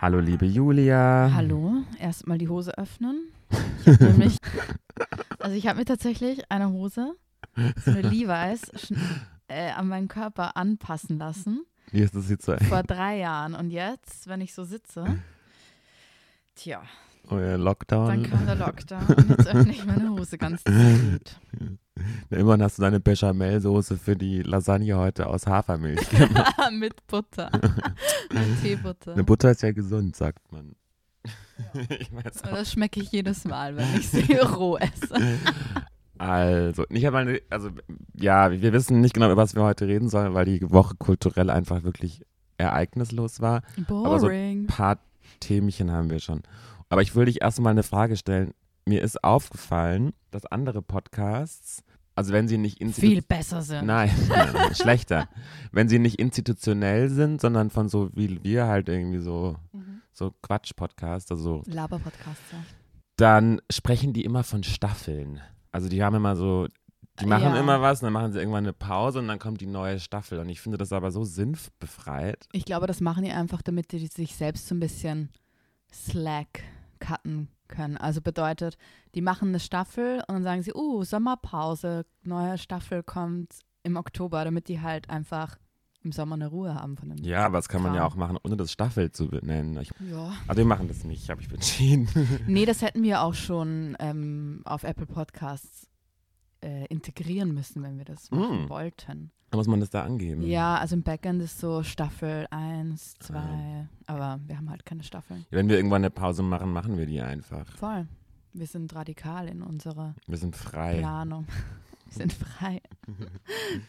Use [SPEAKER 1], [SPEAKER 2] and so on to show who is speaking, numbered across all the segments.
[SPEAKER 1] Hallo, liebe Julia.
[SPEAKER 2] Hallo,
[SPEAKER 1] Ah.
[SPEAKER 2] erstmal die Hose öffnen. Ich hab nämlich, also ich habe mir tatsächlich eine Hose, so eine Levi's, schn- äh, an meinen Körper anpassen lassen
[SPEAKER 1] Mir ist das jetzt so eng.
[SPEAKER 2] vor drei Jahren. Und jetzt, wenn ich so sitze, tja,
[SPEAKER 1] Euer
[SPEAKER 2] dann
[SPEAKER 1] Lockdown.
[SPEAKER 2] kam der Lockdown und jetzt öffne ich meine Hose ganz zufrieden.
[SPEAKER 1] Na, immerhin hast du deine Bechamelsoße für die Lasagne heute aus Hafermilch.
[SPEAKER 2] Mit Butter. Mit Teebutter.
[SPEAKER 1] Eine Butter ist ja gesund, sagt man. ich weiß
[SPEAKER 2] Und das schmecke ich jedes Mal, wenn ich sie roh esse.
[SPEAKER 1] Also, ich habe eine, also ja, wir wissen nicht genau, über was wir heute reden sollen, weil die Woche kulturell einfach wirklich ereignislos war. Aber so- Ein
[SPEAKER 2] Boring.
[SPEAKER 1] paar Themchen haben wir schon. Aber ich würde dich erstmal eine Frage stellen. Mir ist aufgefallen, dass andere Podcasts, also wenn sie nicht
[SPEAKER 2] Viel
[SPEAKER 1] institutionell.
[SPEAKER 2] besser sind.
[SPEAKER 1] Nein, nein, nein, schlechter. Wenn sie nicht institutionell sind, sondern von so wie wir halt irgendwie so,
[SPEAKER 2] Mhm.
[SPEAKER 1] so Quatsch-Podcasts, also
[SPEAKER 2] Laber-Podcaster.
[SPEAKER 1] dann sprechen die immer von Staffeln. Also die haben immer so, die machen
[SPEAKER 2] Ja.
[SPEAKER 1] immer was, und dann machen sie irgendwann eine Pause und dann kommt die neue Staffel. Und ich finde das aber so sinnbefreit.
[SPEAKER 2] Ich glaube, das machen die einfach, damit die sich selbst so ein bisschen slack cutten können. Also bedeutet, die machen eine Staffel und dann sagen sie, uh, Sommerpause, neue Staffel kommt im Oktober, damit die halt einfach im Sommer eine Ruhe haben von dem.
[SPEAKER 1] Ja, aber das kann man ja
[SPEAKER 2] Klar.
[SPEAKER 1] auch machen, ohne das Staffel zu benennen. Ich,
[SPEAKER 2] Ja.
[SPEAKER 1] also wir machen das nicht, habe ich entschieden.
[SPEAKER 2] Nee, das hätten wir auch schon ähm, auf Apple Podcasts äh, integrieren müssen, wenn wir das machen
[SPEAKER 1] Mm. Genau.
[SPEAKER 2] wollten.
[SPEAKER 1] Da muss man das da angeben.
[SPEAKER 2] Ja, also im Backend ist so Staffel 1, 2,
[SPEAKER 1] Ähm.
[SPEAKER 2] aber wir haben halt keine Staffeln.
[SPEAKER 1] Wenn wir irgendwann eine Pause machen, machen wir die einfach.
[SPEAKER 2] Voll. Wir sind radikal in unserer
[SPEAKER 1] Wir sind frei.
[SPEAKER 2] Planung. Wir sind frei.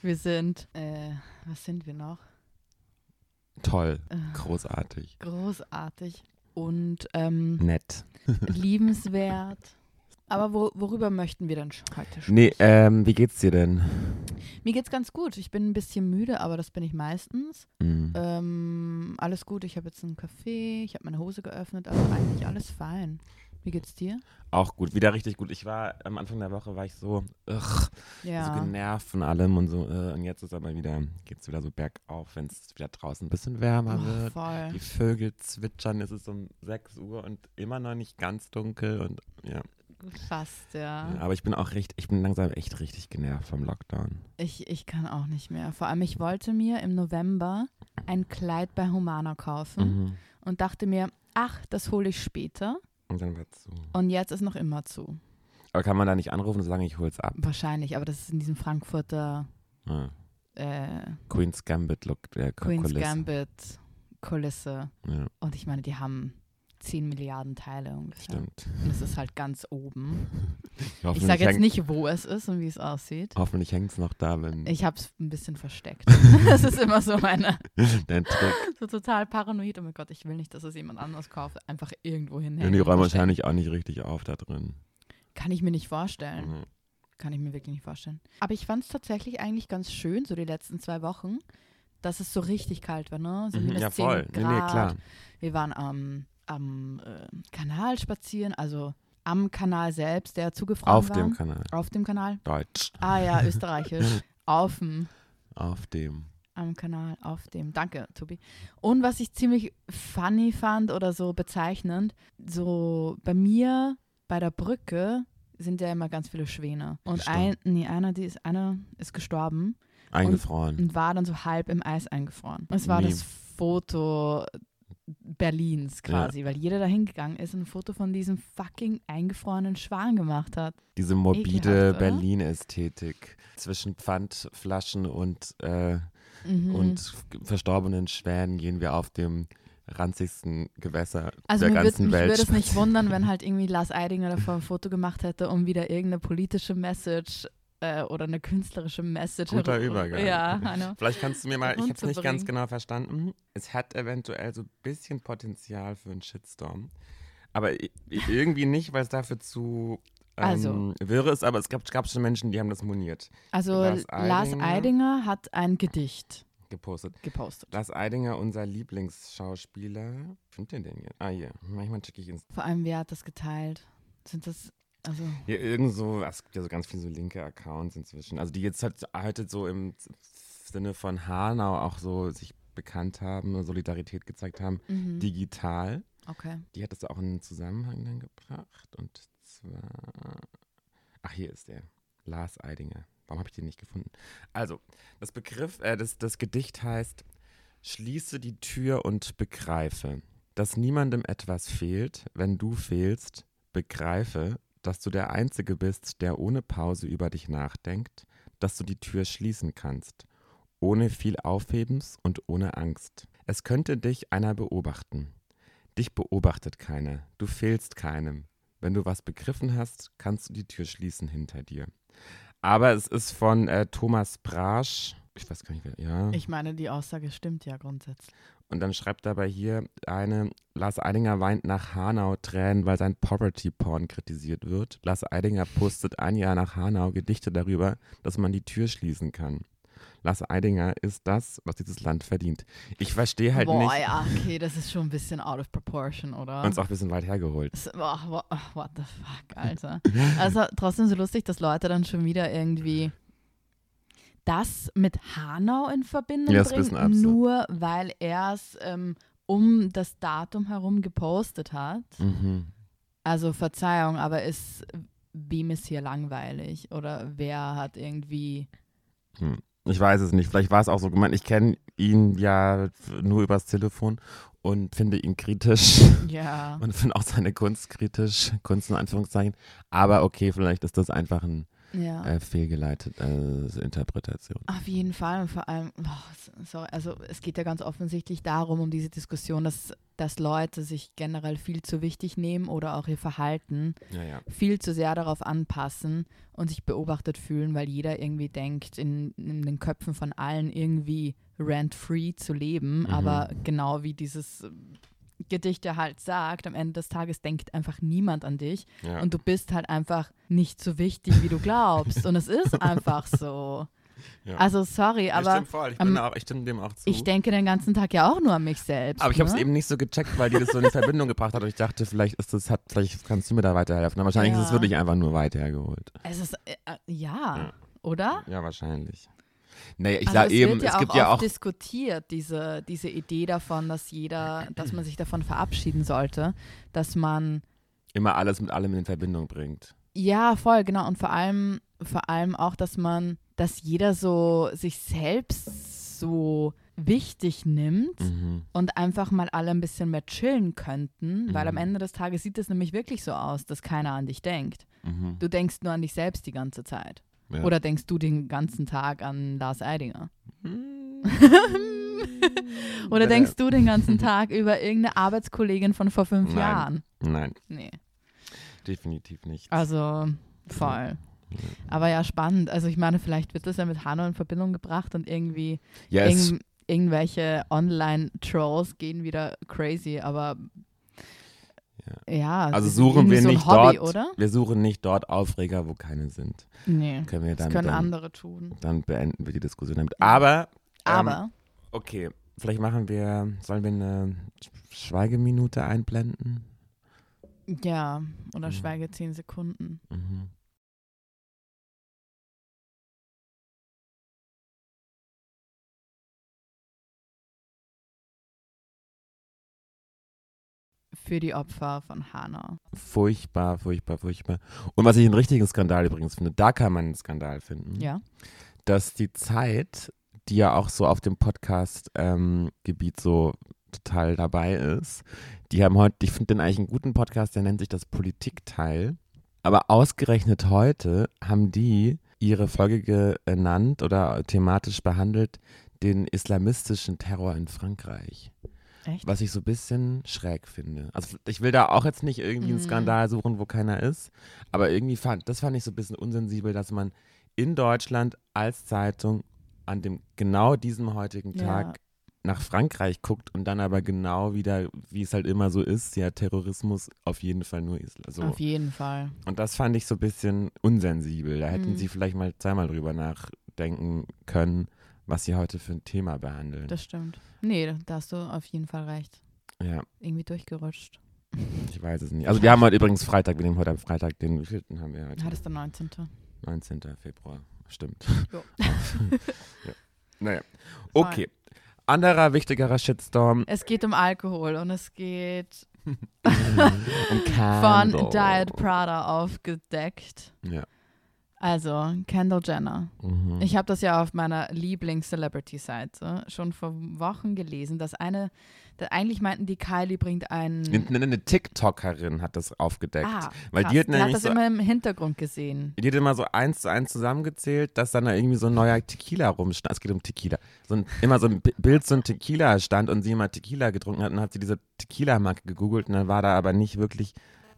[SPEAKER 2] Wir sind, äh, was sind wir noch?
[SPEAKER 1] Toll.
[SPEAKER 2] Äh,
[SPEAKER 1] Großartig.
[SPEAKER 2] großartig und ähm,
[SPEAKER 1] Nett.
[SPEAKER 2] liebenswert. Aber wo, worüber möchten wir denn sch- heute sprechen?
[SPEAKER 1] Nee, ähm, wie geht's dir denn?
[SPEAKER 2] Mir geht's ganz gut. Ich bin ein bisschen müde, aber das bin ich meistens.
[SPEAKER 1] Mhm.
[SPEAKER 2] Ähm, alles gut. Ich habe jetzt einen Kaffee, ich habe meine Hose geöffnet, also eigentlich alles fein. Wie geht's dir?
[SPEAKER 1] Auch gut, wieder richtig gut. Ich war am Anfang der Woche war ich so, ugh, so
[SPEAKER 2] Ja.
[SPEAKER 1] genervt von allem und so. Äh, und jetzt ist aber wieder, geht's wieder so bergauf, wenn es wieder draußen ein bisschen wärmer
[SPEAKER 2] Oh,
[SPEAKER 1] wird.
[SPEAKER 2] voll.
[SPEAKER 1] Die Vögel zwitschern, es ist um 6 Uhr und immer noch nicht ganz dunkel. Und ja.
[SPEAKER 2] Fast, ja.
[SPEAKER 1] ja. Aber ich bin auch recht, ich bin langsam echt richtig genervt vom Lockdown.
[SPEAKER 2] Ich, ich kann auch nicht mehr. Vor allem, ich wollte mir im November ein Kleid bei Humana kaufen
[SPEAKER 1] Mhm.
[SPEAKER 2] und dachte mir, ach, das hole ich später.
[SPEAKER 1] Und dann wird's so.
[SPEAKER 2] Und jetzt ist noch immer zu.
[SPEAKER 1] Aber kann man da nicht anrufen und sagen, ich hol's ab?
[SPEAKER 2] Wahrscheinlich, aber das ist in diesem Frankfurter
[SPEAKER 1] Ja.
[SPEAKER 2] äh,
[SPEAKER 1] Queen's Gambit Look, der
[SPEAKER 2] Queen's
[SPEAKER 1] Kulisse.
[SPEAKER 2] Gambit Kulisse.
[SPEAKER 1] ja,
[SPEAKER 2] Und ich meine, die haben 10 Milliarden Teile ungefähr.
[SPEAKER 1] stimmt.
[SPEAKER 2] Und es ist halt ganz oben. Ich
[SPEAKER 1] Hoffentlich
[SPEAKER 2] sage jetzt
[SPEAKER 1] häng-
[SPEAKER 2] nicht, wo es ist und wie es aussieht.
[SPEAKER 1] Hoffentlich hängt's noch da, wenn
[SPEAKER 2] Ich habe es ein bisschen versteckt. das ist immer so meine,
[SPEAKER 1] dein Trick.
[SPEAKER 2] so total paranoid. Oh mein Gott, ich will nicht, dass es jemand anders kauft. Einfach irgendwo hinhängen.
[SPEAKER 1] Und die
[SPEAKER 2] und
[SPEAKER 1] räumen
[SPEAKER 2] verstecken.
[SPEAKER 1] wahrscheinlich auch nicht richtig auf da drin.
[SPEAKER 2] Kann ich mir nicht vorstellen.
[SPEAKER 1] Mhm.
[SPEAKER 2] Kann ich mir wirklich nicht vorstellen. Aber ich fand es tatsächlich eigentlich ganz schön, so die letzten zwei Wochen, dass es so richtig kalt war, ne? So
[SPEAKER 1] Mhm,
[SPEAKER 2] minus
[SPEAKER 1] Ja, voll. Nee,
[SPEAKER 2] 10 Grad.
[SPEAKER 1] nee, klar.
[SPEAKER 2] Wir waren am, am äh, Kanal spazieren, also am Kanal selbst, der zugefroren
[SPEAKER 1] Auf
[SPEAKER 2] war.
[SPEAKER 1] dem Kanal.
[SPEAKER 2] Auf dem Kanal.
[SPEAKER 1] Deutsch.
[SPEAKER 2] Ah ja, österreichisch. auf dem,
[SPEAKER 1] Auf dem.
[SPEAKER 2] am Kanal, auf dem. Danke, Tobi. Und was ich ziemlich funny fand oder so bezeichnend, so bei mir bei der Brücke sind ja immer ganz viele Schwäne. Und ein, nee, einer, die ist, einer ist gestorben.
[SPEAKER 1] Eingefroren.
[SPEAKER 2] und war dann so halb im Eis eingefroren. Es war
[SPEAKER 1] Nee.
[SPEAKER 2] das Foto Berlins quasi, weil jeder da hingegangen ist und ein Foto von diesem fucking eingefrorenen Schwan gemacht hat.
[SPEAKER 1] Diese morbide
[SPEAKER 2] Ekelhaft, oder?
[SPEAKER 1] Berlin-Ästhetik zwischen Pfandflaschen und, äh,
[SPEAKER 2] Mhm.
[SPEAKER 1] und verstorbenen Schwänen gehen wir auf dem ranzigsten Gewässer
[SPEAKER 2] also
[SPEAKER 1] der
[SPEAKER 2] mir würd-
[SPEAKER 1] ganzen
[SPEAKER 2] mich
[SPEAKER 1] Welt.
[SPEAKER 2] würde es nicht
[SPEAKER 1] spazieren.
[SPEAKER 2] wundern, wenn halt irgendwie Lars Eidinger davor ein Foto gemacht hätte, um wieder irgendeine politische Message äh, oder eine künstlerische Message.
[SPEAKER 1] Guter
[SPEAKER 2] herum-
[SPEAKER 1] Übergang.
[SPEAKER 2] Ja, I know.
[SPEAKER 1] Vielleicht kannst du mir mal, ich habe es nicht ganz
[SPEAKER 2] Runterbringen.
[SPEAKER 1] genau verstanden. Es hat eventuell so ein bisschen Potenzial für einen Shitstorm. Aber i- i- irgendwie nicht, weil es dafür zu ähm,
[SPEAKER 2] Also.
[SPEAKER 1] wirre ist. Aber es gab, gab schon Menschen, die haben das moniert,
[SPEAKER 2] Also
[SPEAKER 1] Lars
[SPEAKER 2] Lars Eidinger.
[SPEAKER 1] Eidinger.
[SPEAKER 2] hat ein Gedicht
[SPEAKER 1] gepostet.
[SPEAKER 2] gepostet.
[SPEAKER 1] Lars Eidinger, unser Lieblingsschauspieler. Findet ihr den hier? Ah, hier. Manchmal checke ich ihn.
[SPEAKER 2] Vor allem, wer hat das geteilt? Sind das, also,
[SPEAKER 1] Hier irgend so, es gibt ja so ganz viele so linke Accounts inzwischen. Also die jetzt halt heute so im Sinne von Hanau auch so sich bekannt haben, Solidarität gezeigt haben,
[SPEAKER 2] Mhm.
[SPEAKER 1] digital.
[SPEAKER 2] okay.
[SPEAKER 1] Die hat das auch in einen Zusammenhang dann gebracht. Und zwar. Ach, hier ist der. Lars Eidinger. Warum habe ich den nicht gefunden? Also, das Begriff, äh, das, das Gedicht heißt Schließe die Tür und begreife, dass niemandem etwas fehlt, wenn du fehlst, begreife, dass du der Einzige bist, der ohne Pause über dich nachdenkt, dass du die Tür schließen kannst, ohne viel Aufhebens und ohne Angst. Es könnte dich einer beobachten. Dich beobachtet keiner, du fehlst keinem. Wenn du was begriffen hast, kannst du die Tür schließen hinter dir. Aber es ist von äh, Thomas Brasch. Ich weiß gar nicht, wer. Ja.
[SPEAKER 2] Ich meine, die Aussage stimmt ja grundsätzlich.
[SPEAKER 1] Und dann schreibt dabei hier eine, Lars Eidinger weint nach Hanau Tränen, weil sein Poverty-Porn kritisiert wird. Lars Eidinger postet ein Jahr nach Hanau Gedichte darüber, dass man die Tür schließen kann. Lars Eidinger ist das, was dieses Land verdient. Ich verstehe halt
[SPEAKER 2] Boah,
[SPEAKER 1] nicht.
[SPEAKER 2] ja, okay, das ist schon ein bisschen out of proportion, oder?
[SPEAKER 1] Uns auch ein bisschen weit hergeholt.
[SPEAKER 2] S- Boah, wo- ach, what the fuck, Alter. Also trotzdem so lustig, dass Leute dann schon wieder irgendwie das mit Hanau in Verbindung
[SPEAKER 1] Ja, ist ein bisschen
[SPEAKER 2] bringen,
[SPEAKER 1] absurd.
[SPEAKER 2] nur weil er es ähm, um das Datum herum gepostet hat.
[SPEAKER 1] Mhm.
[SPEAKER 2] Also Verzeihung, aber ist wem ist hier langweilig oder wer hat irgendwie
[SPEAKER 1] Ich weiß es nicht. Vielleicht war es auch so gemeint. Ich kenne ihn ja f- nur übers Telefon und finde ihn kritisch
[SPEAKER 2] ja
[SPEAKER 1] und finde auch seine Kunst kritisch. Kunst in Anführungszeichen. Aber okay, vielleicht ist das einfach ein
[SPEAKER 2] ja
[SPEAKER 1] äh, fehlgeleitete äh, Interpretation.
[SPEAKER 2] Auf jeden Fall und vor allem, boah, sorry, also es geht ja ganz offensichtlich darum, um diese Diskussion, dass, dass Leute sich generell viel zu wichtig nehmen oder auch ihr Verhalten
[SPEAKER 1] Ja, ja.
[SPEAKER 2] viel zu sehr darauf anpassen und sich beobachtet fühlen, weil jeder irgendwie denkt, in, in den Köpfen von allen irgendwie rent-free zu leben.
[SPEAKER 1] Mhm.
[SPEAKER 2] Aber genau wie dieses äh, Gedicht ja halt sagt, am Ende des Tages denkt einfach niemand an dich
[SPEAKER 1] ja.
[SPEAKER 2] und du bist halt einfach nicht so wichtig, wie du glaubst. und es ist einfach so.
[SPEAKER 1] Ja.
[SPEAKER 2] Also sorry,
[SPEAKER 1] Ich
[SPEAKER 2] aber
[SPEAKER 1] stimme voll. Ich,
[SPEAKER 2] ähm,
[SPEAKER 1] bin auch, ich stimme dem auch zu.
[SPEAKER 2] ich denke den ganzen Tag ja auch nur an mich selbst.
[SPEAKER 1] aber ich habe es
[SPEAKER 2] ne?
[SPEAKER 1] eben nicht so gecheckt, weil die das so in Verbindung gebracht hat und ich dachte, vielleicht ist das, hat, vielleicht kannst du mir da weiterhelfen. Aber wahrscheinlich ist es
[SPEAKER 2] Ja.
[SPEAKER 1] wirklich einfach nur weit hergeholt.
[SPEAKER 2] Es ist, äh, äh,
[SPEAKER 1] Ja.
[SPEAKER 2] ja, oder?
[SPEAKER 1] Ja, wahrscheinlich. Naja, ich
[SPEAKER 2] Also
[SPEAKER 1] sag
[SPEAKER 2] es
[SPEAKER 1] eben,
[SPEAKER 2] wird ja
[SPEAKER 1] es
[SPEAKER 2] auch
[SPEAKER 1] gibt
[SPEAKER 2] oft
[SPEAKER 1] ja auch
[SPEAKER 2] diskutiert, diese, diese Idee davon, dass jeder, dass man sich davon verabschieden sollte, dass man,
[SPEAKER 1] immer alles mit allem in Verbindung bringt.
[SPEAKER 2] ja, voll, genau, und vor allem, vor allem auch, dass man, dass jeder so sich selbst so wichtig nimmt
[SPEAKER 1] Mhm.
[SPEAKER 2] und einfach mal alle ein bisschen mehr chillen könnten, weil am
[SPEAKER 1] Mhm.
[SPEAKER 2] Ende des Tages sieht es nämlich wirklich so aus, dass keiner an dich denkt.
[SPEAKER 1] Mhm.
[SPEAKER 2] Du denkst nur an dich selbst die ganze Zeit.
[SPEAKER 1] Ja.
[SPEAKER 2] Oder denkst du den ganzen Tag an Lars Eidinger?
[SPEAKER 1] Mhm.
[SPEAKER 2] Oder
[SPEAKER 1] Ja,
[SPEAKER 2] denkst du den ganzen Tag über irgendeine Arbeitskollegin von vor fünf
[SPEAKER 1] Nein.
[SPEAKER 2] Jahren?
[SPEAKER 1] Nein,
[SPEAKER 2] Nee.
[SPEAKER 1] definitiv nicht.
[SPEAKER 2] Also voll. Aber ja, spannend. Also ich meine, vielleicht wird das ja mit Hanau in Verbindung gebracht und irgendwie
[SPEAKER 1] ja, es,
[SPEAKER 2] irgend- irgendwelche Online-Trolls gehen wieder crazy, aber ja.
[SPEAKER 1] also
[SPEAKER 2] das ist
[SPEAKER 1] suchen
[SPEAKER 2] irgendwie
[SPEAKER 1] wir
[SPEAKER 2] so ein
[SPEAKER 1] nicht
[SPEAKER 2] Hobby,
[SPEAKER 1] dort,
[SPEAKER 2] oder?
[SPEAKER 1] wir suchen nicht dort Aufreger, wo keine sind.
[SPEAKER 2] Nee.
[SPEAKER 1] Können wir
[SPEAKER 2] Das
[SPEAKER 1] damit
[SPEAKER 2] können
[SPEAKER 1] dann, Ähm,
[SPEAKER 2] andere tun.
[SPEAKER 1] dann beenden wir die Diskussion damit. Aber ähm,
[SPEAKER 2] Aber
[SPEAKER 1] okay, vielleicht machen wir, sollen wir eine Sch- Schweigeminute einblenden?
[SPEAKER 2] ja, oder
[SPEAKER 1] Mhm.
[SPEAKER 2] schweige zehn Sekunden.
[SPEAKER 1] Mhm.
[SPEAKER 2] Für die Opfer von Hanau.
[SPEAKER 1] Furchtbar, furchtbar, furchtbar. Und was ich einen richtigen Skandal übrigens finde, da kann man einen Skandal finden.
[SPEAKER 2] Ja.
[SPEAKER 1] dass die Zeit, die ja auch so auf dem Podcast-Gebiet so total dabei ist, die haben heute, ich finde den eigentlich einen guten Podcast, der nennt sich das Politikteil. Aber ausgerechnet heute haben die ihre Folge genannt oder thematisch behandelt den islamistischen Terror in Frankreich.
[SPEAKER 2] Echt?
[SPEAKER 1] Was ich so ein bisschen schräg finde. Also ich will da auch jetzt nicht irgendwie einen
[SPEAKER 2] Mm.
[SPEAKER 1] Skandal suchen, wo keiner ist. Aber irgendwie fand, das fand ich so ein bisschen unsensibel, dass man in Deutschland als Zeitung an dem genau diesem heutigen
[SPEAKER 2] Ja.
[SPEAKER 1] Tag nach Frankreich guckt und dann aber genau wieder, wie es halt immer so ist, ja, Terrorismus auf jeden Fall nur Islam. So.
[SPEAKER 2] Auf jeden Fall.
[SPEAKER 1] Und das fand ich so ein bisschen unsensibel. Da hätten
[SPEAKER 2] Mm.
[SPEAKER 1] sie vielleicht mal zweimal drüber nachdenken können, was sie heute für ein Thema behandeln.
[SPEAKER 2] Das stimmt. Nee, da hast du auf jeden Fall recht.
[SPEAKER 1] ja.
[SPEAKER 2] Irgendwie durchgerutscht.
[SPEAKER 1] Ich weiß es nicht. Also wir haben heute übrigens Freitag, wir nehmen heute am Freitag den wievielten haben wir heute?
[SPEAKER 2] Hattest du 19.
[SPEAKER 1] 19. Februar. Stimmt.
[SPEAKER 2] Jo.
[SPEAKER 1] ja. Naja. Okay. Anderer wichtigerer Shitstorm
[SPEAKER 2] Es geht um Alkohol und es geht
[SPEAKER 1] und
[SPEAKER 2] von
[SPEAKER 1] Candle.
[SPEAKER 2] Diet Prada aufgedeckt.
[SPEAKER 1] Ja.
[SPEAKER 2] Also, Kendall Jenner.
[SPEAKER 1] Mhm.
[SPEAKER 2] Ich habe das ja auf meiner Lieblings-Celebrity-Seite schon vor Wochen gelesen, dass eine, da eigentlich meinten die, Kylie bringt einen.
[SPEAKER 1] Eine, eine TikTokerin hat das aufgedeckt.
[SPEAKER 2] Ah,
[SPEAKER 1] weil
[SPEAKER 2] krass.
[SPEAKER 1] die hat
[SPEAKER 2] hat
[SPEAKER 1] nämlich
[SPEAKER 2] das
[SPEAKER 1] so-
[SPEAKER 2] immer im Hintergrund gesehen.
[SPEAKER 1] Die hat immer so eins zu eins zusammengezählt, dass dann da irgendwie so ein neuer Tequila rumstand. Es geht um Tequila. So ein, immer so ein Bi- Bild, so ein Tequila stand und sie immer Tequila getrunken hat. Und dann hat sie diese Tequila-Marke gegoogelt und dann war da aber nicht wirklich,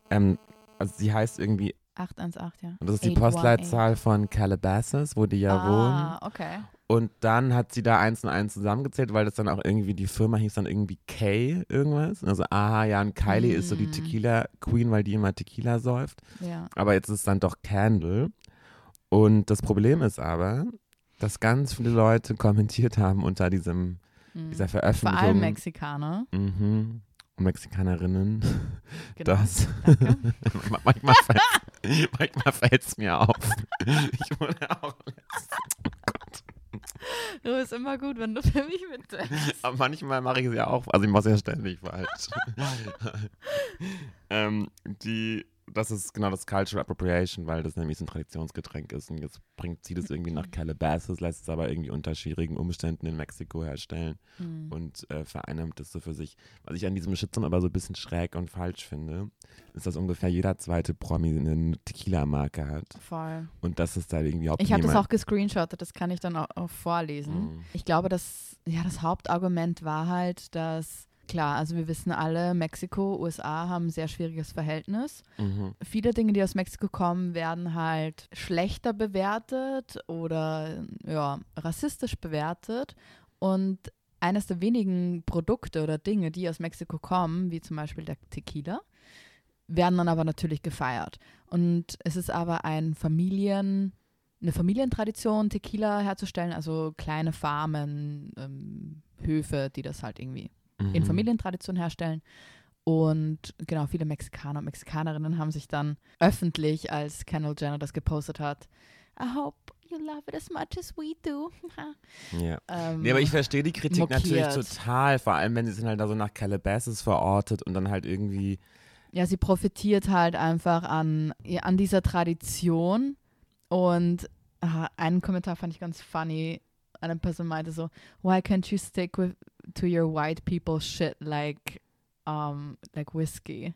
[SPEAKER 1] ähm, also sie heißt irgendwie,
[SPEAKER 2] 818, ja.
[SPEAKER 1] und das ist die
[SPEAKER 2] 818.
[SPEAKER 1] Postleitzahl von Calabasas, wo die ja wohnen.
[SPEAKER 2] Ah, okay.
[SPEAKER 1] Und dann hat sie da eins und eins zusammengezählt, weil das dann auch irgendwie, die Firma hieß dann irgendwie Kay irgendwas. Also, aha, ja, und Kylie ist so die
[SPEAKER 2] Mm.
[SPEAKER 1] Tequila-Queen, weil die immer Tequila säuft.
[SPEAKER 2] Ja.
[SPEAKER 1] Aber jetzt ist es dann doch Candle. Und das Problem ist aber, dass ganz viele Leute kommentiert haben unter diesem,
[SPEAKER 2] Mhm.
[SPEAKER 1] dieser
[SPEAKER 2] Vor
[SPEAKER 1] Veröffentlichung.
[SPEAKER 2] allem Mexikaner.
[SPEAKER 1] Mhm. Und Mexikanerinnen,
[SPEAKER 2] Genau.
[SPEAKER 1] das.
[SPEAKER 2] Danke.
[SPEAKER 1] manchmal fällt manchmal fällt's mir auf. Ich wurde auch,
[SPEAKER 2] Du bist immer gut, wenn du für mich mitdenkst.
[SPEAKER 1] aber manchmal mache ich es ja auch. Also ich mache es ja ständig falsch. ähm, die, das ist genau das Cultural Appropriation, weil das nämlich so ein Traditionsgetränk ist. Und jetzt bringt sie das irgendwie nach Calabasas, lässt es aber irgendwie unter schwierigen Umständen in Mexiko herstellen.
[SPEAKER 2] Mhm.
[SPEAKER 1] und äh, vereinnahmt das so für sich. Was ich an diesem Shitstorm aber so ein bisschen schräg und falsch finde, ist, dass ungefähr jeder zweite Promi eine Tequila-Marke hat
[SPEAKER 2] Voll.
[SPEAKER 1] und das ist da irgendwie überhaupt
[SPEAKER 2] Ich habe das
[SPEAKER 1] niemand.
[SPEAKER 2] auch gescreenshottet, das kann ich dann auch, auch vorlesen.
[SPEAKER 1] Mhm.
[SPEAKER 2] Ich glaube, das, ja, das Hauptargument war halt, dass, klar, also wir wissen alle, Mexiko, USA haben ein sehr schwieriges Verhältnis.
[SPEAKER 1] Mhm.
[SPEAKER 2] Viele Dinge, die aus Mexiko kommen, werden halt schlechter bewertet oder ja, rassistisch bewertet. Und eines der wenigen Produkte oder Dinge, die aus Mexiko kommen, wie zum Beispiel der Tequila, werden dann aber natürlich gefeiert. Und es ist aber ein Familien, eine Familientradition, Tequila herzustellen, also kleine Farmen, ähm, Höfe, die das halt irgendwie
[SPEAKER 1] Mhm.
[SPEAKER 2] in Familientradition herstellen. Und genau, viele Mexikaner und Mexikanerinnen haben sich dann öffentlich, als Kendall Jenner das gepostet hat, I hope you love it as much as we do.
[SPEAKER 1] Mhm. Ja.
[SPEAKER 2] ähm,
[SPEAKER 1] Nee, aber ich verstehe die Kritik natürlich
[SPEAKER 2] Mokiert.
[SPEAKER 1] total, vor allem wenn sie es halt da so nach Calabasas verortet und dann halt irgendwie
[SPEAKER 2] ja, sie profitiert halt einfach an, ja, an dieser Tradition. Und ah, einen Kommentar fand ich ganz funny. Eine Person meinte so, why can't you stick with to your white people shit like, um, like whiskey?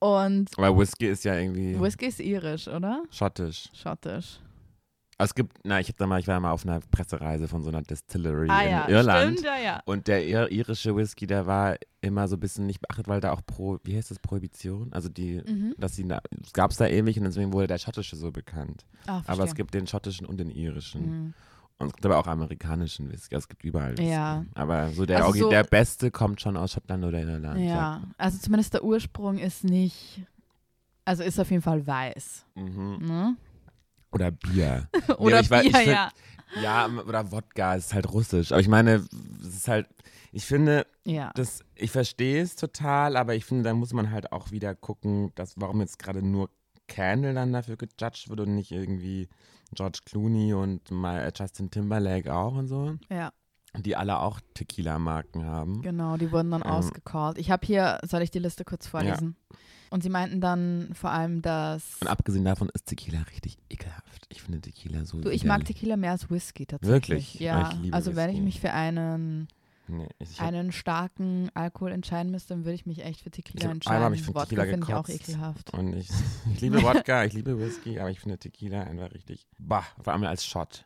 [SPEAKER 2] Und
[SPEAKER 1] weil Whisky ist ja irgendwie
[SPEAKER 2] Whisky ist irisch, oder?
[SPEAKER 1] schottisch.
[SPEAKER 2] Schottisch.
[SPEAKER 1] Also es gibt, na, ich hab da mal, ich war mal auf einer Pressereise von so einer Distillery
[SPEAKER 2] Ah
[SPEAKER 1] in
[SPEAKER 2] ja,
[SPEAKER 1] Irland.
[SPEAKER 2] stimmt, ja, ja.
[SPEAKER 1] Und der ir irische Whisky, der war immer so ein bisschen nicht beachtet, weil da auch Pro, wie heißt das, Prohibition? Also die,
[SPEAKER 2] Mhm.
[SPEAKER 1] dass sie, na- es gab es da ewig und deswegen wurde der schottische so bekannt.
[SPEAKER 2] Ah,
[SPEAKER 1] Aber es
[SPEAKER 2] verstehe.
[SPEAKER 1] gibt den schottischen und den irischen.
[SPEAKER 2] Mhm.
[SPEAKER 1] Und es gibt aber auch amerikanischen Whisky. Also es gibt überall Whisky.
[SPEAKER 2] Ja.
[SPEAKER 1] Aber so der,
[SPEAKER 2] Also
[SPEAKER 1] Orgi-
[SPEAKER 2] so-
[SPEAKER 1] der beste kommt schon aus Schottland oder Irland.
[SPEAKER 2] Ja, also zumindest der Ursprung ist nicht, also ist auf jeden Fall weiß.
[SPEAKER 1] Ja. Mhm.
[SPEAKER 2] Ne?
[SPEAKER 1] Oder Bier. aber
[SPEAKER 2] Oder
[SPEAKER 1] ich weiß- ich
[SPEAKER 2] Bier,
[SPEAKER 1] find-
[SPEAKER 2] ja.
[SPEAKER 1] ja, m- oder Wodka ist halt russisch. Aber ich meine, es ist halt, ich finde,
[SPEAKER 2] Ja,
[SPEAKER 1] Das, ich verstehe es total, aber ich finde, da muss man halt auch wieder gucken, dass, warum jetzt gerade nur Candle dann dafür gejudged wird und nicht irgendwie George Clooney und mal äh, Justin Timberlake auch und so,
[SPEAKER 2] ja,
[SPEAKER 1] die alle auch Tequila-Marken haben.
[SPEAKER 2] genau, die wurden dann
[SPEAKER 1] Ähm.
[SPEAKER 2] ausgecallt. Ich habe hier, soll ich die Liste kurz vorlesen? Und sie meinten dann vor allem, dass,
[SPEAKER 1] Und abgesehen davon ist Tequila richtig ekelhaft. Ich finde Tequila so
[SPEAKER 2] du, ich mag
[SPEAKER 1] widerlich.
[SPEAKER 2] Tequila mehr als Whisky
[SPEAKER 1] Wirklich?
[SPEAKER 2] tatsächlich.
[SPEAKER 1] Ah,
[SPEAKER 2] Ja,
[SPEAKER 1] Ich liebe
[SPEAKER 2] also wenn ich
[SPEAKER 1] Whisky.
[SPEAKER 2] mich für einen,
[SPEAKER 1] Nee, ich, ich hab-
[SPEAKER 2] einen starken Alkohol entscheiden müsste, dann würde ich mich echt für Tequila
[SPEAKER 1] Ich hab-
[SPEAKER 2] entscheiden.
[SPEAKER 1] Also, einmal hab ich für
[SPEAKER 2] Wodka
[SPEAKER 1] Tequila
[SPEAKER 2] finde ich auch
[SPEAKER 1] gekotzt.
[SPEAKER 2] ekelhaft.
[SPEAKER 1] und ich, ich liebe Wodka, ich liebe Whisky, aber ich finde Tequila einfach richtig. Bah, vor allem als Shot.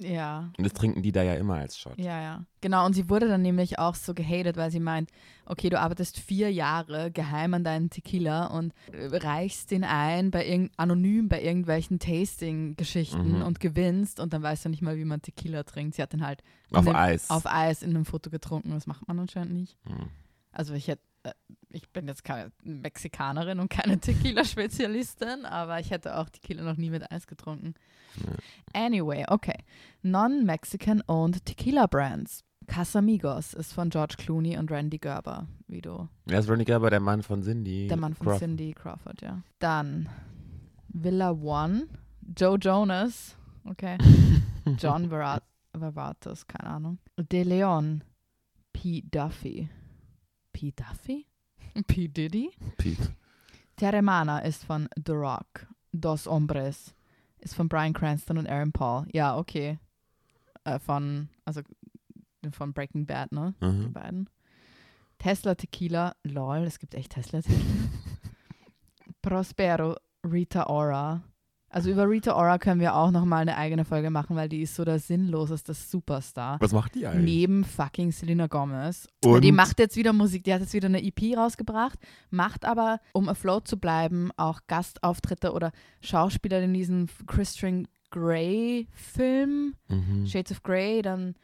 [SPEAKER 2] Ja,
[SPEAKER 1] Und das trinken die da ja immer als Shot.
[SPEAKER 2] Ja, ja. Genau, und sie wurde dann nämlich auch so gehatet, weil sie meint, okay, du arbeitest vier Jahre geheim an deinen Tequila und äh, reichst den ein bei irgend, anonym bei irgendwelchen Tasting-Geschichten
[SPEAKER 1] Mhm.
[SPEAKER 2] und gewinnst und dann weißt du nicht mal, wie man Tequila trinkt. Sie hat den halt in
[SPEAKER 1] Auf
[SPEAKER 2] dem,
[SPEAKER 1] Eis.
[SPEAKER 2] auf Eis in einem Foto getrunken. Das macht man anscheinend nicht.
[SPEAKER 1] Hm.
[SPEAKER 2] Also ich hätte, äh, ich bin jetzt keine Mexikanerin und keine Tequila-Spezialistin, aber ich hätte auch Tequila noch nie mit Eis getrunken.
[SPEAKER 1] Nee.
[SPEAKER 2] Anyway, okay. Non-Mexican-owned Tequila Brands. Casamigos ist von George Clooney und Randy Gerber, wie du,
[SPEAKER 1] Wer ist Ronnie Gerber? Der Mann von Cindy.
[SPEAKER 2] der Mann von
[SPEAKER 1] Crawford.
[SPEAKER 2] Cindy Crawford, ja. Dann Villa One, Joe Jonas, okay. John Varat Varatos, keine Ahnung. De Leon. P. Duffy. P. Duffy? P. Diddy?
[SPEAKER 1] Pete.
[SPEAKER 2] Teremana ist von The Rock. Dos Hombres ist von Brian Cranston und Aaron Paul. Ja, okay. Äh, von, also von Breaking Bad, ne? Die
[SPEAKER 1] Mhm.
[SPEAKER 2] beiden. Tesla Tequila. Lol, es gibt echt Tesla Tequila. Prospero, Rita Ora. Also über Rita Ora können wir auch nochmal eine eigene Folge machen, weil die ist so der sinnloseste Superstar.
[SPEAKER 1] Was macht die eigentlich?
[SPEAKER 2] Neben fucking Selena Gomez.
[SPEAKER 1] Und?
[SPEAKER 2] Und die macht jetzt wieder Musik, die hat jetzt wieder eine EP rausgebracht, macht aber, um afloat zu bleiben, auch Gastauftritte oder Schauspieler in diesem Christian Grey-Film,
[SPEAKER 1] Mhm.
[SPEAKER 2] Shades of Grey, dann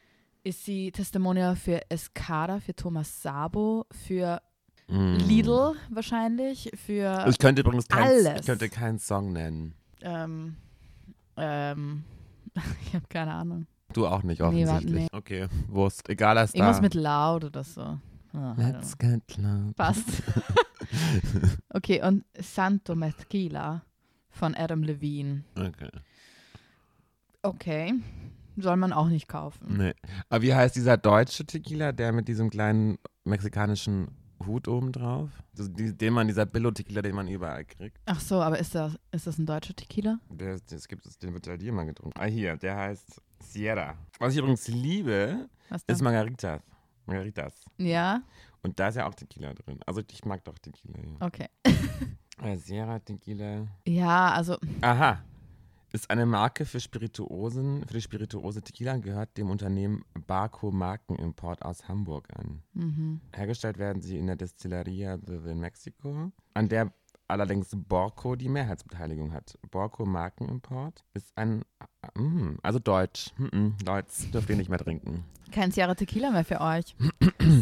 [SPEAKER 2] ist sie Testimonial für Escada, für Thomas Sabo, für
[SPEAKER 1] Mhm.
[SPEAKER 2] Lidl wahrscheinlich, für
[SPEAKER 1] Ich könnte übrigens keinen
[SPEAKER 2] Alles.
[SPEAKER 1] ich könnte keinen Song nennen.
[SPEAKER 2] ähm, ähm, ich habe keine Ahnung.
[SPEAKER 1] Du auch nicht,
[SPEAKER 2] Nee, warte,
[SPEAKER 1] offensichtlich. Okay, Wurst. Egal, als
[SPEAKER 2] Irgendwas
[SPEAKER 1] da.
[SPEAKER 2] mit laut oder so. Ah, I don't know.
[SPEAKER 1] Let's get loud.
[SPEAKER 2] Passt. okay, und Santo Mezquila von Adam Levine.
[SPEAKER 1] Okay.
[SPEAKER 2] Okay. Soll man auch nicht kaufen.
[SPEAKER 1] Nee. Aber wie heißt dieser deutsche Tequila, der mit diesem kleinen mexikanischen Hut oben drauf? Das, die, den man, dieser Billo-Tequila, den man überall kriegt.
[SPEAKER 2] Ach so, aber ist das, ist das ein deutscher Tequila?
[SPEAKER 1] Der, das gibt es, den wird halt hier immer getrunken. Ah, hier, der heißt Sierra. Was ich übrigens liebe,
[SPEAKER 2] Was
[SPEAKER 1] ist
[SPEAKER 2] denn?
[SPEAKER 1] Margaritas. Margaritas.
[SPEAKER 2] Ja,
[SPEAKER 1] Und da ist ja auch Tequila drin. Also ich mag doch Tequila. Ja.
[SPEAKER 2] okay.
[SPEAKER 1] Äh, Sierra Tequila.
[SPEAKER 2] Ja, also,
[SPEAKER 1] Aha. Ist eine Marke für Spirituosen, für die Spirituose Tequila und gehört dem Unternehmen Barco Markenimport aus Hamburg an.
[SPEAKER 2] mhm.
[SPEAKER 1] Hergestellt werden sie in der Destilleria Vivir in Mexico, an der allerdings Borco die Mehrheitsbeteiligung hat. Borco Markenimport ist ein, ah, mm, also deutsch. Mm -mm, Deutsch dürft ihr nicht mehr trinken.
[SPEAKER 2] kein Sierra Tequila mehr für euch.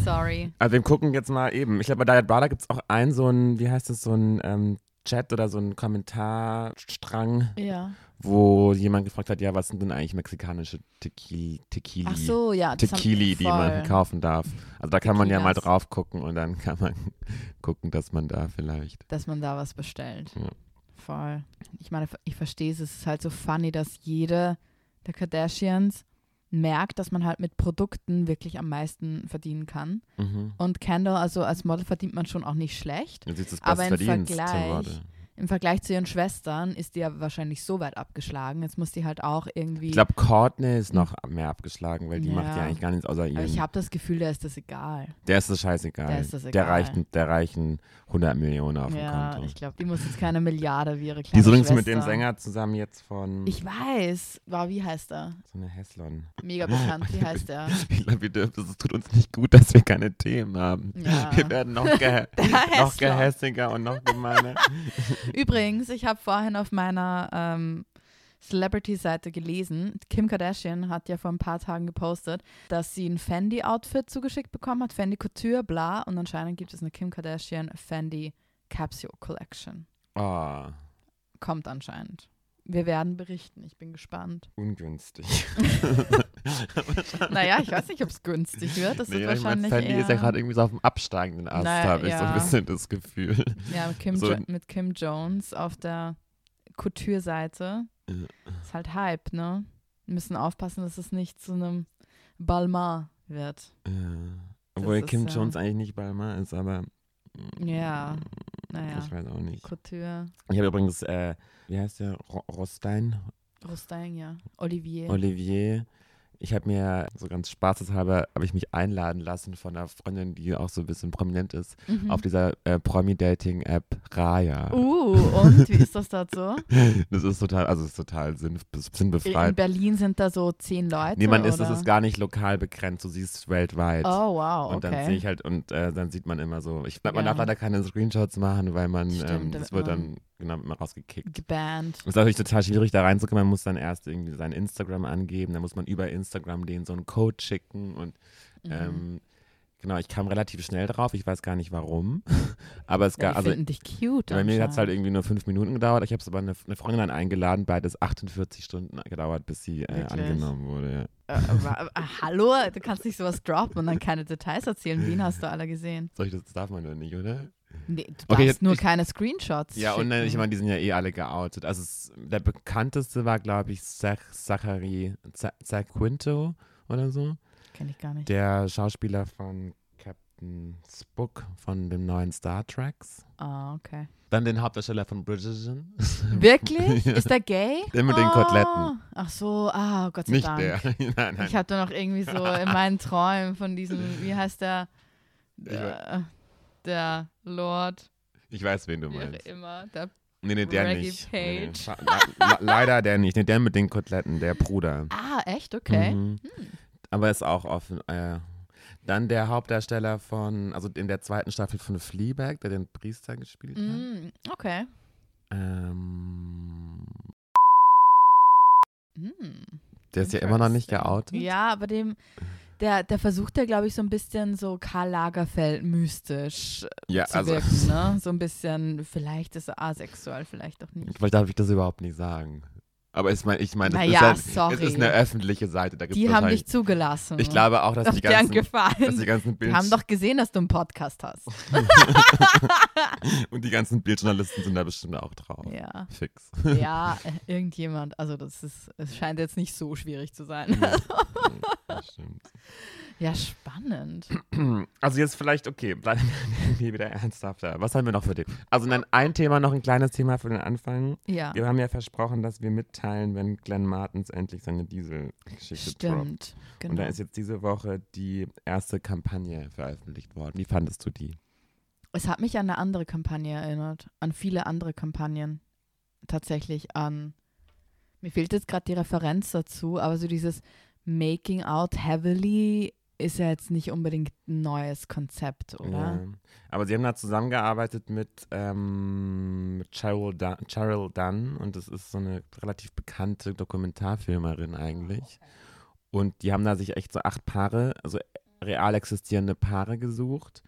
[SPEAKER 2] Sorry.
[SPEAKER 1] Also wir gucken jetzt mal eben. Ich glaube, bei Diet Brother gibt es auch einen, so ein, wie heißt das, so ein ähm, Chat oder so ein Kommentarstrang,
[SPEAKER 2] Ja.
[SPEAKER 1] wo jemand gefragt hat, ja, was sind denn eigentlich mexikanische Tequil Tequili?
[SPEAKER 2] Ach so, ja. das haben-
[SPEAKER 1] Tequili, die man
[SPEAKER 2] voll.
[SPEAKER 1] kaufen darf. Also da kann man ja mal
[SPEAKER 2] Tequilas.
[SPEAKER 1] drauf gucken und dann kann man gucken, dass man da vielleicht.
[SPEAKER 2] Dass man da was bestellt.
[SPEAKER 1] Ja.
[SPEAKER 2] Voll. Ich meine, ich verstehe es. Es ist halt so funny, dass jede der Kardashians merkt, dass man halt mit Produkten wirklich am meisten verdienen kann.
[SPEAKER 1] Mhm.
[SPEAKER 2] Und Kendall, also als Model verdient man schon auch nicht schlecht.
[SPEAKER 1] Das ist das
[SPEAKER 2] Aber im
[SPEAKER 1] Bestverdienst zum
[SPEAKER 2] Vergleich-
[SPEAKER 1] Model.
[SPEAKER 2] Im Vergleich zu ihren Schwestern ist die ja wahrscheinlich so weit abgeschlagen. Jetzt muss die halt auch irgendwie.
[SPEAKER 1] Ich glaube, Courtney ist noch mehr abgeschlagen, weil die macht ja
[SPEAKER 2] Ja.
[SPEAKER 1] eigentlich gar nichts außer
[SPEAKER 2] aber ich
[SPEAKER 1] ihren.
[SPEAKER 2] habe das Gefühl, der ist das egal.
[SPEAKER 1] Der ist das scheißegal.
[SPEAKER 2] Der ist das
[SPEAKER 1] Der
[SPEAKER 2] egal.
[SPEAKER 1] reichen, der reichen 100 Millionen auf dem
[SPEAKER 2] Ja,
[SPEAKER 1] Konto.
[SPEAKER 2] ich glaube, die muss jetzt keine Milliarde wie ihre kleine
[SPEAKER 1] die ist übrigens
[SPEAKER 2] Schwester.
[SPEAKER 1] mit dem Sänger zusammen jetzt von
[SPEAKER 2] Ich weiß. Wow, wie heißt er?
[SPEAKER 1] so eine Heslon.
[SPEAKER 2] Mega bekannt. Wie heißt er?
[SPEAKER 1] Ich glaube, wir dürfen, es tut uns nicht gut, dass wir keine Themen haben.
[SPEAKER 2] Ja.
[SPEAKER 1] Wir werden noch, ge noch
[SPEAKER 2] Hässler.
[SPEAKER 1] gehässiger und noch gemeiner.
[SPEAKER 2] Übrigens, ich habe vorhin auf meiner ähm, Celebrity-Seite gelesen, Kim Kardashian hat ja vor ein paar Tagen gepostet, dass sie ein Fendi-Outfit zugeschickt bekommen hat, Fendi Couture, bla, und anscheinend gibt es eine Kim Kardashian Fendi Capsule Collection.
[SPEAKER 1] Oh,
[SPEAKER 2] Kommt anscheinend. Wir werden berichten, ich bin gespannt.
[SPEAKER 1] ungünstig.
[SPEAKER 2] Naja, ich weiß nicht, ob es günstig wird. Das
[SPEAKER 1] Nee,
[SPEAKER 2] ist
[SPEAKER 1] ich mein,
[SPEAKER 2] wahrscheinlich.
[SPEAKER 1] Fendi
[SPEAKER 2] eher,
[SPEAKER 1] ist ja gerade irgendwie so auf dem absteigenden Ast,
[SPEAKER 2] Na,
[SPEAKER 1] habe ich so ein
[SPEAKER 2] ja.
[SPEAKER 1] bisschen das Gefühl.
[SPEAKER 2] ja, Kim
[SPEAKER 1] so-
[SPEAKER 2] jo mit Kim Jones auf der Couture-Seite.
[SPEAKER 1] Ja.
[SPEAKER 2] Ist halt Hype, ne? Wir müssen aufpassen, dass es nicht zu einem Balmain wird.
[SPEAKER 1] Ja. Obwohl
[SPEAKER 2] ist,
[SPEAKER 1] Kim
[SPEAKER 2] äh,
[SPEAKER 1] Jones eigentlich nicht Balmer ist, aber. mm,
[SPEAKER 2] Ja, naja.
[SPEAKER 1] Ich weiß auch nicht.
[SPEAKER 2] Couture,
[SPEAKER 1] Ich habe übrigens, äh, wie heißt der? Ro Rostein?
[SPEAKER 2] Rostein, ja. Olivier.
[SPEAKER 1] Olivier. Ich habe mir so ganz spaßeshalber, habe ich mich einladen lassen von einer Freundin, die auch so ein bisschen prominent ist,
[SPEAKER 2] Mhm.
[SPEAKER 1] auf dieser äh, Promi-Dating-App Raya.
[SPEAKER 2] Uh, und wie ist das dort so?
[SPEAKER 1] Das ist total, also es ist total sinn,
[SPEAKER 2] In
[SPEAKER 1] sinnbefreit.
[SPEAKER 2] Berlin sind da so zehn Leute.
[SPEAKER 1] Niemand ist,
[SPEAKER 2] oder?
[SPEAKER 1] es ist gar nicht lokal begrenzt, du siehst weltweit.
[SPEAKER 2] Oh, wow.
[SPEAKER 1] Und dann
[SPEAKER 2] okay.
[SPEAKER 1] sehe ich halt, und äh, dann sieht man immer so, ich, man
[SPEAKER 2] Ja.
[SPEAKER 1] darf leider keine Screenshots machen, weil man,
[SPEAKER 2] Stimmt,
[SPEAKER 1] ähm,
[SPEAKER 2] damit
[SPEAKER 1] das wird
[SPEAKER 2] man-
[SPEAKER 1] dann genau immer rausgekickt.
[SPEAKER 2] Gebannt.
[SPEAKER 1] Es ist natürlich total schwierig, da reinzukommen. Man muss dann erst irgendwie sein Instagram angeben, dann muss man über Instagram denen so einen Code schicken und
[SPEAKER 2] Mhm.
[SPEAKER 1] ähm, genau, ich kam relativ schnell drauf, ich weiß gar nicht warum, aber es
[SPEAKER 2] ja,
[SPEAKER 1] gab,
[SPEAKER 2] die
[SPEAKER 1] also
[SPEAKER 2] finden dich cute.
[SPEAKER 1] bei mir hat es halt
[SPEAKER 2] anscheinend.
[SPEAKER 1] irgendwie nur fünf Minuten gedauert. Ich habe es aber eine, eine Freundin dann eingeladen, beides 48 Stunden gedauert, bis sie äh,
[SPEAKER 2] Wirklich?
[SPEAKER 1] angenommen wurde. Ja.
[SPEAKER 2] Äh, wa- äh, hallo, du kannst nicht sowas droppen und dann keine Details erzählen. Wen hast du alle gesehen?
[SPEAKER 1] Soll ich, das darf man doch nicht, oder?
[SPEAKER 2] Nee, du
[SPEAKER 1] Okay,
[SPEAKER 2] darfst
[SPEAKER 1] jetzt-
[SPEAKER 2] nur
[SPEAKER 1] ich-
[SPEAKER 2] keine Screenshots.
[SPEAKER 1] Ja,
[SPEAKER 2] schicken.
[SPEAKER 1] und äh, ich meine, die sind ja eh alle geoutet. Also es, der bekannteste war, glaube ich, Zach, Zachary Za- Zaquinto oder so.
[SPEAKER 2] Kenne ich gar nicht.
[SPEAKER 1] Der Schauspieler von Captain Spook von dem neuen Star Treks.
[SPEAKER 2] Ah, okay.
[SPEAKER 1] Dann den Hauptdarsteller von Bridgerton.
[SPEAKER 2] Wirklich?
[SPEAKER 1] Ja.
[SPEAKER 2] Ist der gay?
[SPEAKER 1] Der mit den
[SPEAKER 2] Oh.
[SPEAKER 1] Koteletten.
[SPEAKER 2] Ach so, ah, Gott sei
[SPEAKER 1] Nicht
[SPEAKER 2] Dank.
[SPEAKER 1] der. nein, nein.
[SPEAKER 2] Ich hatte noch irgendwie so in meinen Träumen von diesem, wie heißt der?
[SPEAKER 1] Ich
[SPEAKER 2] Der, der Lord,
[SPEAKER 1] Ich weiß, wen du
[SPEAKER 2] wie auch
[SPEAKER 1] meinst.
[SPEAKER 2] immer. Der,
[SPEAKER 1] Nee, nee, der
[SPEAKER 2] Reggie
[SPEAKER 1] nicht. Nee, nee.
[SPEAKER 2] Page.
[SPEAKER 1] Scha- le- le- Leider der nicht. Nee, der mit den Koteletten, der Bruder.
[SPEAKER 2] ah, echt? Okay. Hm.
[SPEAKER 1] Mhm. Aber ist auch offen. Äh, dann der Hauptdarsteller von, also in der zweiten Staffel von Fleabag, der den Priester gespielt hat.
[SPEAKER 2] Mm, okay.
[SPEAKER 1] Ähm,
[SPEAKER 2] Mm.
[SPEAKER 1] der ist ja immer noch nicht
[SPEAKER 2] Interesting.
[SPEAKER 1] geoutet.
[SPEAKER 2] Ja, aber dem, der, der versucht ja, glaube ich, so ein bisschen so Karl Lagerfeld mystisch
[SPEAKER 1] Ja,
[SPEAKER 2] zu
[SPEAKER 1] also
[SPEAKER 2] wirken, ne? So ein bisschen, vielleicht ist er asexuell, vielleicht auch nicht.
[SPEAKER 1] vielleicht darf ich das überhaupt nicht sagen. Aber ich meine, ich mein, das
[SPEAKER 2] Naja,
[SPEAKER 1] ist, ja,
[SPEAKER 2] sorry.
[SPEAKER 1] es ist eine öffentliche Seite. Da gibt's
[SPEAKER 2] Die haben
[SPEAKER 1] wahrscheinlich-
[SPEAKER 2] dich zugelassen.
[SPEAKER 1] Ich glaube auch, dass
[SPEAKER 2] doch
[SPEAKER 1] die,
[SPEAKER 2] deren
[SPEAKER 1] ganzen, dass
[SPEAKER 2] Gefallen.
[SPEAKER 1] die ganzen Oh.
[SPEAKER 2] Die
[SPEAKER 1] Bild
[SPEAKER 2] haben doch gesehen, dass du einen Podcast hast.
[SPEAKER 1] und die ganzen Bildjournalisten sind da bestimmt auch drauf.
[SPEAKER 2] ja.
[SPEAKER 1] Fix.
[SPEAKER 2] Ja, äh, irgendjemand. Also das ist, es scheint jetzt nicht so schwierig zu sein.
[SPEAKER 1] Mhm. Das stimmt.
[SPEAKER 2] Ja, spannend.
[SPEAKER 1] Also jetzt vielleicht, okay, bleiben wir wieder ernsthafter. Was haben wir noch für dich? Also dann ein Thema, noch ein kleines Thema für den Anfang.
[SPEAKER 2] Ja,
[SPEAKER 1] Wir haben ja versprochen, dass wir mitteilen, wenn Glenn Martens endlich seine Diesel-Geschichte droppt.
[SPEAKER 2] stimmt.
[SPEAKER 1] Und da
[SPEAKER 2] Genau.
[SPEAKER 1] ist jetzt diese Woche die erste Kampagne veröffentlicht worden. Wie fandest du die?
[SPEAKER 2] Es hat mich an eine andere Kampagne erinnert, an viele andere Kampagnen. Tatsächlich an. Mir fehlt jetzt gerade die Referenz dazu, aber so dieses Making Out Heavily ist ja jetzt nicht unbedingt ein neues Konzept, oder?
[SPEAKER 1] Ja. Aber sie haben da zusammengearbeitet mit, ähm, mit Cheryl, Dun Cheryl Dunn und das ist so eine relativ bekannte Dokumentarfilmerin eigentlich. Und die haben da sich echt so acht Paare, also real existierende Paare gesucht,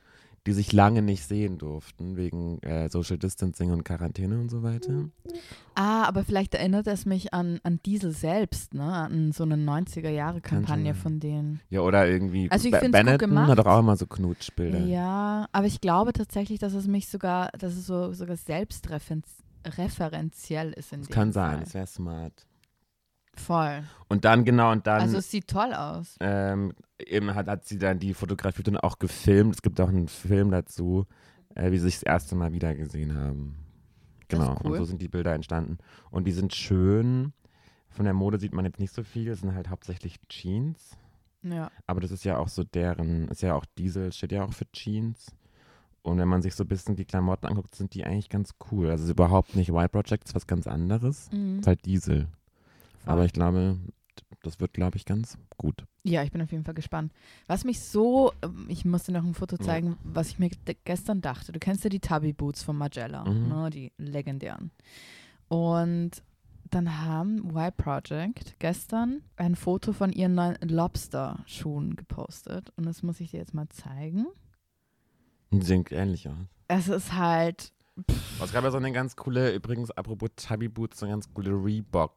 [SPEAKER 1] die sich lange nicht sehen durften wegen äh, Social Distancing und Quarantäne und so weiter.
[SPEAKER 2] Ah, aber vielleicht erinnert es mich an, an Diesel selbst, ne? An so eine 90er-Jahre-Kampagne
[SPEAKER 1] sein.
[SPEAKER 2] von denen.
[SPEAKER 1] Ja, oder irgendwie
[SPEAKER 2] Also ich
[SPEAKER 1] Be-
[SPEAKER 2] find's gut
[SPEAKER 1] Benetton
[SPEAKER 2] gemacht.
[SPEAKER 1] hat doch auch immer so Knutschbilder.
[SPEAKER 2] Ja, aber ich glaube tatsächlich, dass es mich sogar, dass es so, sogar selbstreferenziell ist in
[SPEAKER 1] das
[SPEAKER 2] dem
[SPEAKER 1] kann
[SPEAKER 2] Fall.
[SPEAKER 1] sein, das wäre smart.
[SPEAKER 2] Voll.
[SPEAKER 1] Und dann genau und dann
[SPEAKER 2] also es sieht toll aus.
[SPEAKER 1] ähm, eben hat, hat sie dann die fotografiert und auch gefilmt. Es gibt auch einen Film dazu, äh, wie sie sich das erste Mal wieder gesehen haben.
[SPEAKER 2] Das ist
[SPEAKER 1] Genau,
[SPEAKER 2] cool.
[SPEAKER 1] und so sind die Bilder entstanden. Und die sind schön. Von der Mode sieht man jetzt nicht so viel. Es sind halt hauptsächlich Jeans.
[SPEAKER 2] Ja.
[SPEAKER 1] Aber das ist ja auch so deren, ist ja auch Diesel, steht ja auch für Jeans. Und wenn man sich so ein bisschen die Klamotten anguckt, sind die eigentlich ganz cool. Also es ist überhaupt nicht White Projects, was ganz anderes.
[SPEAKER 2] Mhm.
[SPEAKER 1] Es ist halt Diesel.
[SPEAKER 2] Voll.
[SPEAKER 1] Aber ich glaube, das wird, glaube ich, ganz gut.
[SPEAKER 2] ja, ich bin auf jeden Fall gespannt. Was mich so, ähm, ich muss dir noch ein Foto
[SPEAKER 1] Ja.
[SPEAKER 2] zeigen, was ich mir de- gestern dachte. Du kennst ja die Tubby Boots von Magella,
[SPEAKER 1] Mhm.
[SPEAKER 2] ne? die legendären. Und dann haben Y Project gestern ein Foto von ihren neuen Lobster-Schuhen gepostet. Und das muss ich dir jetzt mal zeigen.
[SPEAKER 1] Und sieht ähnlich aus.
[SPEAKER 2] Es ist halt,
[SPEAKER 1] Es gab ja so eine ganz coole, übrigens, apropos Chubby Boots, so eine ganz coole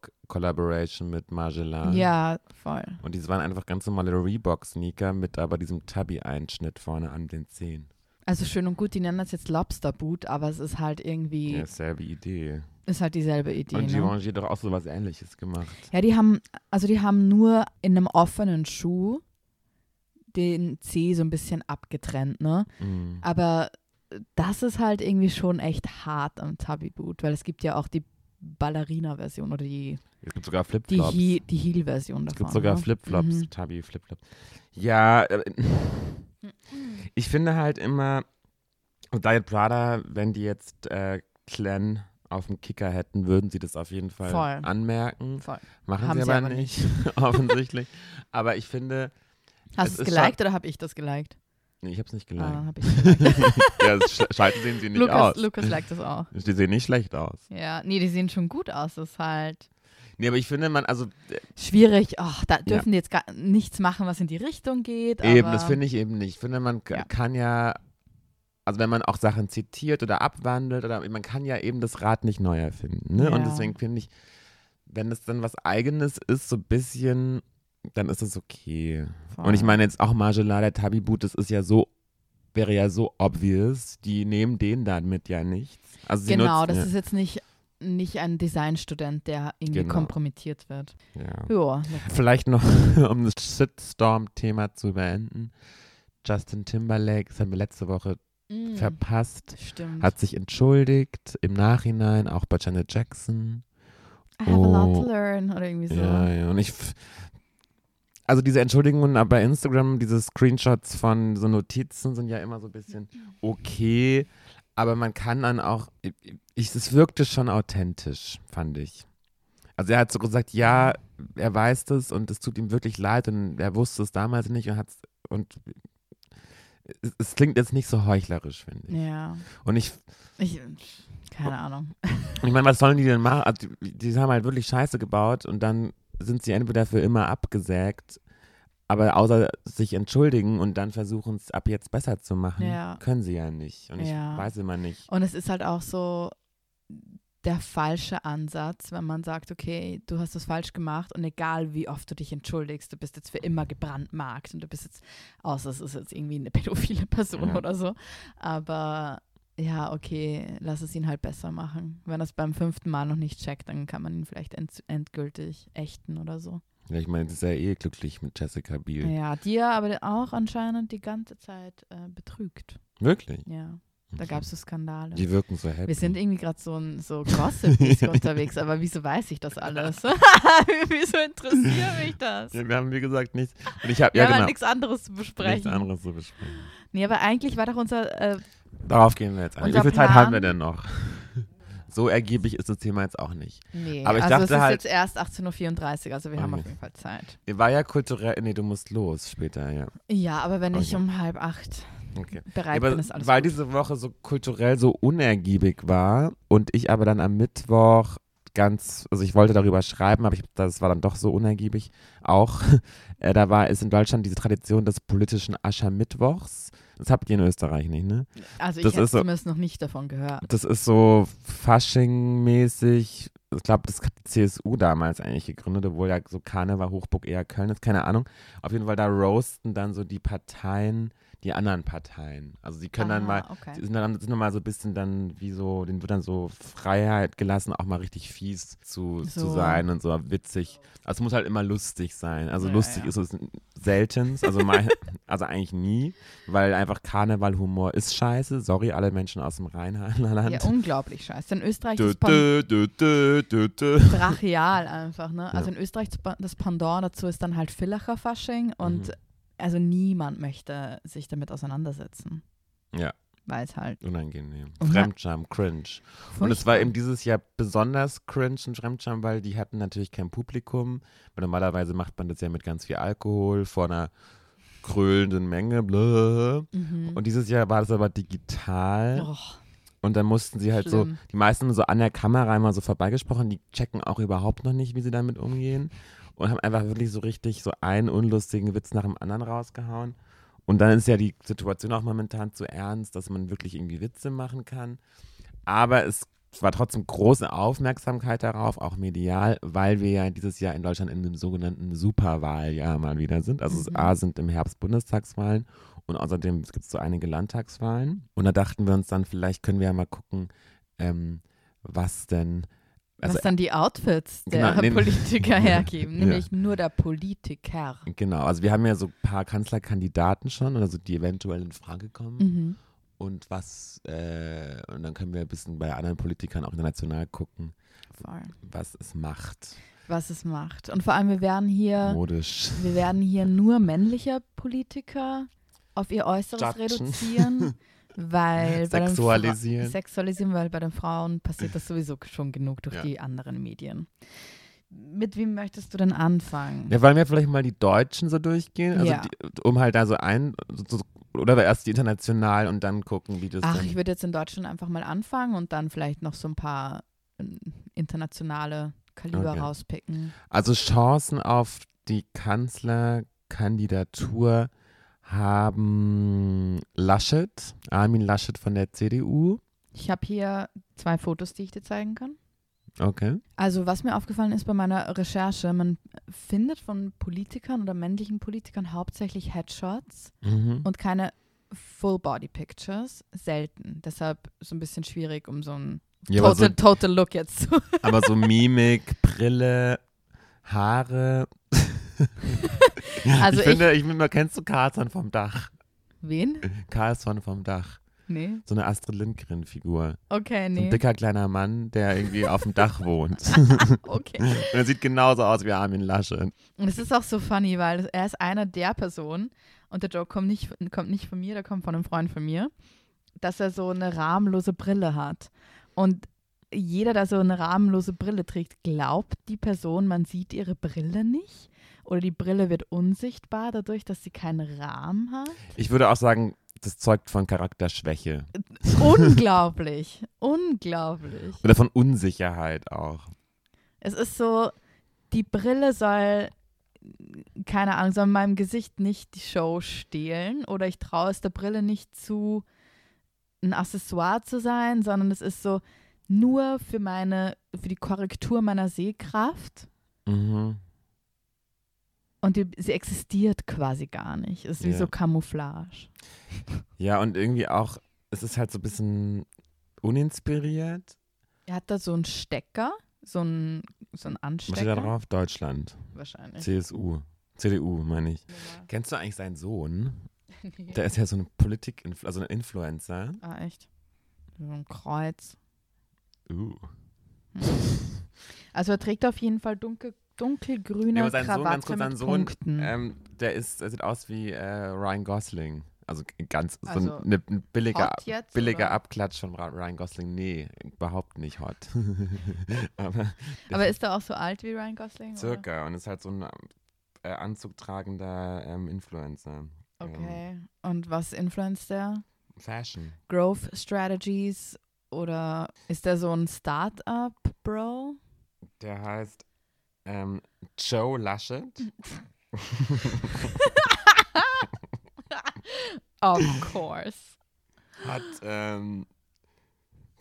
[SPEAKER 1] Reebok-Collaboration mit Margiela.
[SPEAKER 2] ja, voll.
[SPEAKER 1] Und diese waren einfach ganz normale Reebok-Sneaker mit aber diesem Chubby-Einschnitt vorne an den Zehen.
[SPEAKER 2] Also schön und gut, die nennen das jetzt Lobster Boot, aber es ist halt irgendwie,
[SPEAKER 1] Ja, selbe Idee.
[SPEAKER 2] ist halt dieselbe Idee.
[SPEAKER 1] Und
[SPEAKER 2] ne?
[SPEAKER 1] Givenchy hat doch auch so was ähnliches gemacht.
[SPEAKER 2] Ja, die haben, also die haben nur in einem offenen Schuh den Zeh so ein bisschen abgetrennt, ne?
[SPEAKER 1] Mhm.
[SPEAKER 2] Aber das ist halt irgendwie schon echt hart am Tubby Boot, weil es gibt ja auch die Ballerina-Version oder die,
[SPEAKER 1] Es gibt sogar
[SPEAKER 2] die,
[SPEAKER 1] Flipflops.
[SPEAKER 2] He die Heel-Version davon.
[SPEAKER 1] Es gibt sogar
[SPEAKER 2] ne?
[SPEAKER 1] Flipflops,
[SPEAKER 2] Mhm.
[SPEAKER 1] Tabi Flipflops. Ja, äh, ich finde halt immer, Diet Prada, wenn die jetzt äh, Clan auf dem Kicker hätten, würden sie das auf jeden Fall
[SPEAKER 2] Voll.
[SPEAKER 1] anmerken.
[SPEAKER 2] Voll.
[SPEAKER 1] Machen
[SPEAKER 2] Haben
[SPEAKER 1] sie, aber nicht, offensichtlich. aber ich finde, Es
[SPEAKER 2] Hast du es
[SPEAKER 1] ist
[SPEAKER 2] geliked oder habe ich das geliked?
[SPEAKER 1] nee, ich habe es nicht
[SPEAKER 2] Ah, dann
[SPEAKER 1] gelernt.
[SPEAKER 2] hab ich geliked.
[SPEAKER 1] Ja, es sch scheiße sehen sie nicht
[SPEAKER 2] Lukas,
[SPEAKER 1] aus.
[SPEAKER 2] Lukas liked das auch.
[SPEAKER 1] Die sehen nicht schlecht aus.
[SPEAKER 2] Ja, nee, die sehen schon gut aus, das ist halt
[SPEAKER 1] Nee, aber ich finde, man, also äh,
[SPEAKER 2] schwierig. Ach, da dürfen die jetzt gar nichts machen, was in die Richtung geht.
[SPEAKER 1] eben,
[SPEAKER 2] aber
[SPEAKER 1] das finde ich eben nicht. Ich finde, man k-
[SPEAKER 2] Ja.
[SPEAKER 1] kann ja, also wenn man auch Sachen zitiert oder abwandelt, oder man kann ja eben das Rad nicht neu erfinden. Ne? Und
[SPEAKER 2] Ja.
[SPEAKER 1] deswegen finde ich, wenn es dann was Eigenes ist, so ein bisschen, dann ist es okay. Und ich meine jetzt auch Margiela, der Tabi-Boot, das ist ja so, wäre ja so obvious. Die nehmen den damit ja nichts. Also sie
[SPEAKER 2] Genau,
[SPEAKER 1] nutzen,
[SPEAKER 2] das
[SPEAKER 1] ja.
[SPEAKER 2] ist jetzt nicht nicht ein Designstudent, der irgendwie
[SPEAKER 1] Genau.
[SPEAKER 2] kompromittiert wird.
[SPEAKER 1] Ja.
[SPEAKER 2] Ja,
[SPEAKER 1] Vielleicht noch, um das Shitstorm-Thema zu beenden. Justin Timberlake, das haben wir letzte Woche
[SPEAKER 2] mm,
[SPEAKER 1] verpasst,
[SPEAKER 2] stimmt.
[SPEAKER 1] hat sich entschuldigt im Nachhinein, auch bei Janet Jackson.
[SPEAKER 2] I have a lot
[SPEAKER 1] Oh.
[SPEAKER 2] to learn oder irgendwie so.
[SPEAKER 1] Ja, ja. Und ich. f- Also diese Entschuldigungen aber bei Instagram, diese Screenshots von so Notizen sind ja immer so ein bisschen okay, aber man kann dann auch. Ich, es wirkte schon authentisch, fand ich. Also er hat so gesagt, ja, er weiß das und es tut ihm wirklich leid und er wusste es damals nicht und hat und es, es klingt jetzt nicht so heuchlerisch, finde ich.
[SPEAKER 2] Ja.
[SPEAKER 1] Und ich
[SPEAKER 2] Ich, keine Ahnung.
[SPEAKER 1] ich meine, was sollen die denn machen? Also, die, die haben halt wirklich Scheiße gebaut und dann sind sie entweder für immer abgesägt, aber außer sich entschuldigen und dann versuchen es ab jetzt besser zu machen,
[SPEAKER 2] Ja.
[SPEAKER 1] können sie ja nicht. Und ich
[SPEAKER 2] Ja.
[SPEAKER 1] weiß immer nicht.
[SPEAKER 2] Und es ist halt auch so der falsche Ansatz, wenn man sagt, okay, du hast das falsch gemacht und egal wie oft du dich entschuldigst, du bist jetzt für immer gebrandmarkt und du bist jetzt, außer es ist jetzt irgendwie eine pädophile Person
[SPEAKER 1] Ja.
[SPEAKER 2] oder so. Aber ja, okay, lass es ihn halt besser machen. Wenn er es beim fünften Mal noch nicht checkt, dann kann man ihn vielleicht ent endgültig ächten oder so.
[SPEAKER 1] Ja, ich meine, sie ist ja eh glücklich mit Jessica Biel.
[SPEAKER 2] Ja, die er aber auch anscheinend die ganze Zeit äh, betrügt.
[SPEAKER 1] Wirklich? Mhm.
[SPEAKER 2] Ja, da gab es so Skandale.
[SPEAKER 1] Die wirken so happy.
[SPEAKER 2] Wir sind eh irgendwie gerade so, ein- so gossip unterwegs, aber wieso weiß ich das alles? wieso interessiert mich das?
[SPEAKER 1] ja, wir haben, wie gesagt, nichts. Und ich habe,
[SPEAKER 2] Wir
[SPEAKER 1] ja,
[SPEAKER 2] haben halt
[SPEAKER 1] genau,
[SPEAKER 2] nichts anderes zu
[SPEAKER 1] nichts
[SPEAKER 2] besprechen.
[SPEAKER 1] anderes zu besprechen.
[SPEAKER 2] Nee, aber eigentlich war doch unser, äh,
[SPEAKER 1] Darauf gehen wir jetzt ein. Wie
[SPEAKER 2] Unser
[SPEAKER 1] viel Zeit haben
[SPEAKER 2] Plan-
[SPEAKER 1] wir denn noch? So ergiebig ist das Thema jetzt auch nicht.
[SPEAKER 2] nee,
[SPEAKER 1] Aber ich
[SPEAKER 2] also es
[SPEAKER 1] dachte
[SPEAKER 2] ist
[SPEAKER 1] halt- Oh
[SPEAKER 2] jetzt erst 18.34 Uhr, also wir haben auf
[SPEAKER 1] Okay.
[SPEAKER 2] jeden Fall Zeit.
[SPEAKER 1] War ja kulturell, nee, du musst los später, ja.
[SPEAKER 2] Ja, aber wenn ich
[SPEAKER 1] Okay.
[SPEAKER 2] um halb acht
[SPEAKER 1] Okay.
[SPEAKER 2] bereit
[SPEAKER 1] Oh Ja,
[SPEAKER 2] bin, ist alles
[SPEAKER 1] weil
[SPEAKER 2] gut.
[SPEAKER 1] diese Woche so kulturell so unergiebig war und ich aber dann am Mittwoch ganz, also ich wollte darüber schreiben, aber ich, das war dann doch so unergiebig auch. Äh, da war ist in Deutschland diese Tradition des politischen Aschermittwochs. Das habt ihr in Österreich nicht, ne?
[SPEAKER 2] Also ich
[SPEAKER 1] das
[SPEAKER 2] hätte
[SPEAKER 1] ist so-
[SPEAKER 2] zumindest noch nicht davon gehört.
[SPEAKER 1] Das ist so Fasching-mäßig. Ich glaube, das hat die CSU damals eigentlich gegründet, obwohl ja so Karneval, Hochburg eher Köln ist, keine Ahnung. Auf jeden Fall, da roasten dann so die Parteien, die anderen Parteien. Also die können dann
[SPEAKER 2] Ah,
[SPEAKER 1] mal
[SPEAKER 2] Okay.
[SPEAKER 1] die sind dann sind nochmal so ein bisschen dann wie so, denen wird dann so Freiheit gelassen, auch mal richtig fies zu, zu
[SPEAKER 2] So.
[SPEAKER 1] sein und so witzig. Also es muss halt immer lustig sein. Also
[SPEAKER 2] Ja,
[SPEAKER 1] lustig
[SPEAKER 2] ja.
[SPEAKER 1] ist es selten, also, mal, also eigentlich nie, weil einfach Karneval Humor ist scheiße. Sorry, alle Menschen aus dem Rheinland.
[SPEAKER 2] Ja, unglaublich scheiße. In Österreich
[SPEAKER 1] Dö,
[SPEAKER 2] ist Pan
[SPEAKER 1] dö, dö, dö, dö, dö.
[SPEAKER 2] brachial einfach, ne? Also in Österreich das Pa- das Pendant dazu ist dann halt Villacher Fasching und
[SPEAKER 1] Mhm.
[SPEAKER 2] also niemand möchte sich damit auseinandersetzen.
[SPEAKER 1] Ja.
[SPEAKER 2] Weil es halt.
[SPEAKER 1] Unangenehm.
[SPEAKER 2] Unang-
[SPEAKER 1] Fremdscham, cringe. Und es war eben dieses Jahr besonders cringe und Fremdscham, weil die hatten natürlich kein Publikum. Weil normalerweise macht man das ja mit ganz viel Alkohol vor einer krölenden Menge. Bläh.
[SPEAKER 2] Mhm.
[SPEAKER 1] Und dieses Jahr war das aber digital.
[SPEAKER 2] Och,
[SPEAKER 1] Und dann mussten sie halt
[SPEAKER 2] Schlimm.
[SPEAKER 1] so, die meisten haben so an der Kamera immer so vorbeigesprochen, die checken auch überhaupt noch nicht, wie sie damit umgehen. Und haben einfach wirklich so richtig so einen unlustigen Witz nach dem anderen rausgehauen. Und dann ist ja die Situation auch momentan zu ernst, dass man wirklich irgendwie Witze machen kann. Aber es war trotzdem große Aufmerksamkeit darauf, auch medial, weil wir ja dieses Jahr in Deutschland in dem sogenannten Superwahljahr mal wieder sind. Also es
[SPEAKER 2] Mhm.
[SPEAKER 1] A sind im Herbst Bundestagswahlen und außerdem gibt es so einige Landtagswahlen. Und da dachten wir uns dann, vielleicht können wir ja mal gucken, ähm, was denn. Also,
[SPEAKER 2] was dann die Outfits der
[SPEAKER 1] Genau, nee, nee.
[SPEAKER 2] Politiker hergeben,
[SPEAKER 1] Ja.
[SPEAKER 2] nämlich nur der Politiker.
[SPEAKER 1] genau, also wir haben ja so ein paar Kanzlerkandidaten schon, also die eventuell in Frage kommen.
[SPEAKER 2] Mhm.
[SPEAKER 1] Und was, äh, und dann können wir ein bisschen bei anderen Politikern auch international gucken,
[SPEAKER 2] Voll.
[SPEAKER 1] was es macht,
[SPEAKER 2] Was es macht. Und vor allem, wir werden hier,
[SPEAKER 1] modisch.
[SPEAKER 2] wir werden hier nur männliche Politiker auf ihr Äußeres
[SPEAKER 1] Judgen.
[SPEAKER 2] reduzieren, weil bei den Fra-
[SPEAKER 1] Sexualisieren.
[SPEAKER 2] sexualisieren, weil bei den Frauen passiert das sowieso schon genug durch
[SPEAKER 1] Ja.
[SPEAKER 2] die anderen Medien. Mit wem möchtest du denn anfangen?
[SPEAKER 1] Ja, wollen wir vielleicht mal die Deutschen so durchgehen? Also
[SPEAKER 2] Ja.
[SPEAKER 1] die, um halt da so ein, so, so, oder erst die international und dann gucken, wie das
[SPEAKER 2] Ach,
[SPEAKER 1] dann.
[SPEAKER 2] ich würde jetzt in Deutschland einfach mal anfangen und dann vielleicht noch so ein paar äh, internationale Kaliber
[SPEAKER 1] Okay.
[SPEAKER 2] rauspicken.
[SPEAKER 1] Also Chancen auf die Kanzlerkandidatur haben Laschet, Armin Laschet von der CDU.
[SPEAKER 2] Ich habe hier zwei Fotos, die ich dir zeigen kann.
[SPEAKER 1] Okay.
[SPEAKER 2] Also was mir aufgefallen ist bei meiner Recherche, man findet von Politikern oder männlichen Politikern hauptsächlich Headshots
[SPEAKER 1] Mhm.
[SPEAKER 2] und keine Full-Body-Pictures, selten. Deshalb so ein bisschen schwierig, um so ein
[SPEAKER 1] Ja, aber, so,
[SPEAKER 2] total, total Look jetzt.
[SPEAKER 1] aber so Mimik, Brille, Haare.
[SPEAKER 2] Also
[SPEAKER 1] ich finde, ich, finde, man kennst du Karlsson vom Dach.
[SPEAKER 2] Wen?
[SPEAKER 1] Karlsson vom Dach.
[SPEAKER 2] Nee.
[SPEAKER 1] So eine Astrid Lindgren-Figur.
[SPEAKER 2] Okay,
[SPEAKER 1] So ein
[SPEAKER 2] nee.
[SPEAKER 1] dicker kleiner Mann, der irgendwie auf dem Dach wohnt.
[SPEAKER 2] Okay.
[SPEAKER 1] Und er sieht genauso aus wie Armin Laschet.
[SPEAKER 2] Und es ist auch so funny, weil er ist einer der Personen, und der Joke kommt nicht, kommt nicht von mir, der kommt von einem Freund von mir, dass er so eine rahmenlose Brille hat. Und jeder, der so eine rahmenlose Brille trägt, glaubt die Person, man sieht ihre Brille nicht. Oder die Brille wird unsichtbar dadurch, dass sie keinen Rahmen hat.
[SPEAKER 1] Ich würde auch sagen, das zeugt von Charakterschwäche.
[SPEAKER 2] Unglaublich. Unglaublich.
[SPEAKER 1] Oder von Unsicherheit auch.
[SPEAKER 2] Es ist so, die Brille soll, keine Ahnung, soll meinem Gesicht nicht die Show stehlen oder ich traue es der Brille nicht zu, ein Accessoire zu sein, sondern es ist so nur für meine, für die Korrektur meiner Sehkraft
[SPEAKER 1] Mhm.
[SPEAKER 2] und die, sie existiert quasi gar nicht. Es ist wie
[SPEAKER 1] Ja.
[SPEAKER 2] so Camouflage.
[SPEAKER 1] Ja, und irgendwie auch, es ist halt so ein bisschen uninspiriert.
[SPEAKER 2] Er hat da so einen Stecker, so einen, so einen
[SPEAKER 1] Was steht da
[SPEAKER 2] Anstecker.
[SPEAKER 1] drauf? Deutschland.
[SPEAKER 2] Wahrscheinlich.
[SPEAKER 1] CSU. CDU, meine ich. Kennst du eigentlich seinen Sohn?
[SPEAKER 2] Nee.
[SPEAKER 1] Der ist ja so ein Politik, also ein Influencer.
[SPEAKER 2] Ah, echt. So ein Kreuz.
[SPEAKER 1] Uh.
[SPEAKER 2] Also er trägt auf jeden Fall dunkel, dunkelgrüne
[SPEAKER 1] Ja, aber sein Sohn, ganz
[SPEAKER 2] Krawatte
[SPEAKER 1] kurz, sein
[SPEAKER 2] mit
[SPEAKER 1] Sohn,
[SPEAKER 2] Punkten.
[SPEAKER 1] Ähm, der ist, er sieht aus wie äh, Ryan Gosling. Also g- ganz, so
[SPEAKER 2] Also,
[SPEAKER 1] ein, ne, ein billiger,
[SPEAKER 2] hot jetzt,
[SPEAKER 1] billiger
[SPEAKER 2] oder?
[SPEAKER 1] Abklatsch von Ra- Ryan Gosling. Nee, überhaupt nicht hot. Aber
[SPEAKER 2] aber ist er auch so alt wie Ryan Gosling?
[SPEAKER 1] circa. Und ist halt so ein äh, anzugtragender ähm, Influencer.
[SPEAKER 2] Oder? Okay. Und was influenzt er?
[SPEAKER 1] Ähm, Fashion.
[SPEAKER 2] Growth Strategies oder ist er so ein Start-up-Bro?
[SPEAKER 1] Der heißt ähm, Joe Laschet.
[SPEAKER 2] Hm. Of course.
[SPEAKER 1] hat ähm,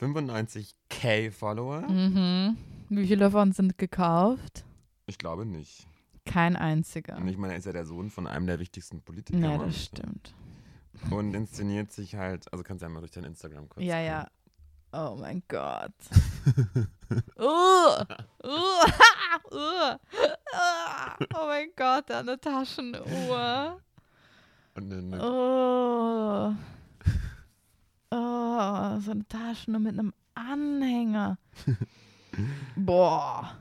[SPEAKER 1] 95k Follower.
[SPEAKER 2] Mhm. Wie viele davon sind gekauft?
[SPEAKER 1] Ich glaube nicht.
[SPEAKER 2] Kein einziger.
[SPEAKER 1] Und ich meine, er ist ja der Sohn von einem der wichtigsten Politiker.
[SPEAKER 2] ja,
[SPEAKER 1] ne?
[SPEAKER 2] das stimmt.
[SPEAKER 1] Und inszeniert sich halt, also kannst du ja mal durch dein Instagram kurz.
[SPEAKER 2] Ja, ja. Oh mein Gott. Uh, uh, uh, ah, oh mein Gott, eine Taschenuhr.
[SPEAKER 1] gucken. Und eine,
[SPEAKER 2] Oh. oh, so eine Taschenuhr mit einem Anhänger. Boah.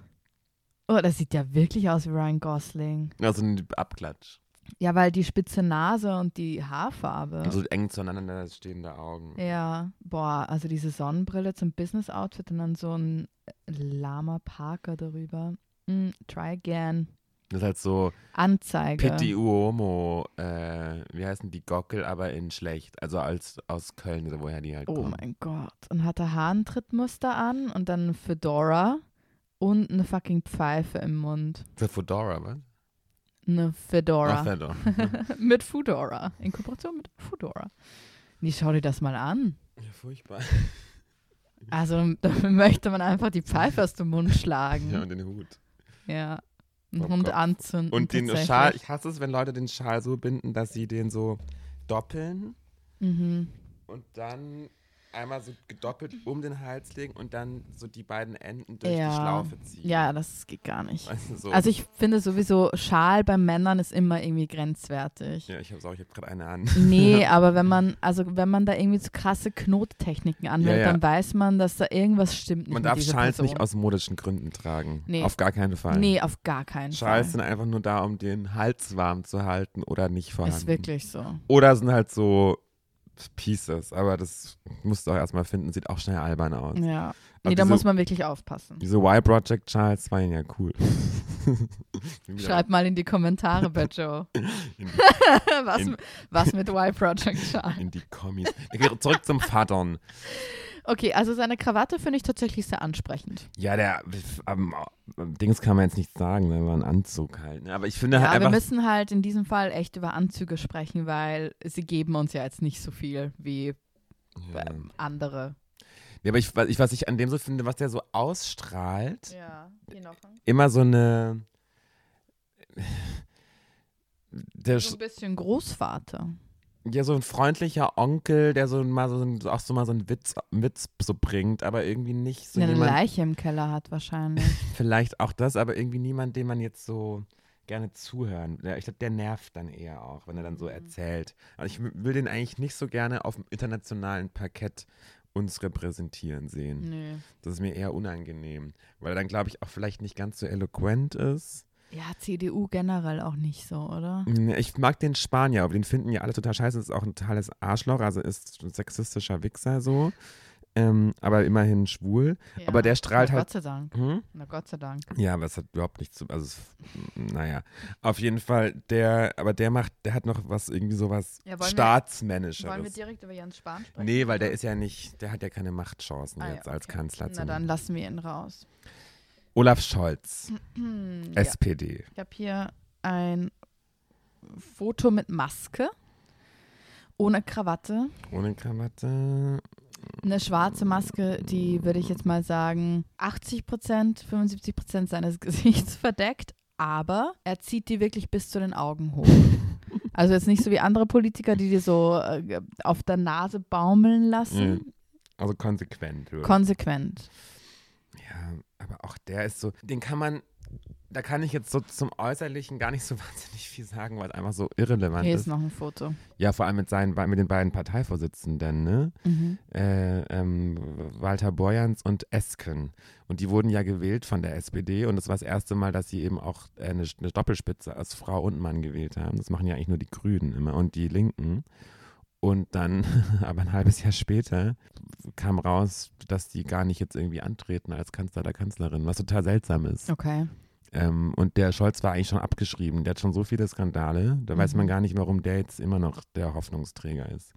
[SPEAKER 2] Oh, das sieht ja wirklich aus wie Ryan Gosling.
[SPEAKER 1] also ein Abklatsch.
[SPEAKER 2] Ja, weil die spitze Nase und die Haarfarbe.
[SPEAKER 1] Und so eng zueinander stehende Augen.
[SPEAKER 2] Ja, boah, also diese Sonnenbrille zum Business-Outfit und dann so ein Lama Parker darüber. Mm, try again.
[SPEAKER 1] Das ist halt so
[SPEAKER 2] Anzeige.
[SPEAKER 1] Pitti Uomo, äh, wie heißen die Gockel, aber in schlecht. Also als aus Köln oder woher die halt
[SPEAKER 2] Oh
[SPEAKER 1] kommen.
[SPEAKER 2] mein Gott. Und hatte Haarentrittmuster an und dann ein Fedora und eine fucking Pfeife im Mund.
[SPEAKER 1] Für Fedora, was?
[SPEAKER 2] Eine
[SPEAKER 1] Ach,
[SPEAKER 2] Fedora.
[SPEAKER 1] Fedora.
[SPEAKER 2] mit Fedora. In Kooperation mit Fedora. Nee, schau dir das mal an.
[SPEAKER 1] ja, furchtbar.
[SPEAKER 2] Also, da möchte man einfach die Pfeife aus dem Mund schlagen.
[SPEAKER 1] Ja, und den Hut.
[SPEAKER 2] Ja. Einen
[SPEAKER 1] Vom
[SPEAKER 2] Hund
[SPEAKER 1] Kopf.
[SPEAKER 2] anzünden.
[SPEAKER 1] Und den
[SPEAKER 2] tatsächlich.
[SPEAKER 1] Schal, ich hasse es, wenn Leute den Schal so binden, dass sie den so doppeln
[SPEAKER 2] Mhm.
[SPEAKER 1] und dann einmal so gedoppelt um den Hals legen und dann so die beiden Enden durch
[SPEAKER 2] Ja.
[SPEAKER 1] die Schlaufe ziehen.
[SPEAKER 2] Ja, das geht gar nicht.
[SPEAKER 1] Weißt du, so.
[SPEAKER 2] Also ich finde sowieso, Schal bei Männern ist immer irgendwie grenzwertig.
[SPEAKER 1] ja, ich hab's auch, ich hab gerade eine an.
[SPEAKER 2] Nee, aber wenn man, also wenn man da irgendwie so krasse Knottechniken anwendet,
[SPEAKER 1] Ja, ja.
[SPEAKER 2] dann weiß man, dass da irgendwas stimmt nicht
[SPEAKER 1] Man
[SPEAKER 2] mit
[SPEAKER 1] darf
[SPEAKER 2] dieser
[SPEAKER 1] Schals
[SPEAKER 2] Person.
[SPEAKER 1] nicht aus modischen Gründen tragen.
[SPEAKER 2] Nee.
[SPEAKER 1] Auf gar keinen Fall.
[SPEAKER 2] Nee, auf gar keinen
[SPEAKER 1] Schals
[SPEAKER 2] Fall.
[SPEAKER 1] sind einfach nur da, um den Hals warm zu halten oder nicht vorhanden.
[SPEAKER 2] Ist wirklich so.
[SPEAKER 1] Oder sind halt so Pieces, aber das musst du auch erstmal finden, sieht auch schnell albern aus.
[SPEAKER 2] Ja.
[SPEAKER 1] Aber
[SPEAKER 2] Nee, da
[SPEAKER 1] diese-
[SPEAKER 2] muss man wirklich aufpassen.
[SPEAKER 1] Diese Y-Project Charles waren ja cool. Wieder
[SPEAKER 2] Schreib mal in die Kommentare bei Joe.
[SPEAKER 1] In die,
[SPEAKER 2] was,
[SPEAKER 1] In-
[SPEAKER 2] was mit Y-Project Schal?
[SPEAKER 1] in die Kommis. Okay, zurück zum Vatern.
[SPEAKER 2] Okay, also seine Krawatte finde ich tatsächlich sehr ansprechend.
[SPEAKER 1] Ja, der ähm, Dings kann man jetzt nicht sagen, wenn man einen Anzug halt. ne? Aber ich finde
[SPEAKER 2] Ja,
[SPEAKER 1] halt
[SPEAKER 2] wir
[SPEAKER 1] einfach.
[SPEAKER 2] müssen halt in diesem Fall echt über Anzüge sprechen, weil sie geben uns ja jetzt nicht so viel wie
[SPEAKER 1] ja.
[SPEAKER 2] ähm, andere.
[SPEAKER 1] ja, aber ich, was ich- was ich an dem so finde, was der so ausstrahlt,
[SPEAKER 2] Ja, hier noch.
[SPEAKER 1] immer so eine. Der,
[SPEAKER 2] So
[SPEAKER 1] sch-
[SPEAKER 2] ein bisschen Großvater.
[SPEAKER 1] Ja, so ein freundlicher Onkel, der so mal so ein, auch so mal so einen Witz, Witz so bringt, aber irgendwie nicht so
[SPEAKER 2] eine
[SPEAKER 1] jemand,
[SPEAKER 2] Leiche im Keller hat wahrscheinlich.
[SPEAKER 1] vielleicht auch das, aber irgendwie niemand, dem man jetzt so gerne zuhören. Ja, Ich glaube, der nervt dann eher auch, wenn er dann so erzählt. Also ich w- will den eigentlich nicht so gerne auf dem internationalen Parkett uns repräsentieren sehen.
[SPEAKER 2] Nö.
[SPEAKER 1] Das ist mir eher unangenehm, weil er dann, glaube ich, auch vielleicht nicht ganz so eloquent ist.
[SPEAKER 2] Ja, CDU generell auch nicht so, oder?
[SPEAKER 1] Nee, Ich mag den Spanier, aber den finden ja alle total scheiße. Ist auch ein totales Arschloch, also ist ein sexistischer Wichser so. Ähm, aber immerhin schwul.
[SPEAKER 2] Ja.
[SPEAKER 1] Aber der strahlt
[SPEAKER 2] Na,
[SPEAKER 1] halt-
[SPEAKER 2] Gott sei Dank.
[SPEAKER 1] Hm?
[SPEAKER 2] Na Gott sei Dank.
[SPEAKER 1] Ja, aber es hat überhaupt nichts zu. Also, es, naja. Auf jeden Fall, der, aber der macht, der hat noch was, irgendwie sowas
[SPEAKER 2] Ja, wollen wir- Wollen wir
[SPEAKER 1] Staatsmännischeres.
[SPEAKER 2] direkt über Jens Spahn sprechen?
[SPEAKER 1] Nee, weil der ist ja nicht, der hat ja keine Machtchancen
[SPEAKER 2] Ah, ja,
[SPEAKER 1] jetzt als
[SPEAKER 2] okay.
[SPEAKER 1] Kanzler zu
[SPEAKER 2] Na dann
[SPEAKER 1] machen.
[SPEAKER 2] lassen wir ihn raus.
[SPEAKER 1] Olaf Scholz,
[SPEAKER 2] Hm, ja.
[SPEAKER 1] SPD.
[SPEAKER 2] Ich habe hier ein Foto mit Maske, ohne Krawatte.
[SPEAKER 1] Ohne Krawatte.
[SPEAKER 2] Eine schwarze Maske, die würde ich jetzt mal sagen, 80 Prozent, 75 Prozent seines Gesichts verdeckt, aber er zieht die wirklich bis zu den Augen hoch. Also jetzt nicht so wie andere Politiker, die die so äh, auf der Nase baumeln lassen.
[SPEAKER 1] Also konsequent. würde ich
[SPEAKER 2] Konsequent.
[SPEAKER 1] Ja, aber auch der ist so, den kann man, da kann ich jetzt so zum Äußerlichen gar nicht so wahnsinnig viel sagen, weil es einfach so irrelevant
[SPEAKER 2] Hier ist
[SPEAKER 1] ist.
[SPEAKER 2] noch ein Foto.
[SPEAKER 1] Ja, vor allem mit, seinen, mit den beiden Parteivorsitzenden, ne?
[SPEAKER 2] Mhm.
[SPEAKER 1] Äh, ähm, Walter Borjans und Esken. Und die wurden ja gewählt von der SPD und das war das erste Mal, dass sie eben auch äh, eine, eine Doppelspitze als Frau und Mann gewählt haben. Das machen ja eigentlich nur die Grünen immer und die Linken. Und dann, aber ein halbes Jahr später, kam raus, dass die gar nicht jetzt irgendwie antreten als Kanzler oder Kanzlerin, was total seltsam ist.
[SPEAKER 2] Okay.
[SPEAKER 1] Ähm, und der Scholz war eigentlich schon abgeschrieben. Der hat schon so viele Skandale, da weiß
[SPEAKER 2] Mhm.
[SPEAKER 1] man gar nicht, warum der jetzt immer noch der Hoffnungsträger ist.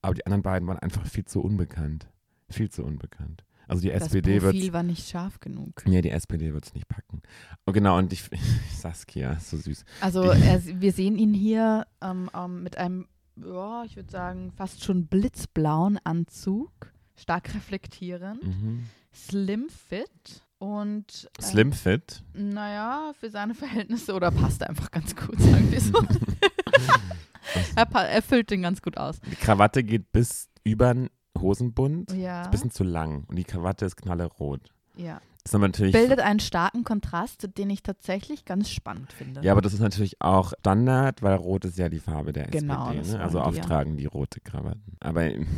[SPEAKER 1] Aber die anderen beiden waren einfach viel zu unbekannt. Viel zu unbekannt. Also die SPD
[SPEAKER 2] das
[SPEAKER 1] wird
[SPEAKER 2] Profil war nicht scharf genug.
[SPEAKER 1] Nee, die SPD wird es nicht packen. Oh, genau, und ich, Saskia, so süß.
[SPEAKER 2] Also
[SPEAKER 1] Die-
[SPEAKER 2] er, wir sehen ihn hier ähm, ähm, mit einem, ja, ich würde sagen, fast schon blitzblauen Anzug, stark reflektierend,
[SPEAKER 1] Mhm.
[SPEAKER 2] slim fit und äh,
[SPEAKER 1] Slim Fit.
[SPEAKER 2] Naja, für seine Verhältnisse oder passt einfach ganz gut, sagen wir so. er, pa- er füllt den ganz gut aus.
[SPEAKER 1] Die Krawatte geht bis über den Hosenbund.
[SPEAKER 2] Ja,
[SPEAKER 1] Bisschen zu lang. Und die Krawatte ist knallerot.
[SPEAKER 2] ja.
[SPEAKER 1] Ist aber natürlich.
[SPEAKER 2] Bildet einen starken Kontrast, den ich tatsächlich ganz spannend finde.
[SPEAKER 1] Ja, aber das ist natürlich auch Standard, weil rot ist ja die Farbe der
[SPEAKER 2] Genau, das
[SPEAKER 1] SPD. Ne?
[SPEAKER 2] wollen
[SPEAKER 1] Also
[SPEAKER 2] die, ja.
[SPEAKER 1] auftragen die rote Krawatten. Aber ähm,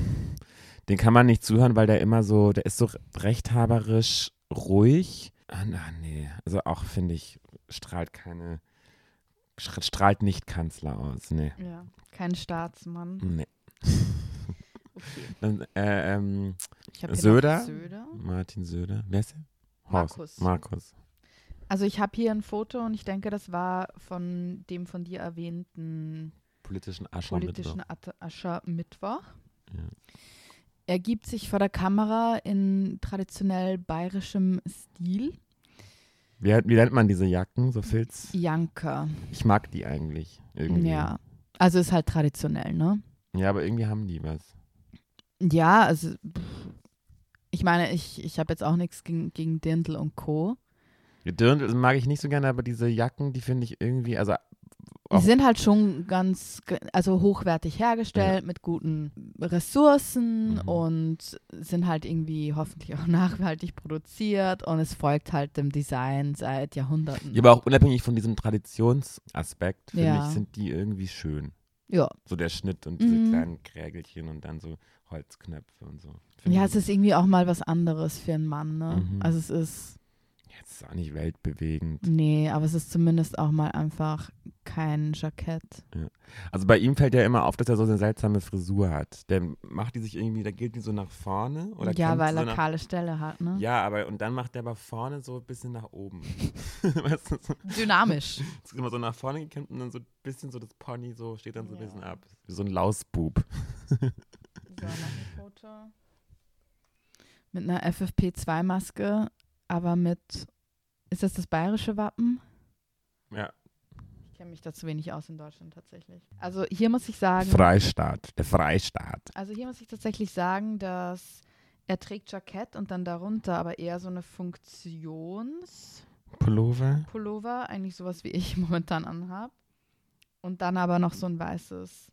[SPEAKER 1] den kann man nicht zuhören, weil der immer so, der ist so rechthaberisch ruhig. Ah, na, nee. Also auch, finde ich, strahlt keine, sch- strahlt nicht Kanzler aus. Nee.
[SPEAKER 2] Ja, kein Staatsmann.
[SPEAKER 1] nee.
[SPEAKER 2] Okay.
[SPEAKER 1] Dann, äh, ähm,
[SPEAKER 2] Ich hab hier noch
[SPEAKER 1] Söder?
[SPEAKER 2] Söder.
[SPEAKER 1] Martin Söder. Wer ist der?
[SPEAKER 2] Markus.
[SPEAKER 1] Markus.
[SPEAKER 2] Also ich habe hier ein Foto und ich denke, das war von dem von dir erwähnten
[SPEAKER 1] Politischen Ascher
[SPEAKER 2] politischen Ascher Mittwoch.
[SPEAKER 1] Ja.
[SPEAKER 2] Er gibt sich vor der Kamera in traditionell bayerischem Stil.
[SPEAKER 1] Wie, wie nennt man diese Jacken? So Filz?
[SPEAKER 2] Janker.
[SPEAKER 1] Ich mag die eigentlich. Irgendwie.
[SPEAKER 2] Ja. Also ist halt traditionell, ne?
[SPEAKER 1] ja, aber irgendwie haben die was.
[SPEAKER 2] Ja, also pff, ich meine, ich, ich habe jetzt auch nichts gegen, gegen Dirndl und Co.
[SPEAKER 1] Dirndl mag ich nicht so gerne, aber diese Jacken, die finde ich irgendwie, also
[SPEAKER 2] Die
[SPEAKER 1] Auch-
[SPEAKER 2] sind halt schon ganz, ge- also hochwertig hergestellt mit guten Ressourcen
[SPEAKER 1] Mhm.
[SPEAKER 2] und sind halt irgendwie hoffentlich auch nachhaltig produziert und es folgt halt dem Design seit Jahrhunderten.
[SPEAKER 1] aber auch unabhängig von diesem Traditionsaspekt, finde
[SPEAKER 2] Ja.
[SPEAKER 1] ich, sind die irgendwie schön.
[SPEAKER 2] Ja.
[SPEAKER 1] So der Schnitt und diese
[SPEAKER 2] Mhm.
[SPEAKER 1] kleinen Krägelchen und dann so Holzknöpfe und so. Finde
[SPEAKER 2] Ja,
[SPEAKER 1] ich-
[SPEAKER 2] es ist irgendwie auch mal was anderes für einen Mann, ne?
[SPEAKER 1] Mhm.
[SPEAKER 2] Also es ist,
[SPEAKER 1] Ja, es ist auch nicht weltbewegend.
[SPEAKER 2] nee, aber es ist zumindest auch mal einfach kein Jackett.
[SPEAKER 1] Also bei ihm fällt ja immer auf, dass er so eine seltsame Frisur hat. Der macht die sich irgendwie, da geht die so nach vorne oder
[SPEAKER 2] ja,
[SPEAKER 1] kämmt
[SPEAKER 2] weil
[SPEAKER 1] so
[SPEAKER 2] er
[SPEAKER 1] nach,
[SPEAKER 2] kahle Stelle hat, ne?
[SPEAKER 1] Ja, aber und dann macht der aber vorne so ein bisschen nach oben. weißt du, so,
[SPEAKER 2] Dynamisch.
[SPEAKER 1] ist immer so nach vorne gekämmt und dann so ein bisschen so das Pony so steht dann so ein
[SPEAKER 2] Ja.
[SPEAKER 1] bisschen ab. Wie so ein Lausbub.
[SPEAKER 2] So, noch ein Foto. Mit einer FFP2-Maske, aber mit. Ist das das bayerische Wappen?
[SPEAKER 1] Ja.
[SPEAKER 2] Ich kenne mich da zu wenig aus in Deutschland tatsächlich. Also hier muss ich sagen.
[SPEAKER 1] Freistaat, der Freistaat.
[SPEAKER 2] Also hier muss ich tatsächlich sagen, dass er trägt Jackett und dann darunter aber eher so eine Funktionspullover,
[SPEAKER 1] Pullover.
[SPEAKER 2] eigentlich sowas wie ich momentan anhab. Und dann aber noch so ein weißes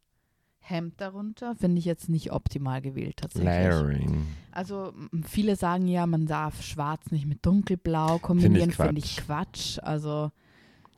[SPEAKER 2] Hemd darunter finde ich jetzt nicht optimal gewählt tatsächlich.
[SPEAKER 1] Layering.
[SPEAKER 2] Also m- viele sagen ja, man darf schwarz nicht mit dunkelblau kombinieren, finde ich, Quatsch. Also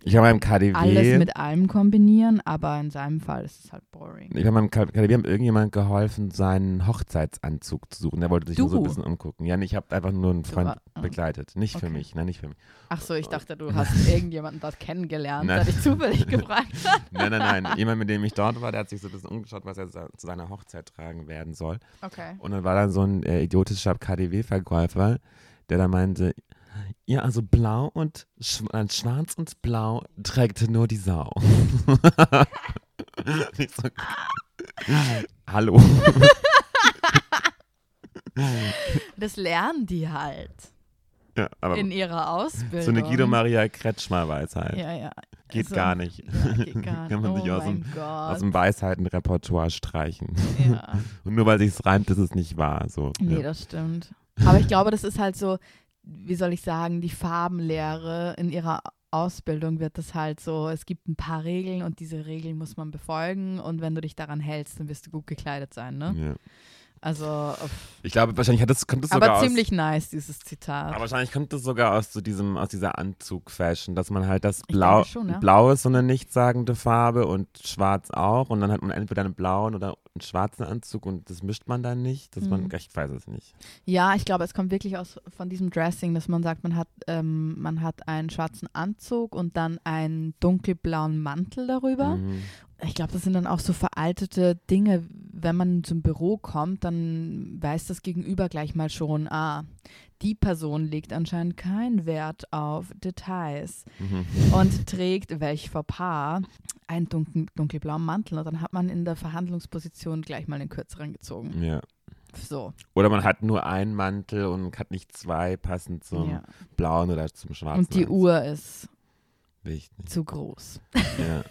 [SPEAKER 1] Ich habe meinem KDW.
[SPEAKER 2] alles mit allem kombinieren, aber in seinem Fall ist es halt boring.
[SPEAKER 1] Ich habe meinem K- KDW haben irgendjemand geholfen, seinen Hochzeitsanzug zu suchen. Der wollte sich nur so ein
[SPEAKER 2] Du?
[SPEAKER 1] bisschen umgucken. Ja, nee, ich habe einfach nur einen Freund
[SPEAKER 2] war- ah.
[SPEAKER 1] begleitet. Nicht für
[SPEAKER 2] Okay.
[SPEAKER 1] mich, nein, nicht für mich.
[SPEAKER 2] Ach so, ich dachte, du hast irgendjemanden dort kennengelernt,
[SPEAKER 1] Nein.
[SPEAKER 2] der dich zufällig gefragt hat.
[SPEAKER 1] Nein, nein, nein. Jemand, mit dem ich dort war, der hat sich so ein bisschen umgeschaut, was er sa- zu seiner Hochzeit tragen werden soll.
[SPEAKER 2] Okay.
[SPEAKER 1] Und dann war dann so ein äh, idiotischer KDW-Verkäufer, der dann meinte, ja, also blau und sch äh, schwarz und blau trägt nur die Sau. Und ich so, Hallo.
[SPEAKER 2] Das lernen die halt
[SPEAKER 1] Ja, aber
[SPEAKER 2] in ihrer Ausbildung.
[SPEAKER 1] so eine Guido Maria halt. Kretschmer-Weisheit.
[SPEAKER 2] Ja, ja.
[SPEAKER 1] Geht
[SPEAKER 2] so-
[SPEAKER 1] gar nicht.
[SPEAKER 2] Ja, geht gar nicht.
[SPEAKER 1] Kann man
[SPEAKER 2] oh
[SPEAKER 1] sich aus
[SPEAKER 2] mein
[SPEAKER 1] dem-
[SPEAKER 2] Gott.
[SPEAKER 1] Aus dem Weisheiten-Repertoire streichen.
[SPEAKER 2] ja.
[SPEAKER 1] Und nur weil sich's reimt, ist es nicht wahr. So.
[SPEAKER 2] Nee,
[SPEAKER 1] ja.
[SPEAKER 2] das stimmt. Aber ich glaube, das ist halt so, wie soll ich sagen, die Farbenlehre in ihrer Ausbildung wird das halt so, es gibt ein paar Regeln und diese Regeln muss man befolgen und wenn du dich daran hältst, dann wirst du gut gekleidet sein, ne?
[SPEAKER 1] Ja.
[SPEAKER 2] Also, pff.
[SPEAKER 1] Ich glaube, wahrscheinlich hat das, kommt das sogar
[SPEAKER 2] aber
[SPEAKER 1] aus-
[SPEAKER 2] ziemlich nice, dieses Zitat.
[SPEAKER 1] Aber wahrscheinlich kommt das sogar aus, so diesem, aus dieser Anzug-Fashion, dass man halt das
[SPEAKER 2] Ich
[SPEAKER 1] Blau,
[SPEAKER 2] denke schon, ja.
[SPEAKER 1] Blau ist so eine nichtssagende Farbe und Schwarz auch. Und dann hat man entweder einen blauen oder einen schwarzen Anzug und das mischt man dann nicht. Dass man,
[SPEAKER 2] Mhm.
[SPEAKER 1] ich weiß es nicht.
[SPEAKER 2] Ja, ich glaube, es kommt wirklich aus von diesem Dressing, dass man sagt, man hat, ähm, man hat einen schwarzen Anzug und dann einen dunkelblauen Mantel darüber.
[SPEAKER 1] Mhm.
[SPEAKER 2] Ich glaube, das sind dann auch so veraltete Dinge. Wenn man zum Büro kommt, dann weiß das Gegenüber gleich mal schon, ah, die Person legt anscheinend keinen Wert auf Details
[SPEAKER 1] Mhm.
[SPEAKER 2] und trägt, welch Fauxpas, einen dunkel, dunkelblauen Mantel. Und dann hat man in der Verhandlungsposition gleich mal den kürzeren gezogen.
[SPEAKER 1] Ja.
[SPEAKER 2] So.
[SPEAKER 1] Oder man hat nur einen Mantel und hat nicht zwei passend zum
[SPEAKER 2] ja.
[SPEAKER 1] blauen oder zum schwarzen.
[SPEAKER 2] Und die
[SPEAKER 1] Anzug.
[SPEAKER 2] Uhr ist
[SPEAKER 1] Wichtig.
[SPEAKER 2] zu groß.
[SPEAKER 1] Ja.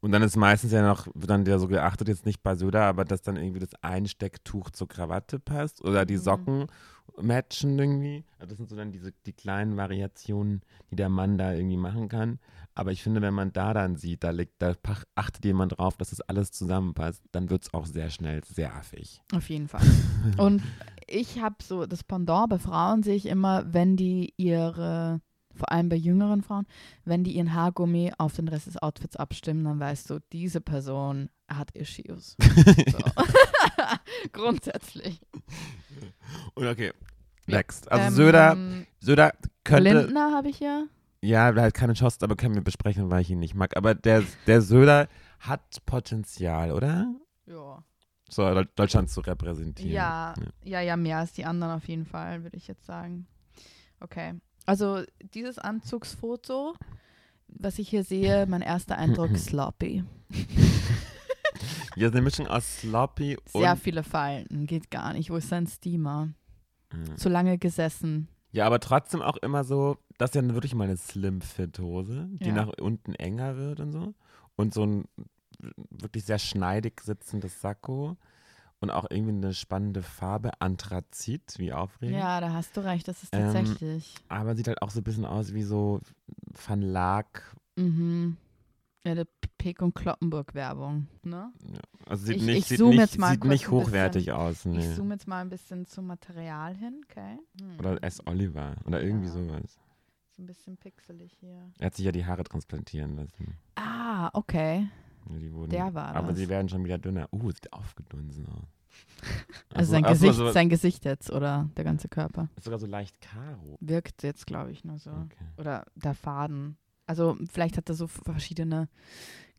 [SPEAKER 1] Und dann ist meistens ja noch, wird dann ja so geachtet, jetzt nicht bei Söder, aber dass dann irgendwie das Einstecktuch zur Krawatte passt oder die
[SPEAKER 2] Mhm.
[SPEAKER 1] Socken matchen irgendwie. Also das sind so dann diese, die kleinen Variationen, die der Mann da irgendwie machen kann. Aber ich finde, wenn man da dann sieht, da, liegt, da pach- achtet jemand drauf, dass das alles zusammenpasst, dann wird es auch sehr schnell sehr affig.
[SPEAKER 2] Auf jeden Fall. Und ich habe so das Pendant bei Frauen sehe ich immer, wenn die ihre, vor allem bei jüngeren Frauen, wenn die ihren Haargummi auf den Rest des Outfits abstimmen, dann weißt du, diese Person hat Issues. So. Grundsätzlich.
[SPEAKER 1] Und okay,
[SPEAKER 2] Ja.
[SPEAKER 1] next. Also
[SPEAKER 2] Ähm,
[SPEAKER 1] Söder, Söder könnte...
[SPEAKER 2] Lindner habe ich ja.
[SPEAKER 1] Ja, halt keine Chance, aber können wir besprechen, weil ich ihn nicht mag. Aber der, der Söder hat Potenzial, oder?
[SPEAKER 2] Ja.
[SPEAKER 1] So Deu- Deutschland zu repräsentieren.
[SPEAKER 2] ja. Ja, ja, mehr als die anderen auf jeden Fall, würde ich jetzt sagen. Okay. Also dieses Anzugsfoto, was ich hier sehe, mein erster Eindruck sloppy.
[SPEAKER 1] Ja, so eine Mischung aus Sloppy und.
[SPEAKER 2] Sehr viele Falten, geht gar nicht. Wo ist sein Steamer?
[SPEAKER 1] Mhm.
[SPEAKER 2] Zu lange gesessen.
[SPEAKER 1] Ja, aber trotzdem auch immer so, das ist ja wirklich mal eine Slim-Fit-Hose, die
[SPEAKER 2] Ja.
[SPEAKER 1] nach unten enger wird und so. Und so ein wirklich sehr schneidig sitzendes Sakko. Und auch irgendwie eine spannende Farbe, Anthrazit, wie aufregend.
[SPEAKER 2] Ja, da hast du recht, das ist
[SPEAKER 1] Ähm,
[SPEAKER 2] tatsächlich.
[SPEAKER 1] Aber sieht halt auch so ein bisschen aus wie so Van Laak.
[SPEAKER 2] mhm. Ja, der Pek- und Kloppenburg-Werbung. Ne?
[SPEAKER 1] Ja. Also sieht
[SPEAKER 2] Ich-
[SPEAKER 1] nicht,
[SPEAKER 2] ich
[SPEAKER 1] sieht
[SPEAKER 2] zoome
[SPEAKER 1] nicht,
[SPEAKER 2] jetzt mal
[SPEAKER 1] sieht
[SPEAKER 2] kurz
[SPEAKER 1] nicht
[SPEAKER 2] ein bisschen.
[SPEAKER 1] hochwertig aus.
[SPEAKER 2] Ich
[SPEAKER 1] Nee.
[SPEAKER 2] zoome jetzt mal ein bisschen zum Material hin, okay? Hm.
[SPEAKER 1] Oder S. Oliver oder irgendwie
[SPEAKER 2] Ja.
[SPEAKER 1] sowas.
[SPEAKER 2] Ist ein bisschen pixelig hier.
[SPEAKER 1] Er hat sich ja die Haare transplantieren lassen.
[SPEAKER 2] Ah, okay.
[SPEAKER 1] Ja, Die wurden,
[SPEAKER 2] Der war
[SPEAKER 1] aber
[SPEAKER 2] das.
[SPEAKER 1] sie werden schon wieder dünner. Uh, sieht aufgedunsen aus. Ach
[SPEAKER 2] Also sein,
[SPEAKER 1] so, ach so,
[SPEAKER 2] Gesicht,
[SPEAKER 1] so,
[SPEAKER 2] sein Gesicht jetzt oder der ganze Körper.
[SPEAKER 1] ist sogar so leicht karo.
[SPEAKER 2] Wirkt jetzt, glaube ich, nur so.
[SPEAKER 1] Okay.
[SPEAKER 2] Oder der Faden. Also vielleicht hat er so verschiedene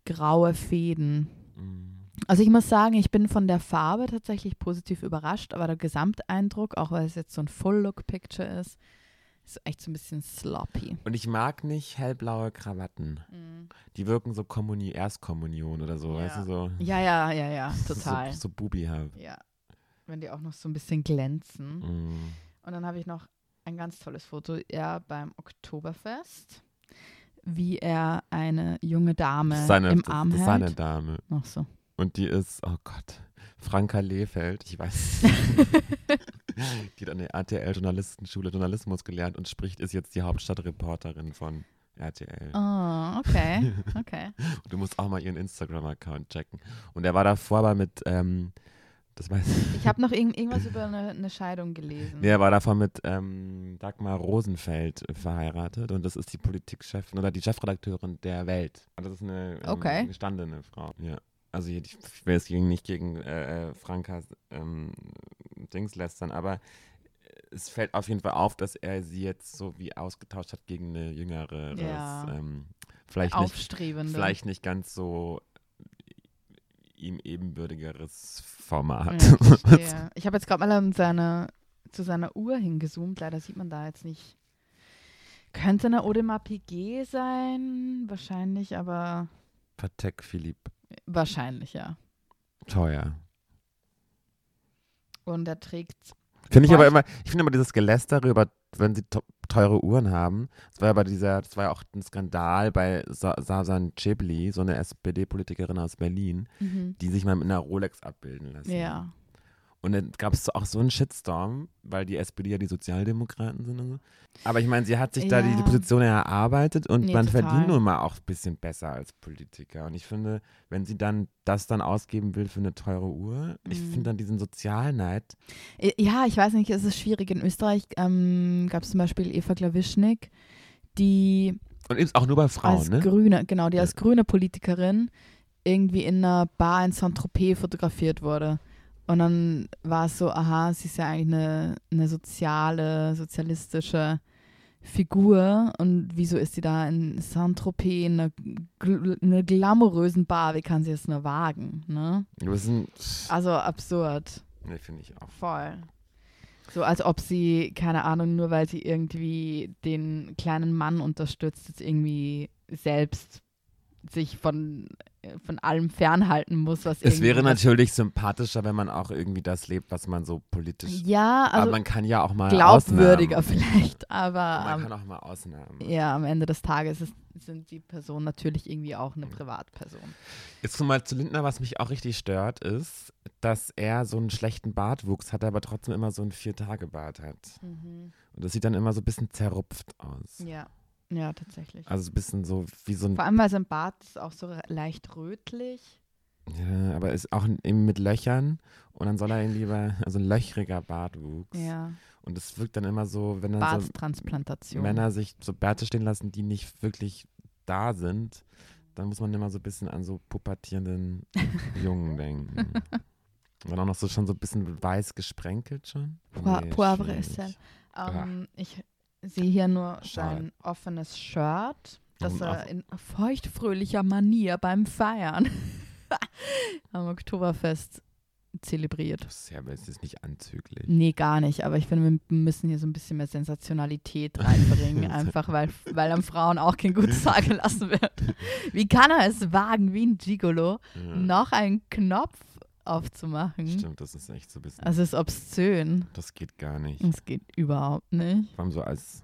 [SPEAKER 2] graue Fäden.
[SPEAKER 1] Mm.
[SPEAKER 2] Also ich muss sagen, ich bin von der Farbe tatsächlich positiv überrascht, aber der Gesamteindruck, auch weil es jetzt so ein Full-Look-Picture ist, ist echt so ein bisschen sloppy.
[SPEAKER 1] Und ich mag nicht hellblaue Krawatten.
[SPEAKER 2] Mhm.
[SPEAKER 1] Die wirken so Kommuni Erstkommunion oder so,
[SPEAKER 2] Ja.
[SPEAKER 1] weißt du so.
[SPEAKER 2] Ja, ja, ja, ja, total.
[SPEAKER 1] So, so bubihaft.
[SPEAKER 2] Ja, wenn die auch noch so ein bisschen glänzen.
[SPEAKER 1] Mm.
[SPEAKER 2] Und dann habe ich noch ein ganz tolles Foto, er beim Oktoberfest, wie er eine junge Dame
[SPEAKER 1] Das ist seine,
[SPEAKER 2] im
[SPEAKER 1] das,
[SPEAKER 2] Arm
[SPEAKER 1] das ist seine
[SPEAKER 2] hält.
[SPEAKER 1] Dame.
[SPEAKER 2] Ach so.
[SPEAKER 1] Und die ist, oh Gott, Franka Lehfeld, ich weiß. die hat an der RTL Journalistenschule Journalismus gelernt und spricht, ist jetzt die Hauptstadtreporterin von RTL.
[SPEAKER 2] Oh, okay. Okay.
[SPEAKER 1] Und Du musst auch mal ihren Instagram-Account checken. Und er war davor aber mit, ähm, das weiß ich.
[SPEAKER 2] Ich habe noch irgend, irgendwas über eine, eine Scheidung gelesen.
[SPEAKER 1] Nee, er war davor mit ähm, Dagmar Rosenfeld verheiratet und das ist die Politikchefin oder die Chefredakteurin der Welt. Und das ist eine ähm,
[SPEAKER 2] Okay.
[SPEAKER 1] gestandene Frau. Ja. Also hier, ich will es gegen, nicht gegen äh, äh, Frankas ähm, Dings lästern, aber es fällt auf jeden Fall auf, dass er sie jetzt so wie ausgetauscht hat gegen eine jüngere.
[SPEAKER 2] Ja.
[SPEAKER 1] Ähm, vielleicht nicht
[SPEAKER 2] Aufstrebende.
[SPEAKER 1] vielleicht nicht ganz so ihm ebenbürtigeres Format.
[SPEAKER 2] Ja, ich verstehe. ich habe jetzt gerade mal an seine, zu seiner Uhr hingezoomt. Leider sieht man da jetzt nicht. Könnte eine Audemars Piguet sein? Wahrscheinlich, aber
[SPEAKER 1] Patek Philipp,
[SPEAKER 2] wahrscheinlich, ja.
[SPEAKER 1] teuer.
[SPEAKER 2] Und er trägt,
[SPEAKER 1] Finde ich aber
[SPEAKER 2] Boah,
[SPEAKER 1] immer, ich finde immer dieses Geläster darüber, wenn sie to- teure Uhren haben. Das war ja bei dieser, das war ja auch ein Skandal bei Sa Sasan Chibli, so eine SPD-Politikerin aus Berlin,
[SPEAKER 2] mhm.
[SPEAKER 1] die sich mal mit einer Rolex abbilden lässt.
[SPEAKER 2] ja,
[SPEAKER 1] Und dann gab es auch so einen Shitstorm, weil die SPD ja die Sozialdemokraten sind und so. Aber ich meine, sie hat sich da
[SPEAKER 2] Ja.
[SPEAKER 1] die Position erarbeitet und
[SPEAKER 2] Nee,
[SPEAKER 1] man
[SPEAKER 2] total.
[SPEAKER 1] verdient nun mal auch ein bisschen besser als Politiker. Und ich finde, wenn sie dann das dann ausgeben will für eine teure Uhr, ich
[SPEAKER 2] Mhm.
[SPEAKER 1] finde dann diesen Sozialneid.
[SPEAKER 2] I- Äh, Ja, ich weiß nicht, es ist schwierig. In Österreich ähm, gab es zum Beispiel Eva Klawischnik, die
[SPEAKER 1] Und eben auch nur bei Frauen,
[SPEAKER 2] als
[SPEAKER 1] ne?
[SPEAKER 2] grüne, genau, die
[SPEAKER 1] Ja.
[SPEAKER 2] als grüne Politikerin irgendwie in einer Bar in Saint-Tropez fotografiert wurde. Und dann war es so, aha, sie ist ja eigentlich eine, eine soziale, sozialistische Figur. Und wieso ist sie da in Saint-Tropez in einer, gl- in einer glamourösen Bar? Wie kann sie es nur wagen? Ne?
[SPEAKER 1] Das ist ein,
[SPEAKER 2] Also absurd.
[SPEAKER 1] ne, finde ich auch.
[SPEAKER 2] Voll. So als ob sie, keine Ahnung, nur weil sie irgendwie den kleinen Mann unterstützt, jetzt irgendwie selbst sich von, äh, von allem fernhalten muss, was
[SPEAKER 1] Es
[SPEAKER 2] irgendwie
[SPEAKER 1] wäre
[SPEAKER 2] was-
[SPEAKER 1] natürlich sympathischer, wenn man auch irgendwie das lebt, was man so politisch.
[SPEAKER 2] Ja,
[SPEAKER 1] aber
[SPEAKER 2] also
[SPEAKER 1] man kann ja auch mal
[SPEAKER 2] glaubwürdiger
[SPEAKER 1] Ausnahmen.
[SPEAKER 2] vielleicht, aber
[SPEAKER 1] Man
[SPEAKER 2] ähm,
[SPEAKER 1] kann auch mal Ausnahmen.
[SPEAKER 2] ja, am Ende des Tages ist, sind die Personen natürlich irgendwie auch eine Privatperson.
[SPEAKER 1] Jetzt nochmal zu Lindner, was mich auch richtig stört, ist, dass er so einen schlechten Bartwuchs hat, aber trotzdem immer so einen Vier-Tage-Bart hat. Und das sieht dann immer so ein bisschen zerrupft aus.
[SPEAKER 2] Ja. ja, tatsächlich.
[SPEAKER 1] Also ein bisschen so wie so ein.
[SPEAKER 2] Vor allem, weil sein Bart ist auch so re- leicht rötlich.
[SPEAKER 1] Ja, aber ist auch eben mit Löchern. Und dann soll er ihn lieber. Also ein löchriger Bartwuchs.
[SPEAKER 2] Ja,
[SPEAKER 1] Und das wirkt dann immer so, wenn dann so
[SPEAKER 2] Barttransplantation.
[SPEAKER 1] Männer sich so Bärte stehen lassen, die nicht wirklich da sind, dann muss man immer so ein bisschen an so pubertierenden Jungen denken. Und dann auch noch so schon so ein bisschen weiß gesprenkelt schon.
[SPEAKER 2] Poi- Poivre
[SPEAKER 1] schwierig.
[SPEAKER 2] ist dann- Ähm, ich sehe hier nur
[SPEAKER 1] Schade.
[SPEAKER 2] sein offenes Shirt, das
[SPEAKER 1] Und
[SPEAKER 2] er
[SPEAKER 1] auch-
[SPEAKER 2] in feuchtfröhlicher Manier beim Feiern am Oktoberfest zelebriert.
[SPEAKER 1] Das ist ja, aber es ist nicht anzüglich.
[SPEAKER 2] Nee, gar nicht, aber ich finde, wir müssen hier so ein bisschen mehr Sensationalität reinbringen, einfach weil, weil am Frauen auch kein gutes Haar gelassen wird. Wie kann er es wagen, wie ein Gigolo,
[SPEAKER 1] Ja,
[SPEAKER 2] noch einen Knopf aufzumachen?
[SPEAKER 1] Stimmt, das ist echt so ein bisschen.
[SPEAKER 2] Das ist obszön.
[SPEAKER 1] das geht gar nicht.
[SPEAKER 2] Das geht überhaupt nicht.
[SPEAKER 1] Vor allem so als,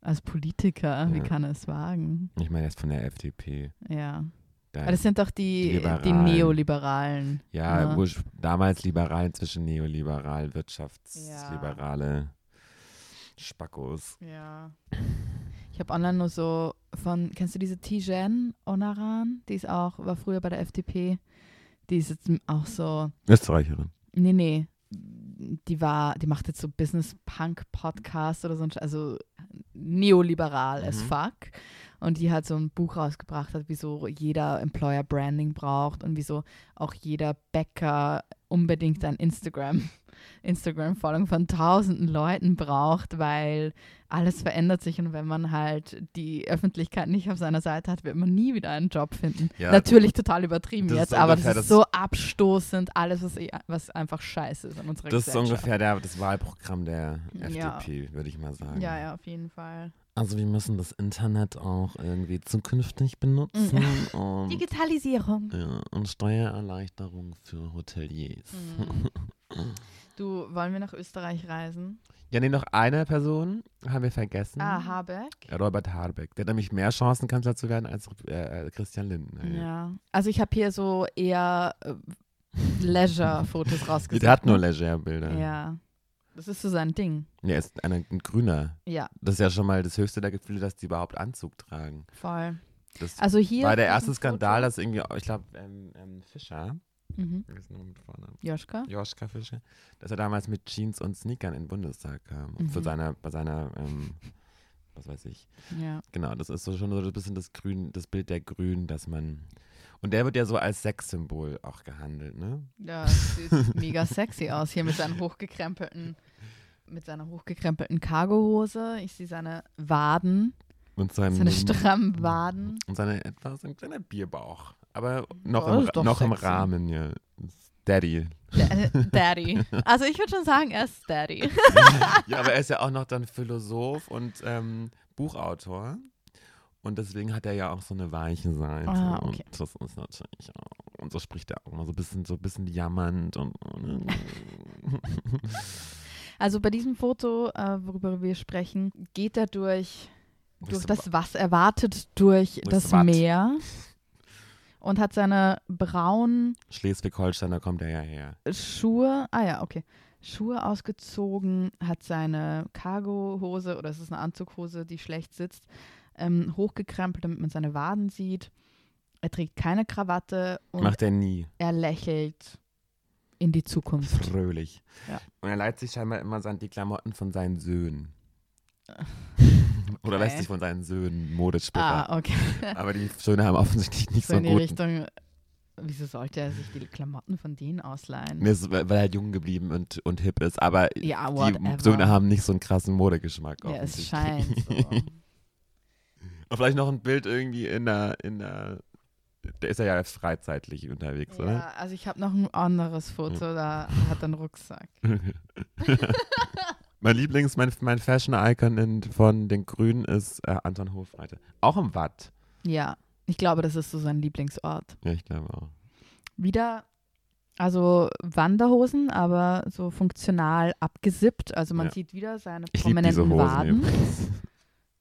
[SPEAKER 2] Als Politiker, wie
[SPEAKER 1] Ja.
[SPEAKER 2] kann er es wagen?
[SPEAKER 1] ich meine, jetzt von der FDP.
[SPEAKER 2] Ja.
[SPEAKER 1] Da
[SPEAKER 2] Aber das sind doch die,
[SPEAKER 1] Liberalen.
[SPEAKER 2] die Neoliberalen.
[SPEAKER 1] ja,
[SPEAKER 2] ne?
[SPEAKER 1] ursch- damals liberal, inzwischen neoliberal, wirtschaftsliberale Spackos.
[SPEAKER 2] Ja. Ich habe online nur so von, kennst du diese Tijen Onaran? Die ist auch, war früher bei der FDP. Die ist jetzt auch so,
[SPEAKER 1] Österreicherin.
[SPEAKER 2] nee, nee. Die war, die macht jetzt so Business-Punk-Podcast oder so, ein Sch- also neoliberal as
[SPEAKER 1] Mhm.
[SPEAKER 2] fuck. Und die halt so ein Buch rausgebracht hat, wieso jeder Employer Branding braucht und wieso auch jeder Bäcker unbedingt ein Instagram, Instagram-Following von tausenden Leuten braucht, weil alles verändert sich und wenn man halt die Öffentlichkeit nicht auf seiner Seite hat, wird man nie wieder einen Job finden.
[SPEAKER 1] Ja.
[SPEAKER 2] Natürlich total übertrieben
[SPEAKER 1] Das ist
[SPEAKER 2] jetzt, aber das
[SPEAKER 1] ungefähr
[SPEAKER 2] ist
[SPEAKER 1] das-
[SPEAKER 2] so abstoßend, alles, was, eh- was einfach scheiße ist an unserer
[SPEAKER 1] Das ist
[SPEAKER 2] Gesellschaft.
[SPEAKER 1] ungefähr der, das Wahlprogramm der
[SPEAKER 2] Ja.
[SPEAKER 1] FDP, würde ich mal sagen.
[SPEAKER 2] Ja, ja, auf jeden Fall.
[SPEAKER 1] Also wir müssen das Internet auch irgendwie zukünftig benutzen
[SPEAKER 2] Mhm.
[SPEAKER 1] und,
[SPEAKER 2] Digitalisierung.
[SPEAKER 1] ja, und Steuererleichterung für Hoteliers.
[SPEAKER 2] Mhm. Hm. Du, wollen wir nach Österreich reisen?
[SPEAKER 1] Ja, nee, noch eine Person haben wir vergessen.
[SPEAKER 2] Ah, Habeck.
[SPEAKER 1] Robert Habeck. Der hat nämlich mehr Chancen, Kanzler zu werden, als äh, Christian Lindner.
[SPEAKER 2] Ja. Also ich habe hier so eher äh, Leisure-Fotos rausgesucht.
[SPEAKER 1] Der hat nur
[SPEAKER 2] ne?
[SPEAKER 1] Leisure-Bilder.
[SPEAKER 2] Ja. Das ist so sein Ding.
[SPEAKER 1] Ja, ist einer, ein grüner.
[SPEAKER 2] Ja,
[SPEAKER 1] Das ist ja schon mal das höchste der Gefühle, dass die überhaupt Anzug tragen.
[SPEAKER 2] voll.
[SPEAKER 1] Das
[SPEAKER 2] Also hier.
[SPEAKER 1] war der
[SPEAKER 2] ist ein
[SPEAKER 1] erste
[SPEAKER 2] Foto.
[SPEAKER 1] Skandal, dass irgendwie, ich glaube, ähm, ähm, Fischer,
[SPEAKER 2] Mhm.
[SPEAKER 1] wie ist der Name mit Vornamen?
[SPEAKER 2] Joschka?
[SPEAKER 1] Joschka Fischer, dass er damals mit Jeans und Sneakern in den Bundestag kam.
[SPEAKER 2] Mhm.
[SPEAKER 1] Für seine, bei seiner, ähm, was weiß ich.
[SPEAKER 2] Ja.
[SPEAKER 1] Genau, das ist so schon so ein bisschen das Grün, das Bild der Grün, dass man. Und der wird ja so als Sexsymbol auch gehandelt, ne?
[SPEAKER 2] Ja, sieht mega sexy aus hier mit seinen hochgekrempelten, mit seiner hochgekrempelten Cargohose. Ich sehe seine Waden,
[SPEAKER 1] Und seinem,
[SPEAKER 2] seine strammen Waden.
[SPEAKER 1] und seine etwas ein kleiner Bierbauch. Aber noch,
[SPEAKER 2] Ja, das
[SPEAKER 1] im,
[SPEAKER 2] ist
[SPEAKER 1] Ra-
[SPEAKER 2] doch
[SPEAKER 1] noch im
[SPEAKER 2] sexy.
[SPEAKER 1] Rahmen, ja. Daddy.
[SPEAKER 2] Da- äh, Daddy. Also ich würde schon sagen, er ist Daddy.
[SPEAKER 1] Ja, aber er ist ja auch noch dann Philosoph und ähm, Buchautor. Und deswegen hat er ja auch so eine weiche Seite.
[SPEAKER 2] Ah, okay.
[SPEAKER 1] Und das ist natürlich auch. Und so spricht er auch immer so ein bisschen, so ein bisschen jammernd und.
[SPEAKER 2] Also bei diesem Foto, äh, worüber wir sprechen, geht er durch, durch
[SPEAKER 1] so-
[SPEAKER 2] das Was, er wartet durch
[SPEAKER 1] Durchs
[SPEAKER 2] das
[SPEAKER 1] Watt.
[SPEAKER 2] Meer und hat seine braunen
[SPEAKER 1] Schleswig-Holstein, da kommt er ja her.
[SPEAKER 2] Schuhe, ah ja, okay, Schuhe ausgezogen, hat seine Cargohose oder es ist eine Anzughose, die schlecht sitzt, ähm, hochgekrempelt, damit man seine Waden sieht. Er trägt keine Krawatte und
[SPEAKER 1] Macht er nie.
[SPEAKER 2] er lächelt in die Zukunft.
[SPEAKER 1] Fröhlich.
[SPEAKER 2] Ja.
[SPEAKER 1] Und er leiht sich scheinbar immer sein, die Klamotten von seinen Söhnen. Oder
[SPEAKER 2] Okay.
[SPEAKER 1] lässt sich von seinen Söhnen Modisch beraten.
[SPEAKER 2] Ah, okay.
[SPEAKER 1] Aber die Söhne haben offensichtlich nicht
[SPEAKER 2] So
[SPEAKER 1] so
[SPEAKER 2] in die
[SPEAKER 1] gut.
[SPEAKER 2] Richtung, wieso sollte er sich die Klamotten von denen ausleihen?
[SPEAKER 1] Nee, es- Weil er halt jung geblieben und, und hip ist. Aber
[SPEAKER 2] ja,
[SPEAKER 1] die
[SPEAKER 2] whatever.
[SPEAKER 1] Söhne haben nicht so einen krassen Modegeschmack.
[SPEAKER 2] ja, es
[SPEAKER 1] offensichtlich.
[SPEAKER 2] scheint so.
[SPEAKER 1] Und vielleicht noch ein Bild irgendwie in der, in der. Da ist er ja freizeitlich unterwegs,
[SPEAKER 2] Ja, also ich habe noch ein anderes Foto,
[SPEAKER 1] Hm.
[SPEAKER 2] da hat er einen Rucksack.
[SPEAKER 1] oder? mein Lieblings, mein, mein Fashion-Icon in- von den Grünen ist äh, Anton Hofreiter. Auch im Watt.
[SPEAKER 2] Ja, ich glaube, das ist so sein Lieblingsort.
[SPEAKER 1] Ja, ich glaube auch.
[SPEAKER 2] Wieder, also Wanderhosen, aber so funktional abgesippt. Also man
[SPEAKER 1] Ja.
[SPEAKER 2] sieht wieder seine
[SPEAKER 1] Ich liebe diese
[SPEAKER 2] prominenten
[SPEAKER 1] Hosen
[SPEAKER 2] Waden.
[SPEAKER 1] übrigens.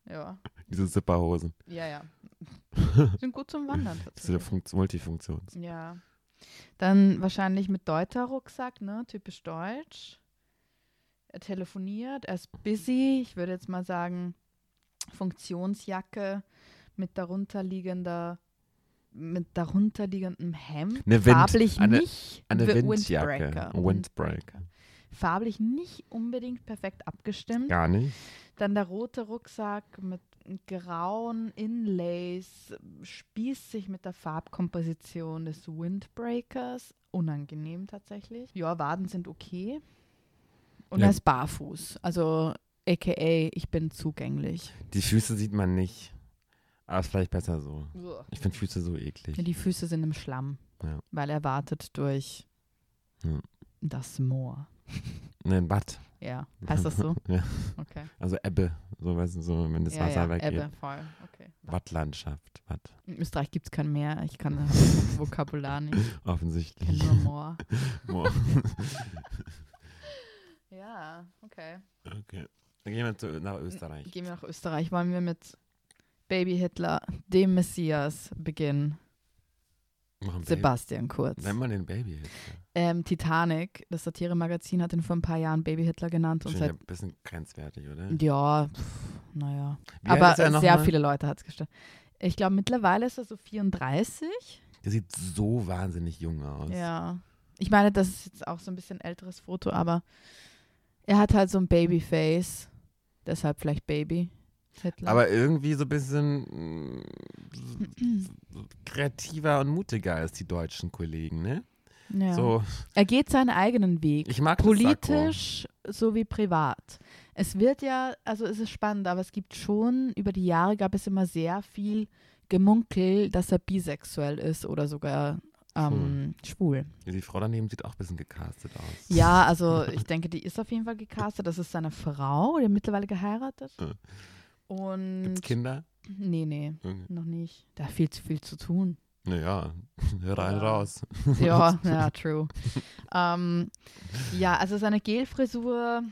[SPEAKER 2] Ja,
[SPEAKER 1] Diese Zipperhosen.
[SPEAKER 2] ja, ja. Sind gut zum Wandern.
[SPEAKER 1] Diese
[SPEAKER 2] tatsächlich.
[SPEAKER 1] Funkt Multifunktions.
[SPEAKER 2] Ja. Dann wahrscheinlich mit deuter Rucksack, ne? Typisch deutsch. Er telefoniert, er ist busy. Ich würde jetzt mal sagen, Funktionsjacke mit darunterliegender, mit darunterliegendem Hemd.
[SPEAKER 1] Eine Wind-
[SPEAKER 2] farblich
[SPEAKER 1] eine-
[SPEAKER 2] nicht
[SPEAKER 1] Eine
[SPEAKER 2] wi-
[SPEAKER 1] Windjacke.
[SPEAKER 2] Windbreaker. Mhm.
[SPEAKER 1] Windbreaker.
[SPEAKER 2] Farblich nicht unbedingt perfekt abgestimmt.
[SPEAKER 1] Gar nicht.
[SPEAKER 2] Dann der rote Rucksack mit grauen Inlays spießt sich mit der Farbkomposition des Windbreakers. Unangenehm tatsächlich. Ja, Waden sind okay. Und
[SPEAKER 1] Ja.
[SPEAKER 2] er ist barfuß. Also aka, ich bin zugänglich.
[SPEAKER 1] Die Füße sieht man nicht. Aber ist vielleicht besser so.
[SPEAKER 2] Ja,
[SPEAKER 1] Ich finde Füße so eklig.
[SPEAKER 2] Die Füße sind im Schlamm,
[SPEAKER 1] Ja.
[SPEAKER 2] weil er wartet durch
[SPEAKER 1] Ja.
[SPEAKER 2] das Moor.
[SPEAKER 1] Nein, Watt.
[SPEAKER 2] Ja, heißt das so?
[SPEAKER 1] Ja.
[SPEAKER 2] Okay.
[SPEAKER 1] Also Ebbe. So, weißt du, so, wenn das
[SPEAKER 2] ja,
[SPEAKER 1] Wasser
[SPEAKER 2] ja,
[SPEAKER 1] weggeht.
[SPEAKER 2] Ebbe, voll. Okay.
[SPEAKER 1] Wattlandschaft. Watt.
[SPEAKER 2] In Österreich gibt es kein Meer. Ich kann das Vokabular nicht. Ich
[SPEAKER 1] Offensichtlich.
[SPEAKER 2] kenne nur Moor.
[SPEAKER 1] Boah.
[SPEAKER 2] Ja, okay.
[SPEAKER 1] okay. Dann gehen wir zu, nach Österreich.
[SPEAKER 2] Gehen wir nach Österreich. Wollen wir mit Baby Hitler, dem Messias, beginnen?
[SPEAKER 1] Machen wir-
[SPEAKER 2] Sebastian Kurz.
[SPEAKER 1] Nenn mal den Baby Hitler.
[SPEAKER 2] Ähm, Titanic, das Satire-Magazin, hat ihn vor ein paar Jahren Baby Hitler genannt. Und
[SPEAKER 1] Schon ja
[SPEAKER 2] seit,
[SPEAKER 1] ein bisschen grenzwertig, oder?
[SPEAKER 2] ja, pf, naja.
[SPEAKER 1] Wie alt
[SPEAKER 2] Aber
[SPEAKER 1] ist er noch
[SPEAKER 2] sehr
[SPEAKER 1] mal?
[SPEAKER 2] viele Leute hat es gestellt. Ich glaube, mittlerweile ist er so 34.
[SPEAKER 1] Der sieht so wahnsinnig jung aus.
[SPEAKER 2] Ja. Ich meine, das ist jetzt auch so ein bisschen älteres Foto, aber er hat halt so ein Babyface. Deshalb vielleicht Baby Hitler.
[SPEAKER 1] Aber irgendwie so ein bisschen mm, kreativer und mutiger als die deutschen Kollegen, ne?
[SPEAKER 2] ja.
[SPEAKER 1] So,
[SPEAKER 2] Er geht seinen eigenen Weg.
[SPEAKER 1] ich mag Das Sakko.
[SPEAKER 2] Politisch sowie privat. Es wird ja, also es ist spannend, aber es gibt schon, über die Jahre gab es immer sehr viel Gemunkel, dass er bisexuell ist oder sogar ähm, schwul.
[SPEAKER 1] Ja, die Frau daneben sieht auch ein bisschen gecastet aus.
[SPEAKER 2] Ja, also ich denke, die ist auf jeden Fall gecastet. Das ist seine Frau, die hat mittlerweile geheiratet.
[SPEAKER 1] Mhm.
[SPEAKER 2] Und
[SPEAKER 1] Gibt's Kinder?
[SPEAKER 2] nee, nee,
[SPEAKER 1] Okay.
[SPEAKER 2] noch nicht. Da hat viel zu viel zu tun.
[SPEAKER 1] Naja, rein
[SPEAKER 2] Ja.
[SPEAKER 1] raus.
[SPEAKER 2] Ja, ja, true. ähm, ja, also seine Gelfrisur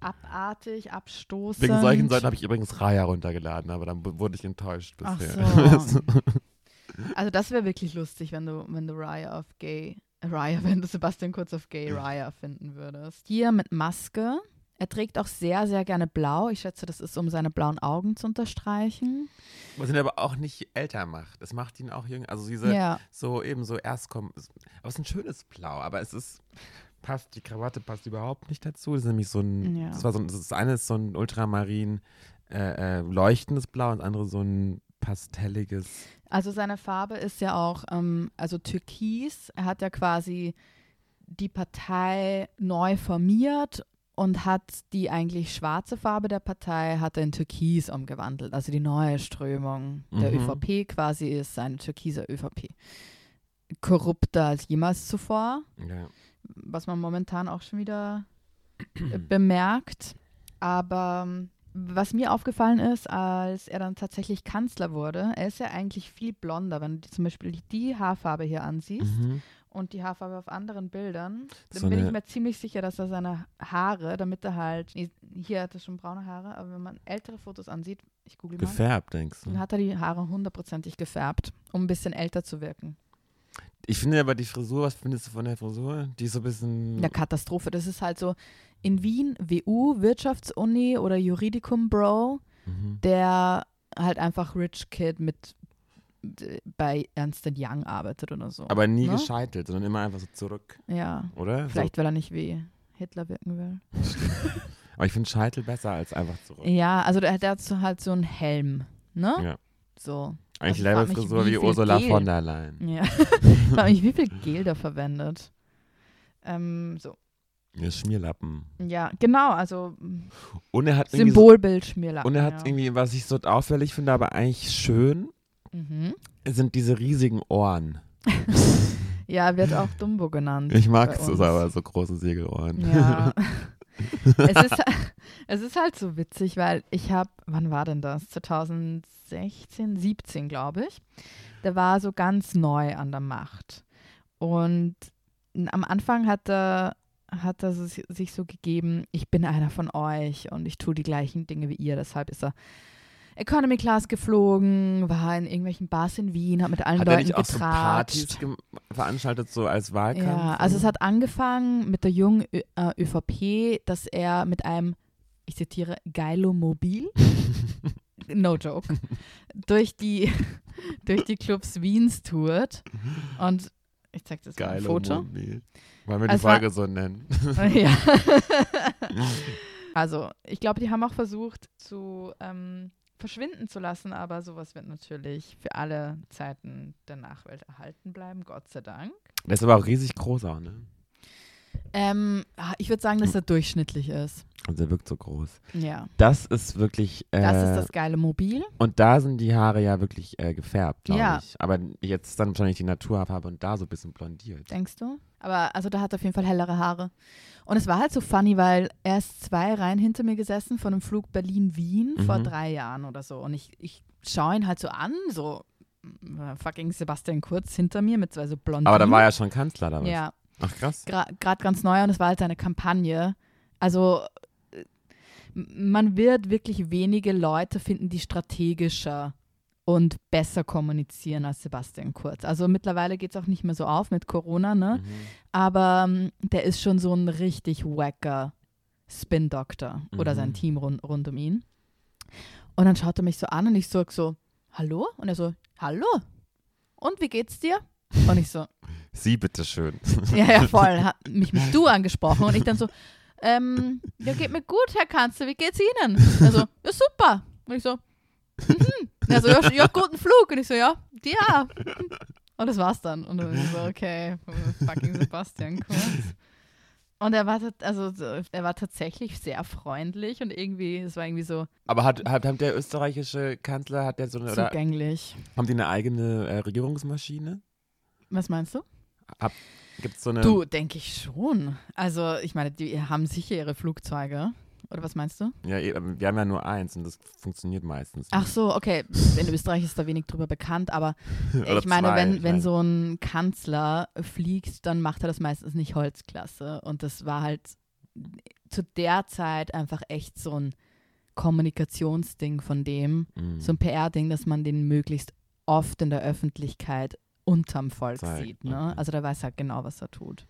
[SPEAKER 2] abartig, abstoßend.
[SPEAKER 1] Wegen solchen Seiten habe ich übrigens Raya runtergeladen, aber dann bu- wurde ich enttäuscht
[SPEAKER 2] Ach Also
[SPEAKER 1] bisher.
[SPEAKER 2] so. also das wäre wirklich lustig, wenn du, wenn du Raya auf Gay Raya, wenn du Sebastian kurz auf Gay Raya finden würdest. Hier mit Maske. Er trägt auch sehr, sehr gerne blau. Ich schätze, das ist, um seine blauen Augen zu unterstreichen.
[SPEAKER 1] Was ihn aber auch nicht älter macht. Es macht ihn auch jünger. Also diese
[SPEAKER 2] ja.
[SPEAKER 1] so eben so erst kommen. es- Aber es ist ein schönes Blau, aber es ist passt die Krawatte passt überhaupt nicht dazu. Das ist nämlich so ein
[SPEAKER 2] Ja.
[SPEAKER 1] das war so ein, das eine ist so ein ultramarin äh, äh, leuchtendes Blau und das andere so ein pastelliges.
[SPEAKER 2] Also seine Farbe ist ja auch, ähm, also Türkis. Er hat ja quasi die Partei neu formiert und hat die eigentlich schwarze Farbe der Partei hat er in Türkis umgewandelt. Also die neue Strömung der
[SPEAKER 1] Mhm.
[SPEAKER 2] ÖVP quasi ist eine türkise ÖVP. Korrupter als jemals zuvor,
[SPEAKER 1] Ja.
[SPEAKER 2] was man momentan auch schon wieder äh, bemerkt. Aber ähm, was mir aufgefallen ist, als er dann tatsächlich Kanzler wurde, er ist ja eigentlich viel blonder, wenn du dir zum Beispiel die Haarfarbe hier ansiehst
[SPEAKER 1] Mhm.
[SPEAKER 2] und die Haarfarbe auf anderen Bildern, dann
[SPEAKER 1] So
[SPEAKER 2] bin ich
[SPEAKER 1] eine-
[SPEAKER 2] mir ziemlich sicher, dass er seine Haare, damit er halt, nee, hier hat er schon braune Haare, aber wenn man ältere Fotos ansieht, ich google mal,
[SPEAKER 1] Gefärbt, denkst
[SPEAKER 2] dann
[SPEAKER 1] du?
[SPEAKER 2] hat er die Haare hundertprozentig gefärbt, um ein bisschen älter zu wirken.
[SPEAKER 1] Ich finde aber die Frisur, was findest du von der Frisur? Die ist so ein bisschen.
[SPEAKER 2] Ja, Katastrophe. Das ist halt so in Wien, WU, Wirtschaftsuni oder Juridikum Bro,
[SPEAKER 1] Mhm.
[SPEAKER 2] der halt einfach Rich Kid mit d- bei Ernst Young arbeitet oder so.
[SPEAKER 1] Aber nie
[SPEAKER 2] Ne?
[SPEAKER 1] gescheitelt, sondern immer einfach so zurück,
[SPEAKER 2] ja,
[SPEAKER 1] oder?
[SPEAKER 2] vielleicht weil er nicht wie Hitler wirken will.
[SPEAKER 1] So. Aber ich finde Scheitel besser als einfach zurück.
[SPEAKER 2] Ja, also der, der hat so halt so einen Helm, ne?
[SPEAKER 1] Ja.
[SPEAKER 2] So,
[SPEAKER 1] Eigentlich
[SPEAKER 2] Also ich frag
[SPEAKER 1] dieselbe
[SPEAKER 2] mich,
[SPEAKER 1] Frisur
[SPEAKER 2] wie
[SPEAKER 1] wie
[SPEAKER 2] viel
[SPEAKER 1] Ursula
[SPEAKER 2] Gel.
[SPEAKER 1] von der Leyen.
[SPEAKER 2] ja. ich frage mich, wie viel Gel der verwendet. Ähm, so.
[SPEAKER 1] Ja, Schmierlappen.
[SPEAKER 2] Ja, genau, also mm,
[SPEAKER 1] Und er hat irgendwie, so,
[SPEAKER 2] Symbolbild Schmierlappen.
[SPEAKER 1] und er hat
[SPEAKER 2] ja.
[SPEAKER 1] irgendwie, was ich so auffällig finde, aber eigentlich schön,
[SPEAKER 2] Mhm.
[SPEAKER 1] sind diese riesigen Ohren.
[SPEAKER 2] ja, wird auch Dumbo genannt.
[SPEAKER 1] Ich mag
[SPEAKER 2] bei
[SPEAKER 1] es
[SPEAKER 2] uns.
[SPEAKER 1] aber, so große Segelohren.
[SPEAKER 2] Ja. es, ist, es ist halt so witzig, weil ich habe, wann war denn das? 2016, 17, glaube ich. Der war so ganz neu an der Macht. Und n- am Anfang hat er, hat er so si- sich so gegeben, ich bin einer von euch und ich tue die gleichen Dinge wie ihr. Deshalb ist er Economy Class geflogen, war in irgendwelchen Bars in Wien, hat mit allen
[SPEAKER 1] Hat er
[SPEAKER 2] Leuten
[SPEAKER 1] nicht auch so
[SPEAKER 2] getratscht.
[SPEAKER 1] Partys gem- veranstaltet, so als Wahlkampf?
[SPEAKER 2] Ja, also es hat angefangen mit der jungen Ö äh, ÖVP, dass er mit einem, ich zitiere, Geilomobil, no joke, durch die, durch die Clubs Wiens tourt. Und ich zeig das mal ein
[SPEAKER 1] Geil,
[SPEAKER 2] Foto.
[SPEAKER 1] Wollen wir die
[SPEAKER 2] Also war-
[SPEAKER 1] Folge so nennen?
[SPEAKER 2] ja. also, ich glaube, die haben auch versucht zu ähm, verschwinden zu lassen, aber sowas wird natürlich für alle Zeiten der Nachwelt erhalten bleiben, Gott sei Dank.
[SPEAKER 1] Der ist aber auch riesig groß auch, ne?
[SPEAKER 2] Ähm, ah, ich würde sagen, dass er durchschnittlich ist.
[SPEAKER 1] Also der wirkt so groß.
[SPEAKER 2] Ja.
[SPEAKER 1] Das ist wirklich. Äh,
[SPEAKER 2] Das ist das geile Mobil.
[SPEAKER 1] Und da sind die Haare ja wirklich äh, gefärbt, glaube
[SPEAKER 2] Ja.
[SPEAKER 1] ich. Aber jetzt ist dann wahrscheinlich die Naturhaarfarbe und da so ein bisschen blondiert.
[SPEAKER 2] Denkst du? Aber also da hat er auf jeden Fall hellere Haare. Und es war halt so funny, weil er ist zwei Reihen hinter mir gesessen von einem Flug Berlin-Wien vor
[SPEAKER 1] Mhm.
[SPEAKER 2] drei Jahren oder so. Und ich, ich schaue ihn halt so an, so äh, fucking Sebastian Kurz hinter mir mit zwei so blonden.
[SPEAKER 1] Aber da war ja schon Kanzler damals.
[SPEAKER 2] Mhm. Ja,
[SPEAKER 1] Ach krass.
[SPEAKER 2] gerade ganz neu und es war halt seine Kampagne. Also äh, m- man wird wirklich wenige Leute finden, die strategischer und besser kommunizieren als Sebastian Kurz. Also mittlerweile geht es auch nicht mehr so auf mit Corona, ne?
[SPEAKER 1] Mhm.
[SPEAKER 2] Aber ähm, der ist schon so ein richtig wacker Spin-Doctor oder
[SPEAKER 1] Mhm.
[SPEAKER 2] sein Team rund, rund um ihn. Und dann schaut er mich so an und ich so, so, hallo? Und er so, hallo? Und wie geht's dir? Und ich so,
[SPEAKER 1] Sie bitteschön.
[SPEAKER 2] ja, ja, voll. Hat mich mit du angesprochen. Und ich dann so, ähm, ja, geht mir gut, Herr Kanzler, wie geht's Ihnen? Er so, ja, super. Und ich so, mhm. Also, ja, sch- ja, guten Flug. Und ich so, ja, ja. Und das war's dann. Und dann so, okay, fucking Sebastian Kurz. Und er war, tat- also, so, er war tatsächlich sehr freundlich und irgendwie, es war irgendwie so
[SPEAKER 1] Aber hat, hat, hat der österreichische Kanzler, hat der so eine, oder
[SPEAKER 2] zugänglich.
[SPEAKER 1] haben die eine eigene äh, Regierungsmaschine?
[SPEAKER 2] Was meinst du?
[SPEAKER 1] Gibt es so eine.
[SPEAKER 2] Du, denke ich schon. Also, ich meine, die haben sicher ihre Flugzeuge. Oder was meinst du?
[SPEAKER 1] Ja, eben, wir haben ja nur eins und das funktioniert meistens.
[SPEAKER 2] Ach so, okay. In Österreich ist da wenig drüber bekannt, aber
[SPEAKER 1] Oder
[SPEAKER 2] ich meine,
[SPEAKER 1] zwei,
[SPEAKER 2] wenn,
[SPEAKER 1] ich
[SPEAKER 2] wenn
[SPEAKER 1] weiß.
[SPEAKER 2] so ein Kanzler fliegt, dann macht er das meistens nicht Holzklasse. Und das war halt zu der Zeit einfach echt so ein Kommunikationsding von dem,
[SPEAKER 1] Mhm.
[SPEAKER 2] so ein PR-Ding, dass man den möglichst oft in der Öffentlichkeit unterm Volk
[SPEAKER 1] Zeigt,
[SPEAKER 2] sieht. Ne?
[SPEAKER 1] okay.
[SPEAKER 2] Also der weiß halt genau, was er tut.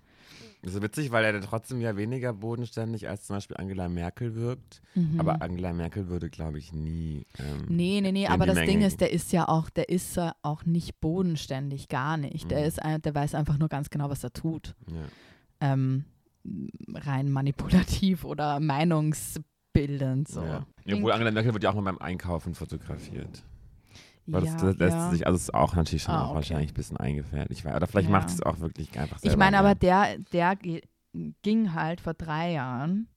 [SPEAKER 1] Das ist witzig, weil er dann trotzdem ja weniger bodenständig als zum Beispiel Angela Merkel wirkt.
[SPEAKER 2] Mhm.
[SPEAKER 1] Aber Angela Merkel würde, glaube ich, nie. Ähm,
[SPEAKER 2] Nee, nee, nee,
[SPEAKER 1] in
[SPEAKER 2] aber
[SPEAKER 1] die
[SPEAKER 2] das
[SPEAKER 1] Menge
[SPEAKER 2] Ding
[SPEAKER 1] gehen.
[SPEAKER 2] ist, der ist ja auch, der ist ja auch nicht bodenständig, gar nicht. Der
[SPEAKER 1] Mhm.
[SPEAKER 2] ist ein, der weiß einfach nur ganz genau, was er tut.
[SPEAKER 1] Ja.
[SPEAKER 2] Ähm, rein manipulativ oder meinungsbildend so.
[SPEAKER 1] Ja. Obwohl Angela Merkel wird ja auch mal beim Einkaufen fotografiert. Weil das, das
[SPEAKER 2] Ja,
[SPEAKER 1] lässt
[SPEAKER 2] ja.
[SPEAKER 1] sich, also es ist auch natürlich schon
[SPEAKER 2] Ah,
[SPEAKER 1] auch
[SPEAKER 2] okay.
[SPEAKER 1] wahrscheinlich ein bisschen eingefärbt. Ich weiß, oder vielleicht
[SPEAKER 2] Ja.
[SPEAKER 1] macht sie es auch wirklich einfach selber.
[SPEAKER 2] Ich meine,
[SPEAKER 1] mal.
[SPEAKER 2] aber der, der ge- ging halt vor drei Jahren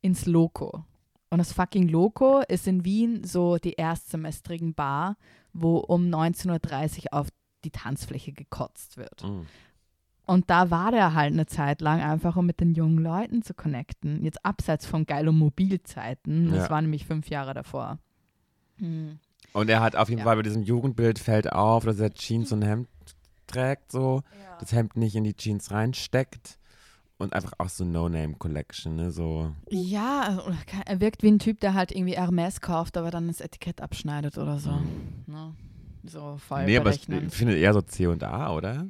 [SPEAKER 2] ins Loco. Und das fucking Loco ist in Wien so die erstsemestrigen Bar, wo um 19.30 Uhr auf die Tanzfläche gekotzt wird.
[SPEAKER 1] Mhm.
[SPEAKER 2] Und da war der halt eine Zeit lang einfach, um mit den jungen Leuten zu connecten. Jetzt abseits von geil und Mobilzeiten. Das
[SPEAKER 1] Ja.
[SPEAKER 2] war nämlich fünf Jahre davor. Hm.
[SPEAKER 1] Und er hat auf jeden
[SPEAKER 2] Ja.
[SPEAKER 1] Fall bei diesem Jugendbild fällt auf, dass er Jeans und Hemd trägt, so. Das Hemd nicht in die Jeans reinsteckt. Und einfach auch so No-Name-Collection, ne? So.
[SPEAKER 2] Ja, also, ke- er wirkt wie ein Typ, der halt irgendwie Hermes kauft, aber dann das Etikett abschneidet oder so. Ne? So voll
[SPEAKER 1] Hm. nee, aber ich
[SPEAKER 2] berechnen.
[SPEAKER 1] finde eher so C und A, oder?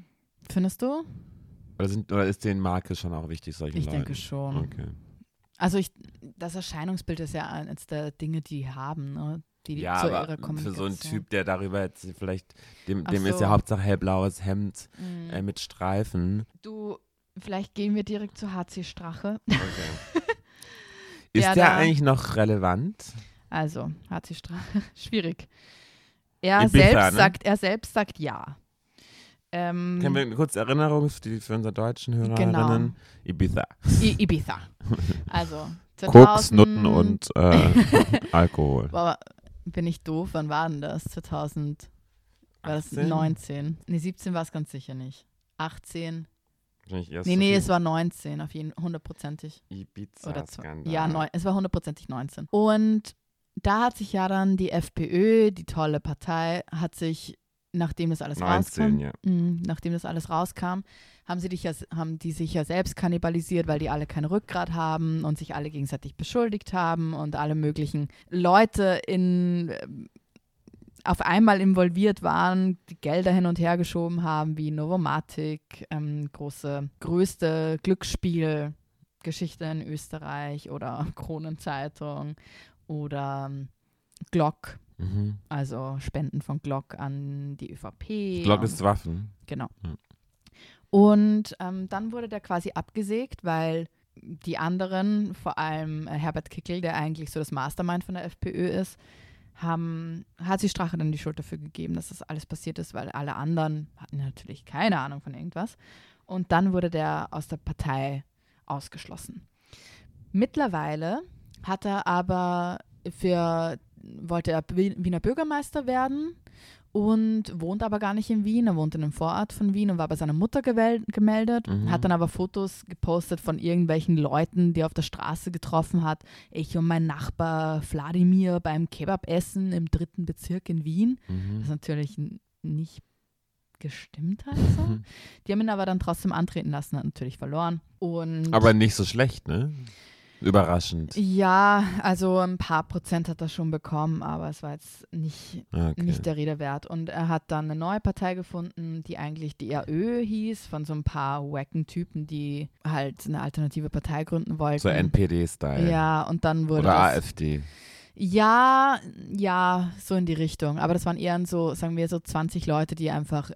[SPEAKER 2] Findest du?
[SPEAKER 1] Oder, sind, oder ist den Marke schon auch wichtig, solchen
[SPEAKER 2] Ich
[SPEAKER 1] Leuten?
[SPEAKER 2] denke schon.
[SPEAKER 1] Okay.
[SPEAKER 2] Also ich, das Erscheinungsbild ist ja eines der Dinge, die die haben, ne? die
[SPEAKER 1] ja,
[SPEAKER 2] zu ihrer
[SPEAKER 1] aber für so einen
[SPEAKER 2] Kommunikation-
[SPEAKER 1] Typ, der darüber jetzt vielleicht, dem,
[SPEAKER 2] Ach
[SPEAKER 1] dem ist
[SPEAKER 2] so.
[SPEAKER 1] ja Hauptsache hellblaues Hemd
[SPEAKER 2] Mhm.
[SPEAKER 1] äh, mit Streifen.
[SPEAKER 2] Du, vielleicht gehen wir direkt zu HC Strache.
[SPEAKER 1] Ist
[SPEAKER 2] Ja,
[SPEAKER 1] der
[SPEAKER 2] da-
[SPEAKER 1] eigentlich noch relevant?
[SPEAKER 2] Also, HC Strache, schwierig. Er
[SPEAKER 1] Ibiza,
[SPEAKER 2] selbst
[SPEAKER 1] ne?
[SPEAKER 2] sagt, er selbst sagt ja. Ähm,
[SPEAKER 1] Können wir eine kurze Erinnerung für, die, für unsere deutschen
[SPEAKER 2] Genau.
[SPEAKER 1] Hörerinnen? Ibiza.
[SPEAKER 2] I Ibiza. Also, 2000,
[SPEAKER 1] Koks, Nutten und äh, Alkohol.
[SPEAKER 2] Boah, bin ich doof, wann war denn das? 2000, war das
[SPEAKER 1] 18?
[SPEAKER 2] 19? Nee, 17 war es ganz sicher nicht. 18?
[SPEAKER 1] Wahrscheinlich erst
[SPEAKER 2] Nee,
[SPEAKER 1] so
[SPEAKER 2] nee,
[SPEAKER 1] viel
[SPEAKER 2] es war 19, auf jeden hundertprozentig. Oder zwei.
[SPEAKER 1] Ibiza-Skandal.
[SPEAKER 2] Ja, neun, es war hundertprozentig 19. Und da hat sich ja dann die FPÖ, die tolle Partei, hat sich, nachdem das alles
[SPEAKER 1] 19,
[SPEAKER 2] rauskam,
[SPEAKER 1] ja.
[SPEAKER 2] Mhm, nachdem das alles rauskam, haben, sie dich ja, haben die sich ja selbst kannibalisiert, weil die alle kein Rückgrat haben und sich alle gegenseitig beschuldigt haben und alle möglichen Leute in, ähm, auf einmal involviert waren, die Gelder hin und her geschoben haben, wie Novomatic, ähm, große, größte Glücksspielgeschichte in Österreich oder Kronenzeitung oder ähm, Glock.
[SPEAKER 1] Mhm.
[SPEAKER 2] Also Spenden von Glock an die ÖVP.
[SPEAKER 1] Glock
[SPEAKER 2] und-
[SPEAKER 1] ist Waffen.
[SPEAKER 2] Genau.
[SPEAKER 1] Ja.
[SPEAKER 2] Und ähm, dann wurde der quasi abgesägt, weil die anderen, vor allem äh, Herbert Kickel, der eigentlich so das Mastermind von der FPÖ ist, haben, hat sie Strache dann die Schuld dafür gegeben, dass das alles passiert ist, weil alle anderen hatten natürlich keine Ahnung von irgendwas. Und dann wurde der aus der Partei ausgeschlossen. Mittlerweile hat er aber für, wollte er Wien- Wiener Bürgermeister werden und wohnt aber gar nicht in Wien. Er wohnt in einem Vorort von Wien und war bei seiner Mutter gewel- gemeldet,
[SPEAKER 1] Mhm.
[SPEAKER 2] hat dann aber Fotos gepostet von irgendwelchen Leuten, die er auf der Straße getroffen hat. Ich und mein Nachbar Wladimir beim Kebabessen im dritten Bezirk in Wien. Das
[SPEAKER 1] Mhm.
[SPEAKER 2] natürlich n- nicht gestimmt hat. So. Die haben ihn aber dann trotzdem antreten lassen, hat natürlich verloren. Und
[SPEAKER 1] Aber nicht so schlecht, ne? Überraschend.
[SPEAKER 2] ja, also ein paar Prozent hat er schon bekommen, aber es war jetzt nicht,
[SPEAKER 1] Ah, Okay.
[SPEAKER 2] nicht der Rede wert. Und er hat dann eine neue Partei gefunden, die eigentlich die RÖ hieß, von so ein paar wacken Typen, die halt eine alternative Partei gründen wollten.
[SPEAKER 1] so NPD-Style.
[SPEAKER 2] Ja, und dann wurde
[SPEAKER 1] Oder
[SPEAKER 2] das,
[SPEAKER 1] AfD.
[SPEAKER 2] ja, ja, so in die Richtung. Aber das waren eher so, sagen wir so 20 Leute, die einfach äh,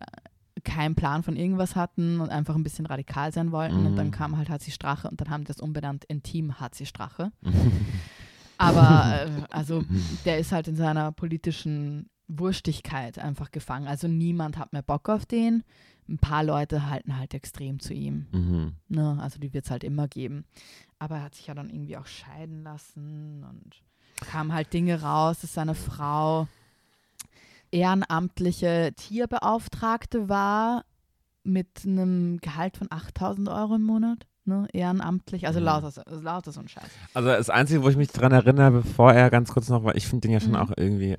[SPEAKER 2] keinen Plan von irgendwas hatten und einfach ein bisschen radikal sein wollten. Und
[SPEAKER 1] Mhm.
[SPEAKER 2] dann kam halt HC Strache und dann haben die das umbenannt in Team HC Strache. Aber äh, also der ist halt in seiner politischen Wurstigkeit einfach gefangen. Also niemand hat mehr Bock auf den. Ein paar Leute halten halt extrem zu ihm.
[SPEAKER 1] Mhm.
[SPEAKER 2] Ne? Also die wird es halt immer geben. Aber er hat sich ja dann irgendwie auch scheiden lassen und kam halt Dinge raus, dass seine Frau ehrenamtliche Tierbeauftragte war mit einem Gehalt von 8000 Euro im Monat. Ne? Ehrenamtlich, also
[SPEAKER 1] Mhm.
[SPEAKER 2] lauter, so- lauter so ein Scheiß.
[SPEAKER 1] Also das Einzige, wo ich mich dran erinnere, bevor er ganz kurz noch war, ich finde den ja schon
[SPEAKER 2] Mhm.
[SPEAKER 1] auch irgendwie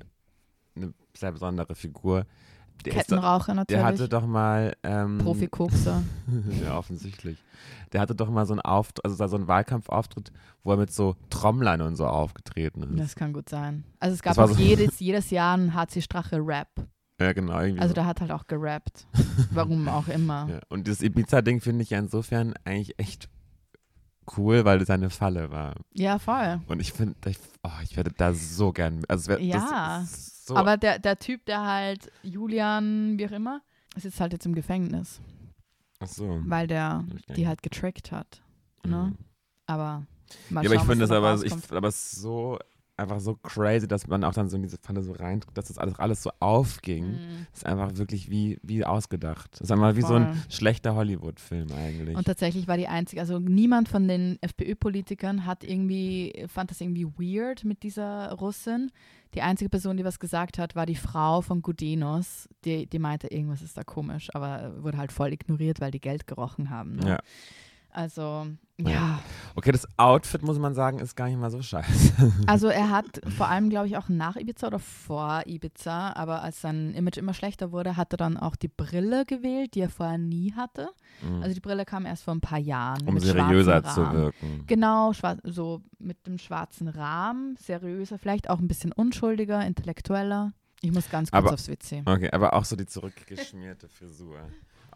[SPEAKER 1] eine sehr besondere Figur. Der, ist doch,
[SPEAKER 2] Kettenraucher
[SPEAKER 1] der hatte
[SPEAKER 2] natürlich,
[SPEAKER 1] doch mal ähm,
[SPEAKER 2] Profikokser.
[SPEAKER 1] ja, offensichtlich. Der hatte doch mal so einen Auftritt, also so einen Wahlkampfauftritt, wo er mit so Trommlern und so aufgetreten ist.
[SPEAKER 2] Das kann gut sein. Also es gab
[SPEAKER 1] Das war
[SPEAKER 2] auch
[SPEAKER 1] so-
[SPEAKER 2] jedes, jedes Jahr einen HC Strache Rap.
[SPEAKER 1] Ja, genau. Irgendwie
[SPEAKER 2] Also
[SPEAKER 1] so.
[SPEAKER 2] der hat halt auch gerappt. Warum auch immer.
[SPEAKER 1] ja. Und das Ibiza-Ding finde ich ja insofern eigentlich echt cool, weil das eine Falle war.
[SPEAKER 2] Ja, voll.
[SPEAKER 1] Und ich finde, ich, oh, ich werde da so gern. Also, es wär,
[SPEAKER 2] Ja,
[SPEAKER 1] das ist so.
[SPEAKER 2] Aber der, der Typ, der halt Julian, wie auch immer, sitzt halt jetzt im Gefängnis,
[SPEAKER 1] ach so.
[SPEAKER 2] weil der
[SPEAKER 1] Hab ich gar nicht-
[SPEAKER 2] die
[SPEAKER 1] Mhm.
[SPEAKER 2] halt getrickt hat. ne? Aber mal
[SPEAKER 1] Ja, aber ich
[SPEAKER 2] schauen,
[SPEAKER 1] finde
[SPEAKER 2] was
[SPEAKER 1] das
[SPEAKER 2] da
[SPEAKER 1] aber,
[SPEAKER 2] rauskommt.
[SPEAKER 1] ich, aber es ist so einfach so crazy, dass man auch dann so in diese Pfanne so rein, dass das alles, alles so aufging.
[SPEAKER 2] Mhm.
[SPEAKER 1] Das ist einfach wirklich wie, wie ausgedacht. Das ist einfach wie so ein
[SPEAKER 2] Voll.
[SPEAKER 1] schlechter Hollywood-Film eigentlich.
[SPEAKER 2] Und tatsächlich war die einzige, also niemand von den FPÖ-Politikern hat irgendwie, fand das irgendwie weird mit dieser Russin. Die einzige Person, die was gesagt hat, war die Frau von Gudenos, die, die meinte, irgendwas ist da komisch, aber wurde halt voll ignoriert, weil die Geld gerochen haben. Ne?
[SPEAKER 1] ja.
[SPEAKER 2] Also,
[SPEAKER 1] Ja.
[SPEAKER 2] ja.
[SPEAKER 1] Okay, das Outfit, muss man sagen, ist gar nicht mal so scheiße.
[SPEAKER 2] Also er hat vor allem, glaube ich, auch nach Ibiza oder vor Ibiza, aber als sein Image immer schlechter wurde, hat er dann auch die Brille gewählt, die er vorher nie hatte.
[SPEAKER 1] Mhm.
[SPEAKER 2] Also die Brille kam erst vor ein paar Jahren.
[SPEAKER 1] um
[SPEAKER 2] mit schwarzem
[SPEAKER 1] seriöser zu
[SPEAKER 2] Rahmen.
[SPEAKER 1] wirken.
[SPEAKER 2] Genau, schwar- so mit dem schwarzen Rahmen, seriöser, vielleicht auch ein bisschen unschuldiger, intellektueller. Ich muss ganz kurz
[SPEAKER 1] Aber-
[SPEAKER 2] aufs WC.
[SPEAKER 1] Okay, aber auch so die zurückgeschmierte Frisur.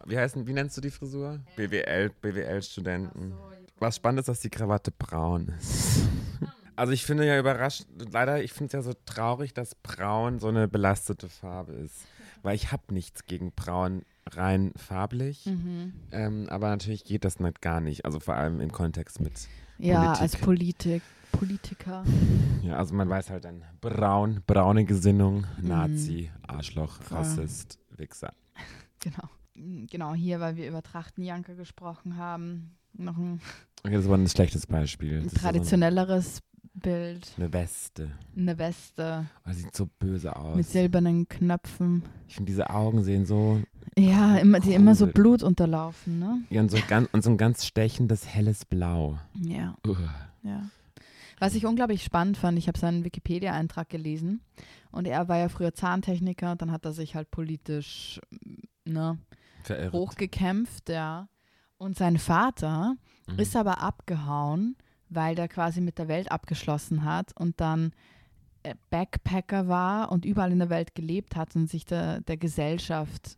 [SPEAKER 1] Wie, heißen, wie nennst du die Frisur? BWL, BWL-Studenten. Was spannend ist, dass die Krawatte braun ist. Also ich finde ja überrascht, leider, ich finde es ja so traurig, dass braun so eine belastete Farbe ist. Weil ich habe nichts gegen braun rein farblich.
[SPEAKER 2] Mhm.
[SPEAKER 1] Ähm, aber natürlich geht das nicht gar nicht. Also vor allem im Kontext mit.
[SPEAKER 2] Ja, als
[SPEAKER 1] Politik.
[SPEAKER 2] Politik, Politiker.
[SPEAKER 1] Ja, also man weiß halt dann braun, braune Gesinnung, Nazi, Arschloch,
[SPEAKER 2] Voll.
[SPEAKER 1] Rassist, Wichser.
[SPEAKER 2] Genau. Genau, hier, weil wir über Trachtenjanker gesprochen haben, noch ein
[SPEAKER 1] Okay, das war ein schlechtes Beispiel.
[SPEAKER 2] ein
[SPEAKER 1] Das ist ja so
[SPEAKER 2] traditionelleres Bild.
[SPEAKER 1] Eine Weste.
[SPEAKER 2] Eine Weste
[SPEAKER 1] Oh, sieht so böse aus.
[SPEAKER 2] mit silbernen Knöpfen.
[SPEAKER 1] Ich finde, diese Augen sehen so.
[SPEAKER 2] Ja, immer, die immer so
[SPEAKER 1] Cool.
[SPEAKER 2] Blut unterlaufen, ne?
[SPEAKER 1] Ja, und so, ganz, und so ein ganz stechendes helles Blau.
[SPEAKER 2] Ja,
[SPEAKER 1] Ugh.
[SPEAKER 2] ja. Was ich unglaublich spannend fand, ich habe seinen Wikipedia-Eintrag gelesen und er war ja früher Zahntechniker, dann hat er sich halt politisch ne,
[SPEAKER 1] Verirrt.
[SPEAKER 2] hochgekämpft, ja. Und sein Vater
[SPEAKER 1] Mhm.
[SPEAKER 2] ist aber abgehauen, weil der quasi mit der Welt abgeschlossen hat und dann äh, Backpacker war und überall in der Welt gelebt hat und sich der, der Gesellschaft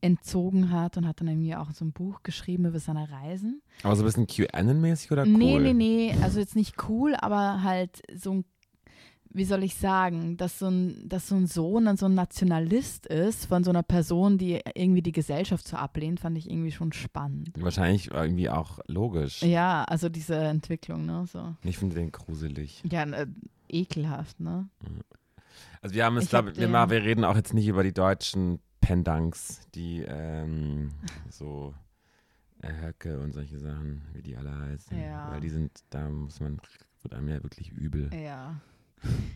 [SPEAKER 2] entzogen hat und hat dann irgendwie auch so ein Buch geschrieben über seine Reisen.
[SPEAKER 1] Aber so ein bisschen QAnon-mäßig oder cool?
[SPEAKER 2] Nee, nee, nee, also jetzt nicht cool, aber halt so ein, wie soll ich sagen, dass so ein, dass so ein Sohn dann so ein Nationalist ist von so einer Person, die irgendwie die Gesellschaft so ablehnt, fand ich irgendwie schon spannend.
[SPEAKER 1] Wahrscheinlich irgendwie auch logisch.
[SPEAKER 2] Ja, also diese Entwicklung, ne, so.
[SPEAKER 1] Ich finde den gruselig.
[SPEAKER 2] Ja, n- äh, ekelhaft, ne?
[SPEAKER 1] Also wir haben es,
[SPEAKER 2] Ich hab
[SPEAKER 1] glaube wir,
[SPEAKER 2] den-
[SPEAKER 1] mal- wir reden auch jetzt nicht über die deutschen Pendanks, die ähm, so äh, Höcke und solche Sachen, wie die alle heißen.
[SPEAKER 2] Ja.
[SPEAKER 1] Weil die sind, da muss man, wird einem ja wirklich übel.
[SPEAKER 2] Ja.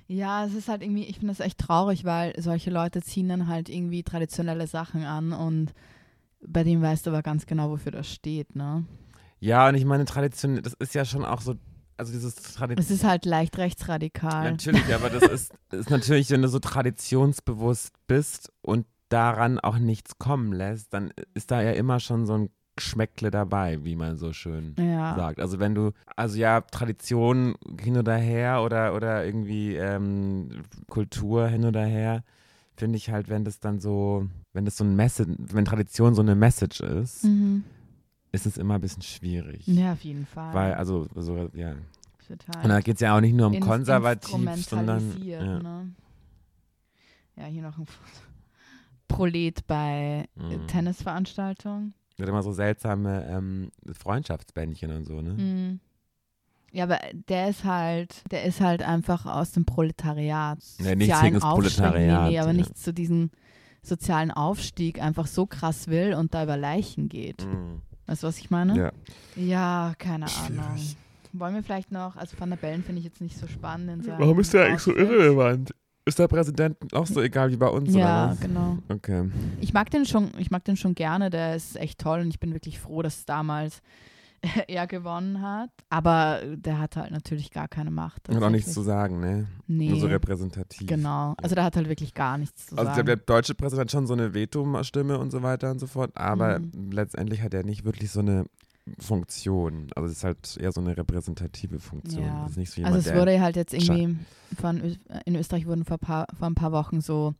[SPEAKER 2] Ja, es ist halt irgendwie, ich finde das echt traurig, weil solche Leute ziehen dann halt irgendwie traditionelle Sachen an und bei dem weißt du aber ganz genau, wofür das steht, ne?
[SPEAKER 1] Ja, und ich meine, Tradition, das ist ja schon auch so, also dieses Tradition.
[SPEAKER 2] Es ist halt leicht rechtsradikal.
[SPEAKER 1] Natürlich, aber das ist, ist natürlich, wenn du so traditionsbewusst bist und daran auch nichts kommen lässt, dann ist da ja immer schon so ein Geschmäckle dabei, wie man so schön
[SPEAKER 2] Ja.
[SPEAKER 1] sagt. Also wenn du, also ja, Tradition hin oder her oder, oder irgendwie ähm, Kultur hin oder her, finde ich halt, wenn das dann so, wenn das so ein Message, wenn Tradition so eine Message ist,
[SPEAKER 2] Mhm.
[SPEAKER 1] ist es immer ein bisschen schwierig.
[SPEAKER 2] Ja, auf jeden Fall.
[SPEAKER 1] Mhm. Weil, also, so, ja.
[SPEAKER 2] Total.
[SPEAKER 1] Und da geht es ja auch nicht nur um
[SPEAKER 2] Halt Ins-
[SPEAKER 1] konservativ, sondern.
[SPEAKER 2] instrumentalisiert,
[SPEAKER 1] Ja.
[SPEAKER 2] ne? Ja, hier noch ein Foto. Prolet bei äh,
[SPEAKER 1] Mhm.
[SPEAKER 2] Tennisveranstaltung.
[SPEAKER 1] Der hat immer so seltsame ähm, Freundschaftsbändchen und so, ne?
[SPEAKER 2] Mhm. Ja, aber der ist halt, der ist halt einfach aus dem Proletariat.
[SPEAKER 1] Ja, nichts
[SPEAKER 2] sozialen
[SPEAKER 1] gegen das
[SPEAKER 2] Aufstieg,
[SPEAKER 1] Proletariat,
[SPEAKER 2] Nee, nee, aber
[SPEAKER 1] ja.
[SPEAKER 2] nicht zu diesem sozialen Aufstieg einfach so krass will und da über Leichen geht.
[SPEAKER 1] Mhm.
[SPEAKER 2] Weißt du, was ich meine?
[SPEAKER 1] Ja.
[SPEAKER 2] Ja, keine
[SPEAKER 1] Schwierig.
[SPEAKER 2] Ahnung. Wollen wir vielleicht noch, also Van der Bellen finde ich jetzt nicht so spannend. In seinem
[SPEAKER 1] Warum ist der eigentlich so
[SPEAKER 2] Outfit.
[SPEAKER 1] irrelevant? Ist der Präsident auch so egal wie bei uns,
[SPEAKER 2] Ja,
[SPEAKER 1] oder
[SPEAKER 2] genau.
[SPEAKER 1] was? Okay.
[SPEAKER 2] Ich mag den schon, ich mag den schon gerne, der ist echt toll und ich bin wirklich froh, dass damals er gewonnen hat. Aber der hat halt natürlich gar keine Macht.
[SPEAKER 1] Hat auch nichts zu sagen,
[SPEAKER 2] tatsächlich.
[SPEAKER 1] ne?
[SPEAKER 2] nee.
[SPEAKER 1] Nur so repräsentativ.
[SPEAKER 2] Genau. Also der hat halt wirklich gar nichts zu
[SPEAKER 1] Also ich
[SPEAKER 2] sagen.
[SPEAKER 1] glaube, der deutsche Präsident hat schon so eine Veto-Stimme und so weiter und so fort, aber
[SPEAKER 2] Mhm.
[SPEAKER 1] letztendlich hat er nicht wirklich so eine Funktion. Also es ist halt eher so eine repräsentative Funktion.
[SPEAKER 2] Ja.
[SPEAKER 1] Das ist nicht so jemand,
[SPEAKER 2] Also es
[SPEAKER 1] der
[SPEAKER 2] wurde halt jetzt irgendwie von, Ö- in Österreich wurden vor, paar, vor ein paar Wochen so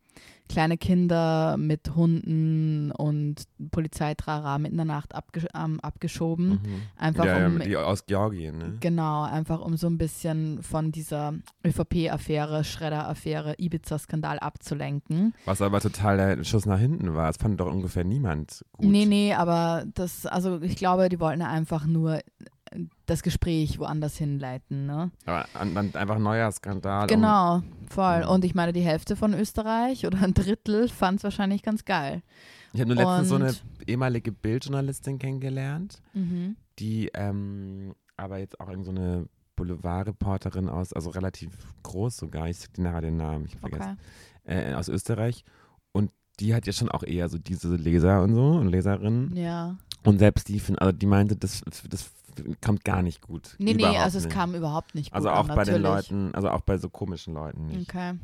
[SPEAKER 2] kleine Kinder mit Hunden und Polizei trara mitten in der Nacht abgesch ähm, abgeschoben.
[SPEAKER 1] Mhm.
[SPEAKER 2] Einfach
[SPEAKER 1] ja,
[SPEAKER 2] um
[SPEAKER 1] ja, die aus Georgien, ne?
[SPEAKER 2] genau, einfach um so ein bisschen von dieser ÖVP-Affäre, Schredder-Affäre, Ibiza-Skandal abzulenken.
[SPEAKER 1] Was aber total der Schuss nach hinten war. Das fand doch ungefähr niemand gut.
[SPEAKER 2] Nee, nee, aber das, also ich glaube, die wollten einfach nur das Gespräch woanders hinleiten, ne?
[SPEAKER 1] Aber an, dann einfach ein neuer Skandal. um-
[SPEAKER 2] Genau, voll.
[SPEAKER 1] Mhm.
[SPEAKER 2] Und ich meine, die Hälfte von Österreich oder ein Drittel fand es wahrscheinlich ganz geil.
[SPEAKER 1] Ich habe nur letztens so
[SPEAKER 2] Und-
[SPEAKER 1] eine ehemalige Bildjournalistin kennengelernt,
[SPEAKER 2] Mhm.
[SPEAKER 1] die ähm, aber jetzt auch irgend so eine Boulevardreporterin aus, also relativ groß sogar, ich sag dir nachher den Namen, ich habe vergessen,
[SPEAKER 2] Okay.
[SPEAKER 1] äh, aus Österreich. Und die hat ja schon auch eher so diese Leser und so und Leserinnen.
[SPEAKER 2] Ja.
[SPEAKER 1] Und selbst die, find- also die meinte, das, das kommt gar nicht gut.
[SPEAKER 2] Nee,
[SPEAKER 1] Überhaupt
[SPEAKER 2] nee, also es
[SPEAKER 1] nicht.
[SPEAKER 2] kam überhaupt nicht gut
[SPEAKER 1] Also
[SPEAKER 2] an,
[SPEAKER 1] auch bei den
[SPEAKER 2] natürlich.
[SPEAKER 1] Leuten, also auch bei so komischen Leuten nicht.
[SPEAKER 2] Okay.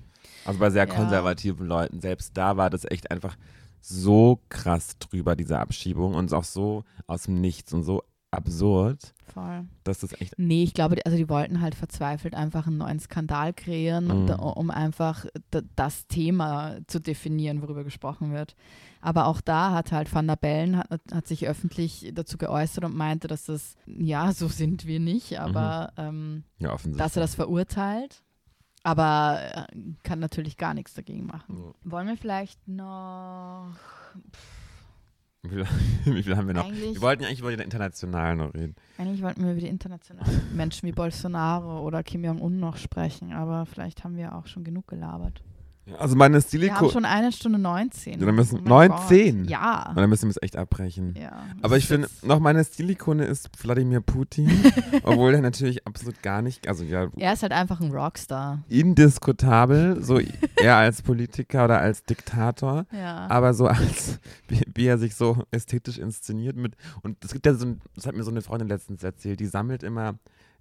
[SPEAKER 1] Also bei sehr
[SPEAKER 2] Ja.
[SPEAKER 1] konservativen Leuten. Selbst da war das echt einfach so krass drüber, diese Abschiebung. Und auch so aus dem Nichts und so absurd,
[SPEAKER 2] Voll.
[SPEAKER 1] dass das echt.
[SPEAKER 2] Nee, ich glaube, die, also die wollten halt verzweifelt einfach einen neuen Skandal kreieren,
[SPEAKER 1] Mhm.
[SPEAKER 2] da- um einfach d- das Thema zu definieren, worüber gesprochen wird. Aber auch da hat halt Van der Bellen hat, hat sich öffentlich dazu geäußert und meinte, dass das, ja, so sind wir
[SPEAKER 1] Mhm.
[SPEAKER 2] nicht, aber ähm,
[SPEAKER 1] Ja, offensichtlich.
[SPEAKER 2] dass er das verurteilt. Aber äh, kann natürlich gar nichts dagegen machen.
[SPEAKER 1] Ja.
[SPEAKER 2] Wollen wir vielleicht noch
[SPEAKER 1] Wie viel, wie viel haben wir noch?
[SPEAKER 2] eigentlich
[SPEAKER 1] Genau. Wir wollten ja eigentlich über den Internationalen noch reden.
[SPEAKER 2] Eigentlich wollten wir über die internationalen Menschen wie Bolsonaro oder Kim Jong-un noch sprechen, aber vielleicht haben wir auch schon genug gelabert.
[SPEAKER 1] Ja, also meine
[SPEAKER 2] Wir haben
[SPEAKER 1] Stiliko.
[SPEAKER 2] schon eine Stunde 19.
[SPEAKER 1] Ja, dann müssen-
[SPEAKER 2] mein
[SPEAKER 1] 19?
[SPEAKER 2] Gott. Ja.
[SPEAKER 1] Und Oh, dann müssen wir es echt abbrechen.
[SPEAKER 2] ja.
[SPEAKER 1] Aber
[SPEAKER 2] Das
[SPEAKER 1] ich finde,
[SPEAKER 2] ist-
[SPEAKER 1] noch meine Stilikone ist Wladimir Putin, obwohl er natürlich absolut gar nicht, also ja,
[SPEAKER 2] Er ist halt einfach ein Rockstar.
[SPEAKER 1] indiskutabel, so er als Politiker oder als Diktator.
[SPEAKER 2] Ja.
[SPEAKER 1] aber so als wie, wie er sich so ästhetisch inszeniert mit und es gibt ja so ein, das hat mir so eine Freundin letztens erzählt, die sammelt immer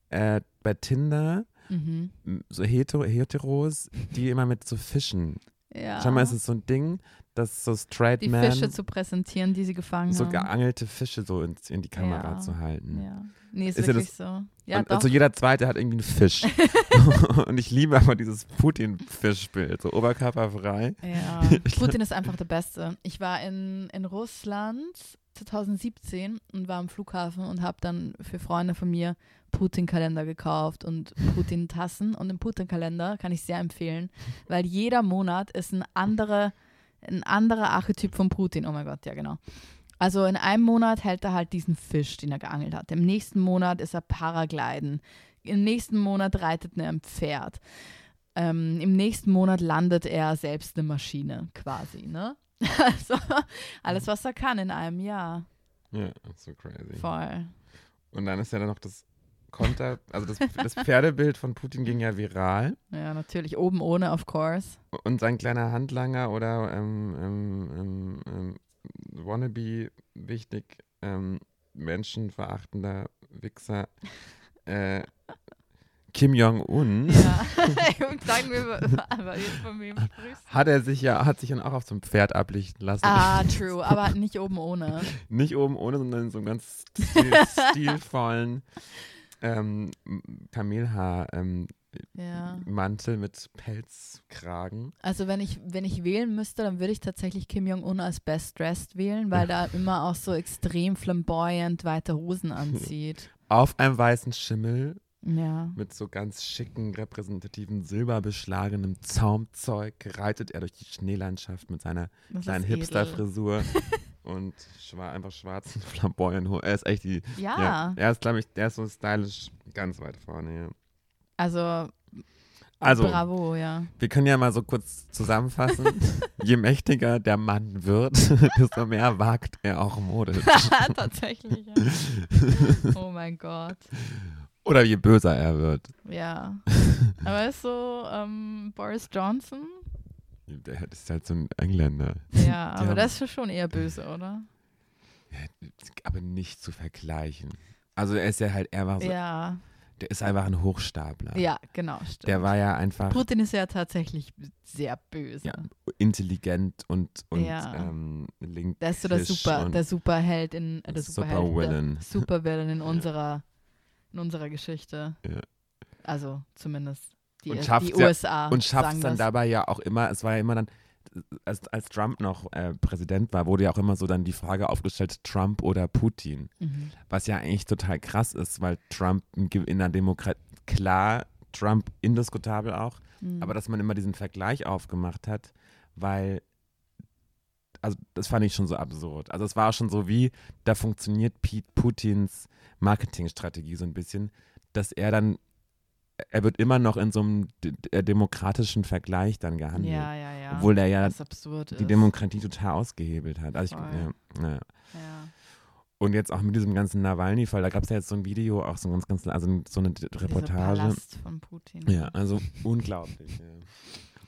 [SPEAKER 1] äh, bei Tinder
[SPEAKER 2] mhm.
[SPEAKER 1] m, so Hetero, Heteros, die immer mit so Fischen.
[SPEAKER 2] ja.
[SPEAKER 1] Scheinbar ist es so ein Ding, dass so straight
[SPEAKER 2] die
[SPEAKER 1] men
[SPEAKER 2] Fische zu präsentieren, die sie gefangen
[SPEAKER 1] so
[SPEAKER 2] haben.
[SPEAKER 1] geangelte Fische so in, in die Kamera
[SPEAKER 2] Ja.
[SPEAKER 1] zu halten.
[SPEAKER 2] Ja. Nee, ist,
[SPEAKER 1] Ist ja
[SPEAKER 2] wirklich so. Ja,
[SPEAKER 1] und,
[SPEAKER 2] doch.
[SPEAKER 1] also jeder zweite hat irgendwie einen Fisch. und ich liebe aber dieses Putin-Fischbild, so oberkörperfrei.
[SPEAKER 2] Ja, Putin ist einfach der Beste. Ich war in, in Russland 2017 und war am Flughafen und habe dann für Freunde von mir Putin-Kalender gekauft und Putin-Tassen. Und den Putin-Kalender kann ich sehr empfehlen, weil jeder Monat ist ein anderer, ein anderer Archetyp von Putin. Oh mein Gott, ja genau. Also in einem Monat hält er halt diesen Fisch, den er geangelt hat. Im nächsten Monat ist er Paragliden. Im nächsten Monat reitet er ein Pferd. Ähm, Im nächsten Monat landet er selbst eine Maschine, quasi, ne? Also alles, was er kann in einem Jahr.
[SPEAKER 1] Ja, so crazy.
[SPEAKER 2] Voll.
[SPEAKER 1] Und dann ist ja dann noch das Konter, also das, das Pferdebild von Putin ging ja viral.
[SPEAKER 2] Ja, natürlich. Oben ohne, of course.
[SPEAKER 1] Und sein kleiner Handlanger oder ähm, ähm, ähm, ähm, wannabe wichtig ähm, menschenverachtender Wichser äh, Kim Jong-un
[SPEAKER 2] Ja. Und sagen wir, aber jetzt von wem sprichst
[SPEAKER 1] hat er sich ja, hat sich dann auch auf so einem Pferd ablichten lassen.
[SPEAKER 2] Ah, true. Aber nicht oben ohne.
[SPEAKER 1] Nicht oben ohne, sondern in so einem ganz stil, stilvollen ähm, Kamelhaar ähm,
[SPEAKER 2] Ja.
[SPEAKER 1] Mantel mit Pelzkragen.
[SPEAKER 2] Also wenn ich, wenn ich wählen müsste, dann würde ich tatsächlich Kim Jong-un als Best Dressed wählen, weil da immer auch so extrem flamboyant weite Hosen anzieht.
[SPEAKER 1] auf einem weißen Schimmel
[SPEAKER 2] Ja.
[SPEAKER 1] mit so ganz schicken, repräsentativen, silberbeschlagenem Zaumzeug reitet er durch die Schneelandschaft mit seiner
[SPEAKER 2] Das
[SPEAKER 1] kleinen
[SPEAKER 2] ist edel.
[SPEAKER 1] Hipster-Frisur und schwa einfach schwarzen Flamboyant. Er ist echt die.
[SPEAKER 2] Ja.
[SPEAKER 1] Ja, er ist, glaube ich, er ist so stylisch ganz weit vorne. Ja.
[SPEAKER 2] Also,
[SPEAKER 1] Also,
[SPEAKER 2] bravo, ja.
[SPEAKER 1] wir können ja mal so kurz zusammenfassen. Je mächtiger der Mann wird, desto mehr wagt er auch Mode.
[SPEAKER 2] Tatsächlich, ja. Oh mein Gott.
[SPEAKER 1] Oder je böser er wird.
[SPEAKER 2] Ja. Aber ist so ähm, Boris Johnson?
[SPEAKER 1] Der ist halt so ein Engländer.
[SPEAKER 2] Ja, aber
[SPEAKER 1] haben-
[SPEAKER 2] das ist schon eher böse, oder?
[SPEAKER 1] aber nicht zu vergleichen. Also er ist ja halt, er war so,
[SPEAKER 2] Ja.
[SPEAKER 1] Der ist einfach ein Hochstapler.
[SPEAKER 2] Ja, genau, stimmt.
[SPEAKER 1] Der war ja einfach
[SPEAKER 2] Putin ist ja tatsächlich sehr böse.
[SPEAKER 1] Ja. intelligent und, und
[SPEAKER 2] Ja.
[SPEAKER 1] ähm, link.
[SPEAKER 2] Der ist so der
[SPEAKER 1] Fisch
[SPEAKER 2] Super,
[SPEAKER 1] und-
[SPEAKER 2] der Superheld in äh, der Superheld,
[SPEAKER 1] Supervillain.
[SPEAKER 2] der Supervillain in unserer in unserer Geschichte.
[SPEAKER 1] Ja.
[SPEAKER 2] Also zumindest die,
[SPEAKER 1] Und
[SPEAKER 2] äh,
[SPEAKER 1] schafft's
[SPEAKER 2] die
[SPEAKER 1] ja-
[SPEAKER 2] USA.
[SPEAKER 1] Und schafft
[SPEAKER 2] sagen
[SPEAKER 1] es dann
[SPEAKER 2] das.
[SPEAKER 1] dabei ja auch immer, es war ja immer dann, als, als Trump noch äh, Präsident war, wurde ja auch immer so dann die Frage aufgestellt, Trump oder Putin.
[SPEAKER 2] Mhm.
[SPEAKER 1] Was ja eigentlich total krass ist, weil Trump ein Gewinner Demokrat, klar, Trump indiskutabel auch,
[SPEAKER 2] Mhm.
[SPEAKER 1] aber dass man immer diesen Vergleich aufgemacht hat, weil, also das fand ich schon so absurd. Also es war schon so wie, da funktioniert Pete Putins Marketingstrategie so ein bisschen, dass er dann, er wird immer noch in so einem de de- demokratischen Vergleich dann gehandelt.
[SPEAKER 2] ja, ja, ja.
[SPEAKER 1] Obwohl der ja
[SPEAKER 2] das absurd
[SPEAKER 1] die
[SPEAKER 2] ist.
[SPEAKER 1] Demokratie total ausgehebelt hat. Also ich, ja,
[SPEAKER 2] Voll.
[SPEAKER 1] ja.
[SPEAKER 2] ja.
[SPEAKER 1] Und jetzt auch mit diesem ganzen Nawalny-Fall, da gab es ja jetzt so ein Video, auch so ein ganz, ganz, also so eine D-
[SPEAKER 2] Dieser
[SPEAKER 1] Reportage.
[SPEAKER 2] Palast von Putin.
[SPEAKER 1] Ja, also unglaublich. ja.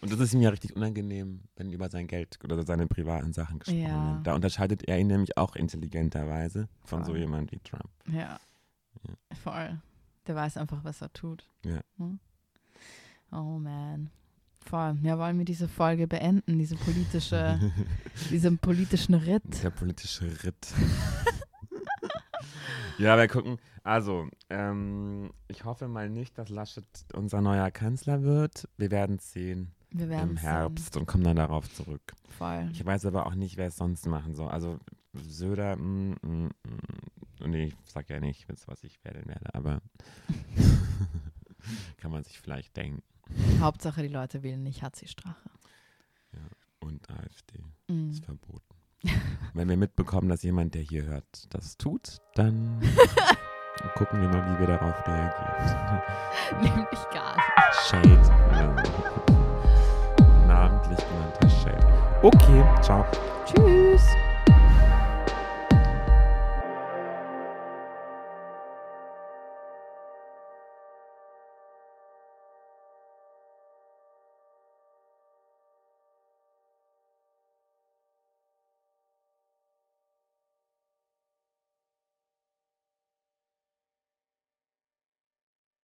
[SPEAKER 1] Und das ist ihm ja richtig unangenehm, wenn über sein Geld oder seine privaten Sachen gesprochen
[SPEAKER 2] Ja.
[SPEAKER 1] wird. Da unterscheidet er ihn nämlich auch intelligenterweise von so
[SPEAKER 2] Voll.
[SPEAKER 1] jemand wie Trump.
[SPEAKER 2] Ja. Voll. Der weiß einfach, was er tut.
[SPEAKER 1] Ja.
[SPEAKER 2] Hm? Oh man. Voll. Ja, wollen wir diese Folge beenden, diese politische, diesen politischen Ritt.
[SPEAKER 1] Der politische Ritt. ja, wir gucken. Also, ähm, ich hoffe mal nicht, dass Laschet unser neuer Kanzler wird. Wir werden es sehen
[SPEAKER 2] Wir werden
[SPEAKER 1] im
[SPEAKER 2] sehen.
[SPEAKER 1] Herbst und kommen dann darauf zurück.
[SPEAKER 2] Voll.
[SPEAKER 1] Ich weiß aber auch nicht, wer es sonst machen soll. Also Söder, mm, mm, mm. nee, ich sag ja nicht, was was ich werden werde, aber kann man sich vielleicht denken.
[SPEAKER 2] Hauptsache, die Leute wählen nicht HC Strache.
[SPEAKER 1] Und AfD
[SPEAKER 2] Mhm.
[SPEAKER 1] ist verboten. Wenn wir mitbekommen, dass jemand, der hier hört, das tut, dann gucken wir mal, wie wir darauf reagieren.
[SPEAKER 2] Nämlich gar
[SPEAKER 1] Shade. oder so. Namentlich genannter Shade. Okay, ciao.
[SPEAKER 2] nicht. Tschüss.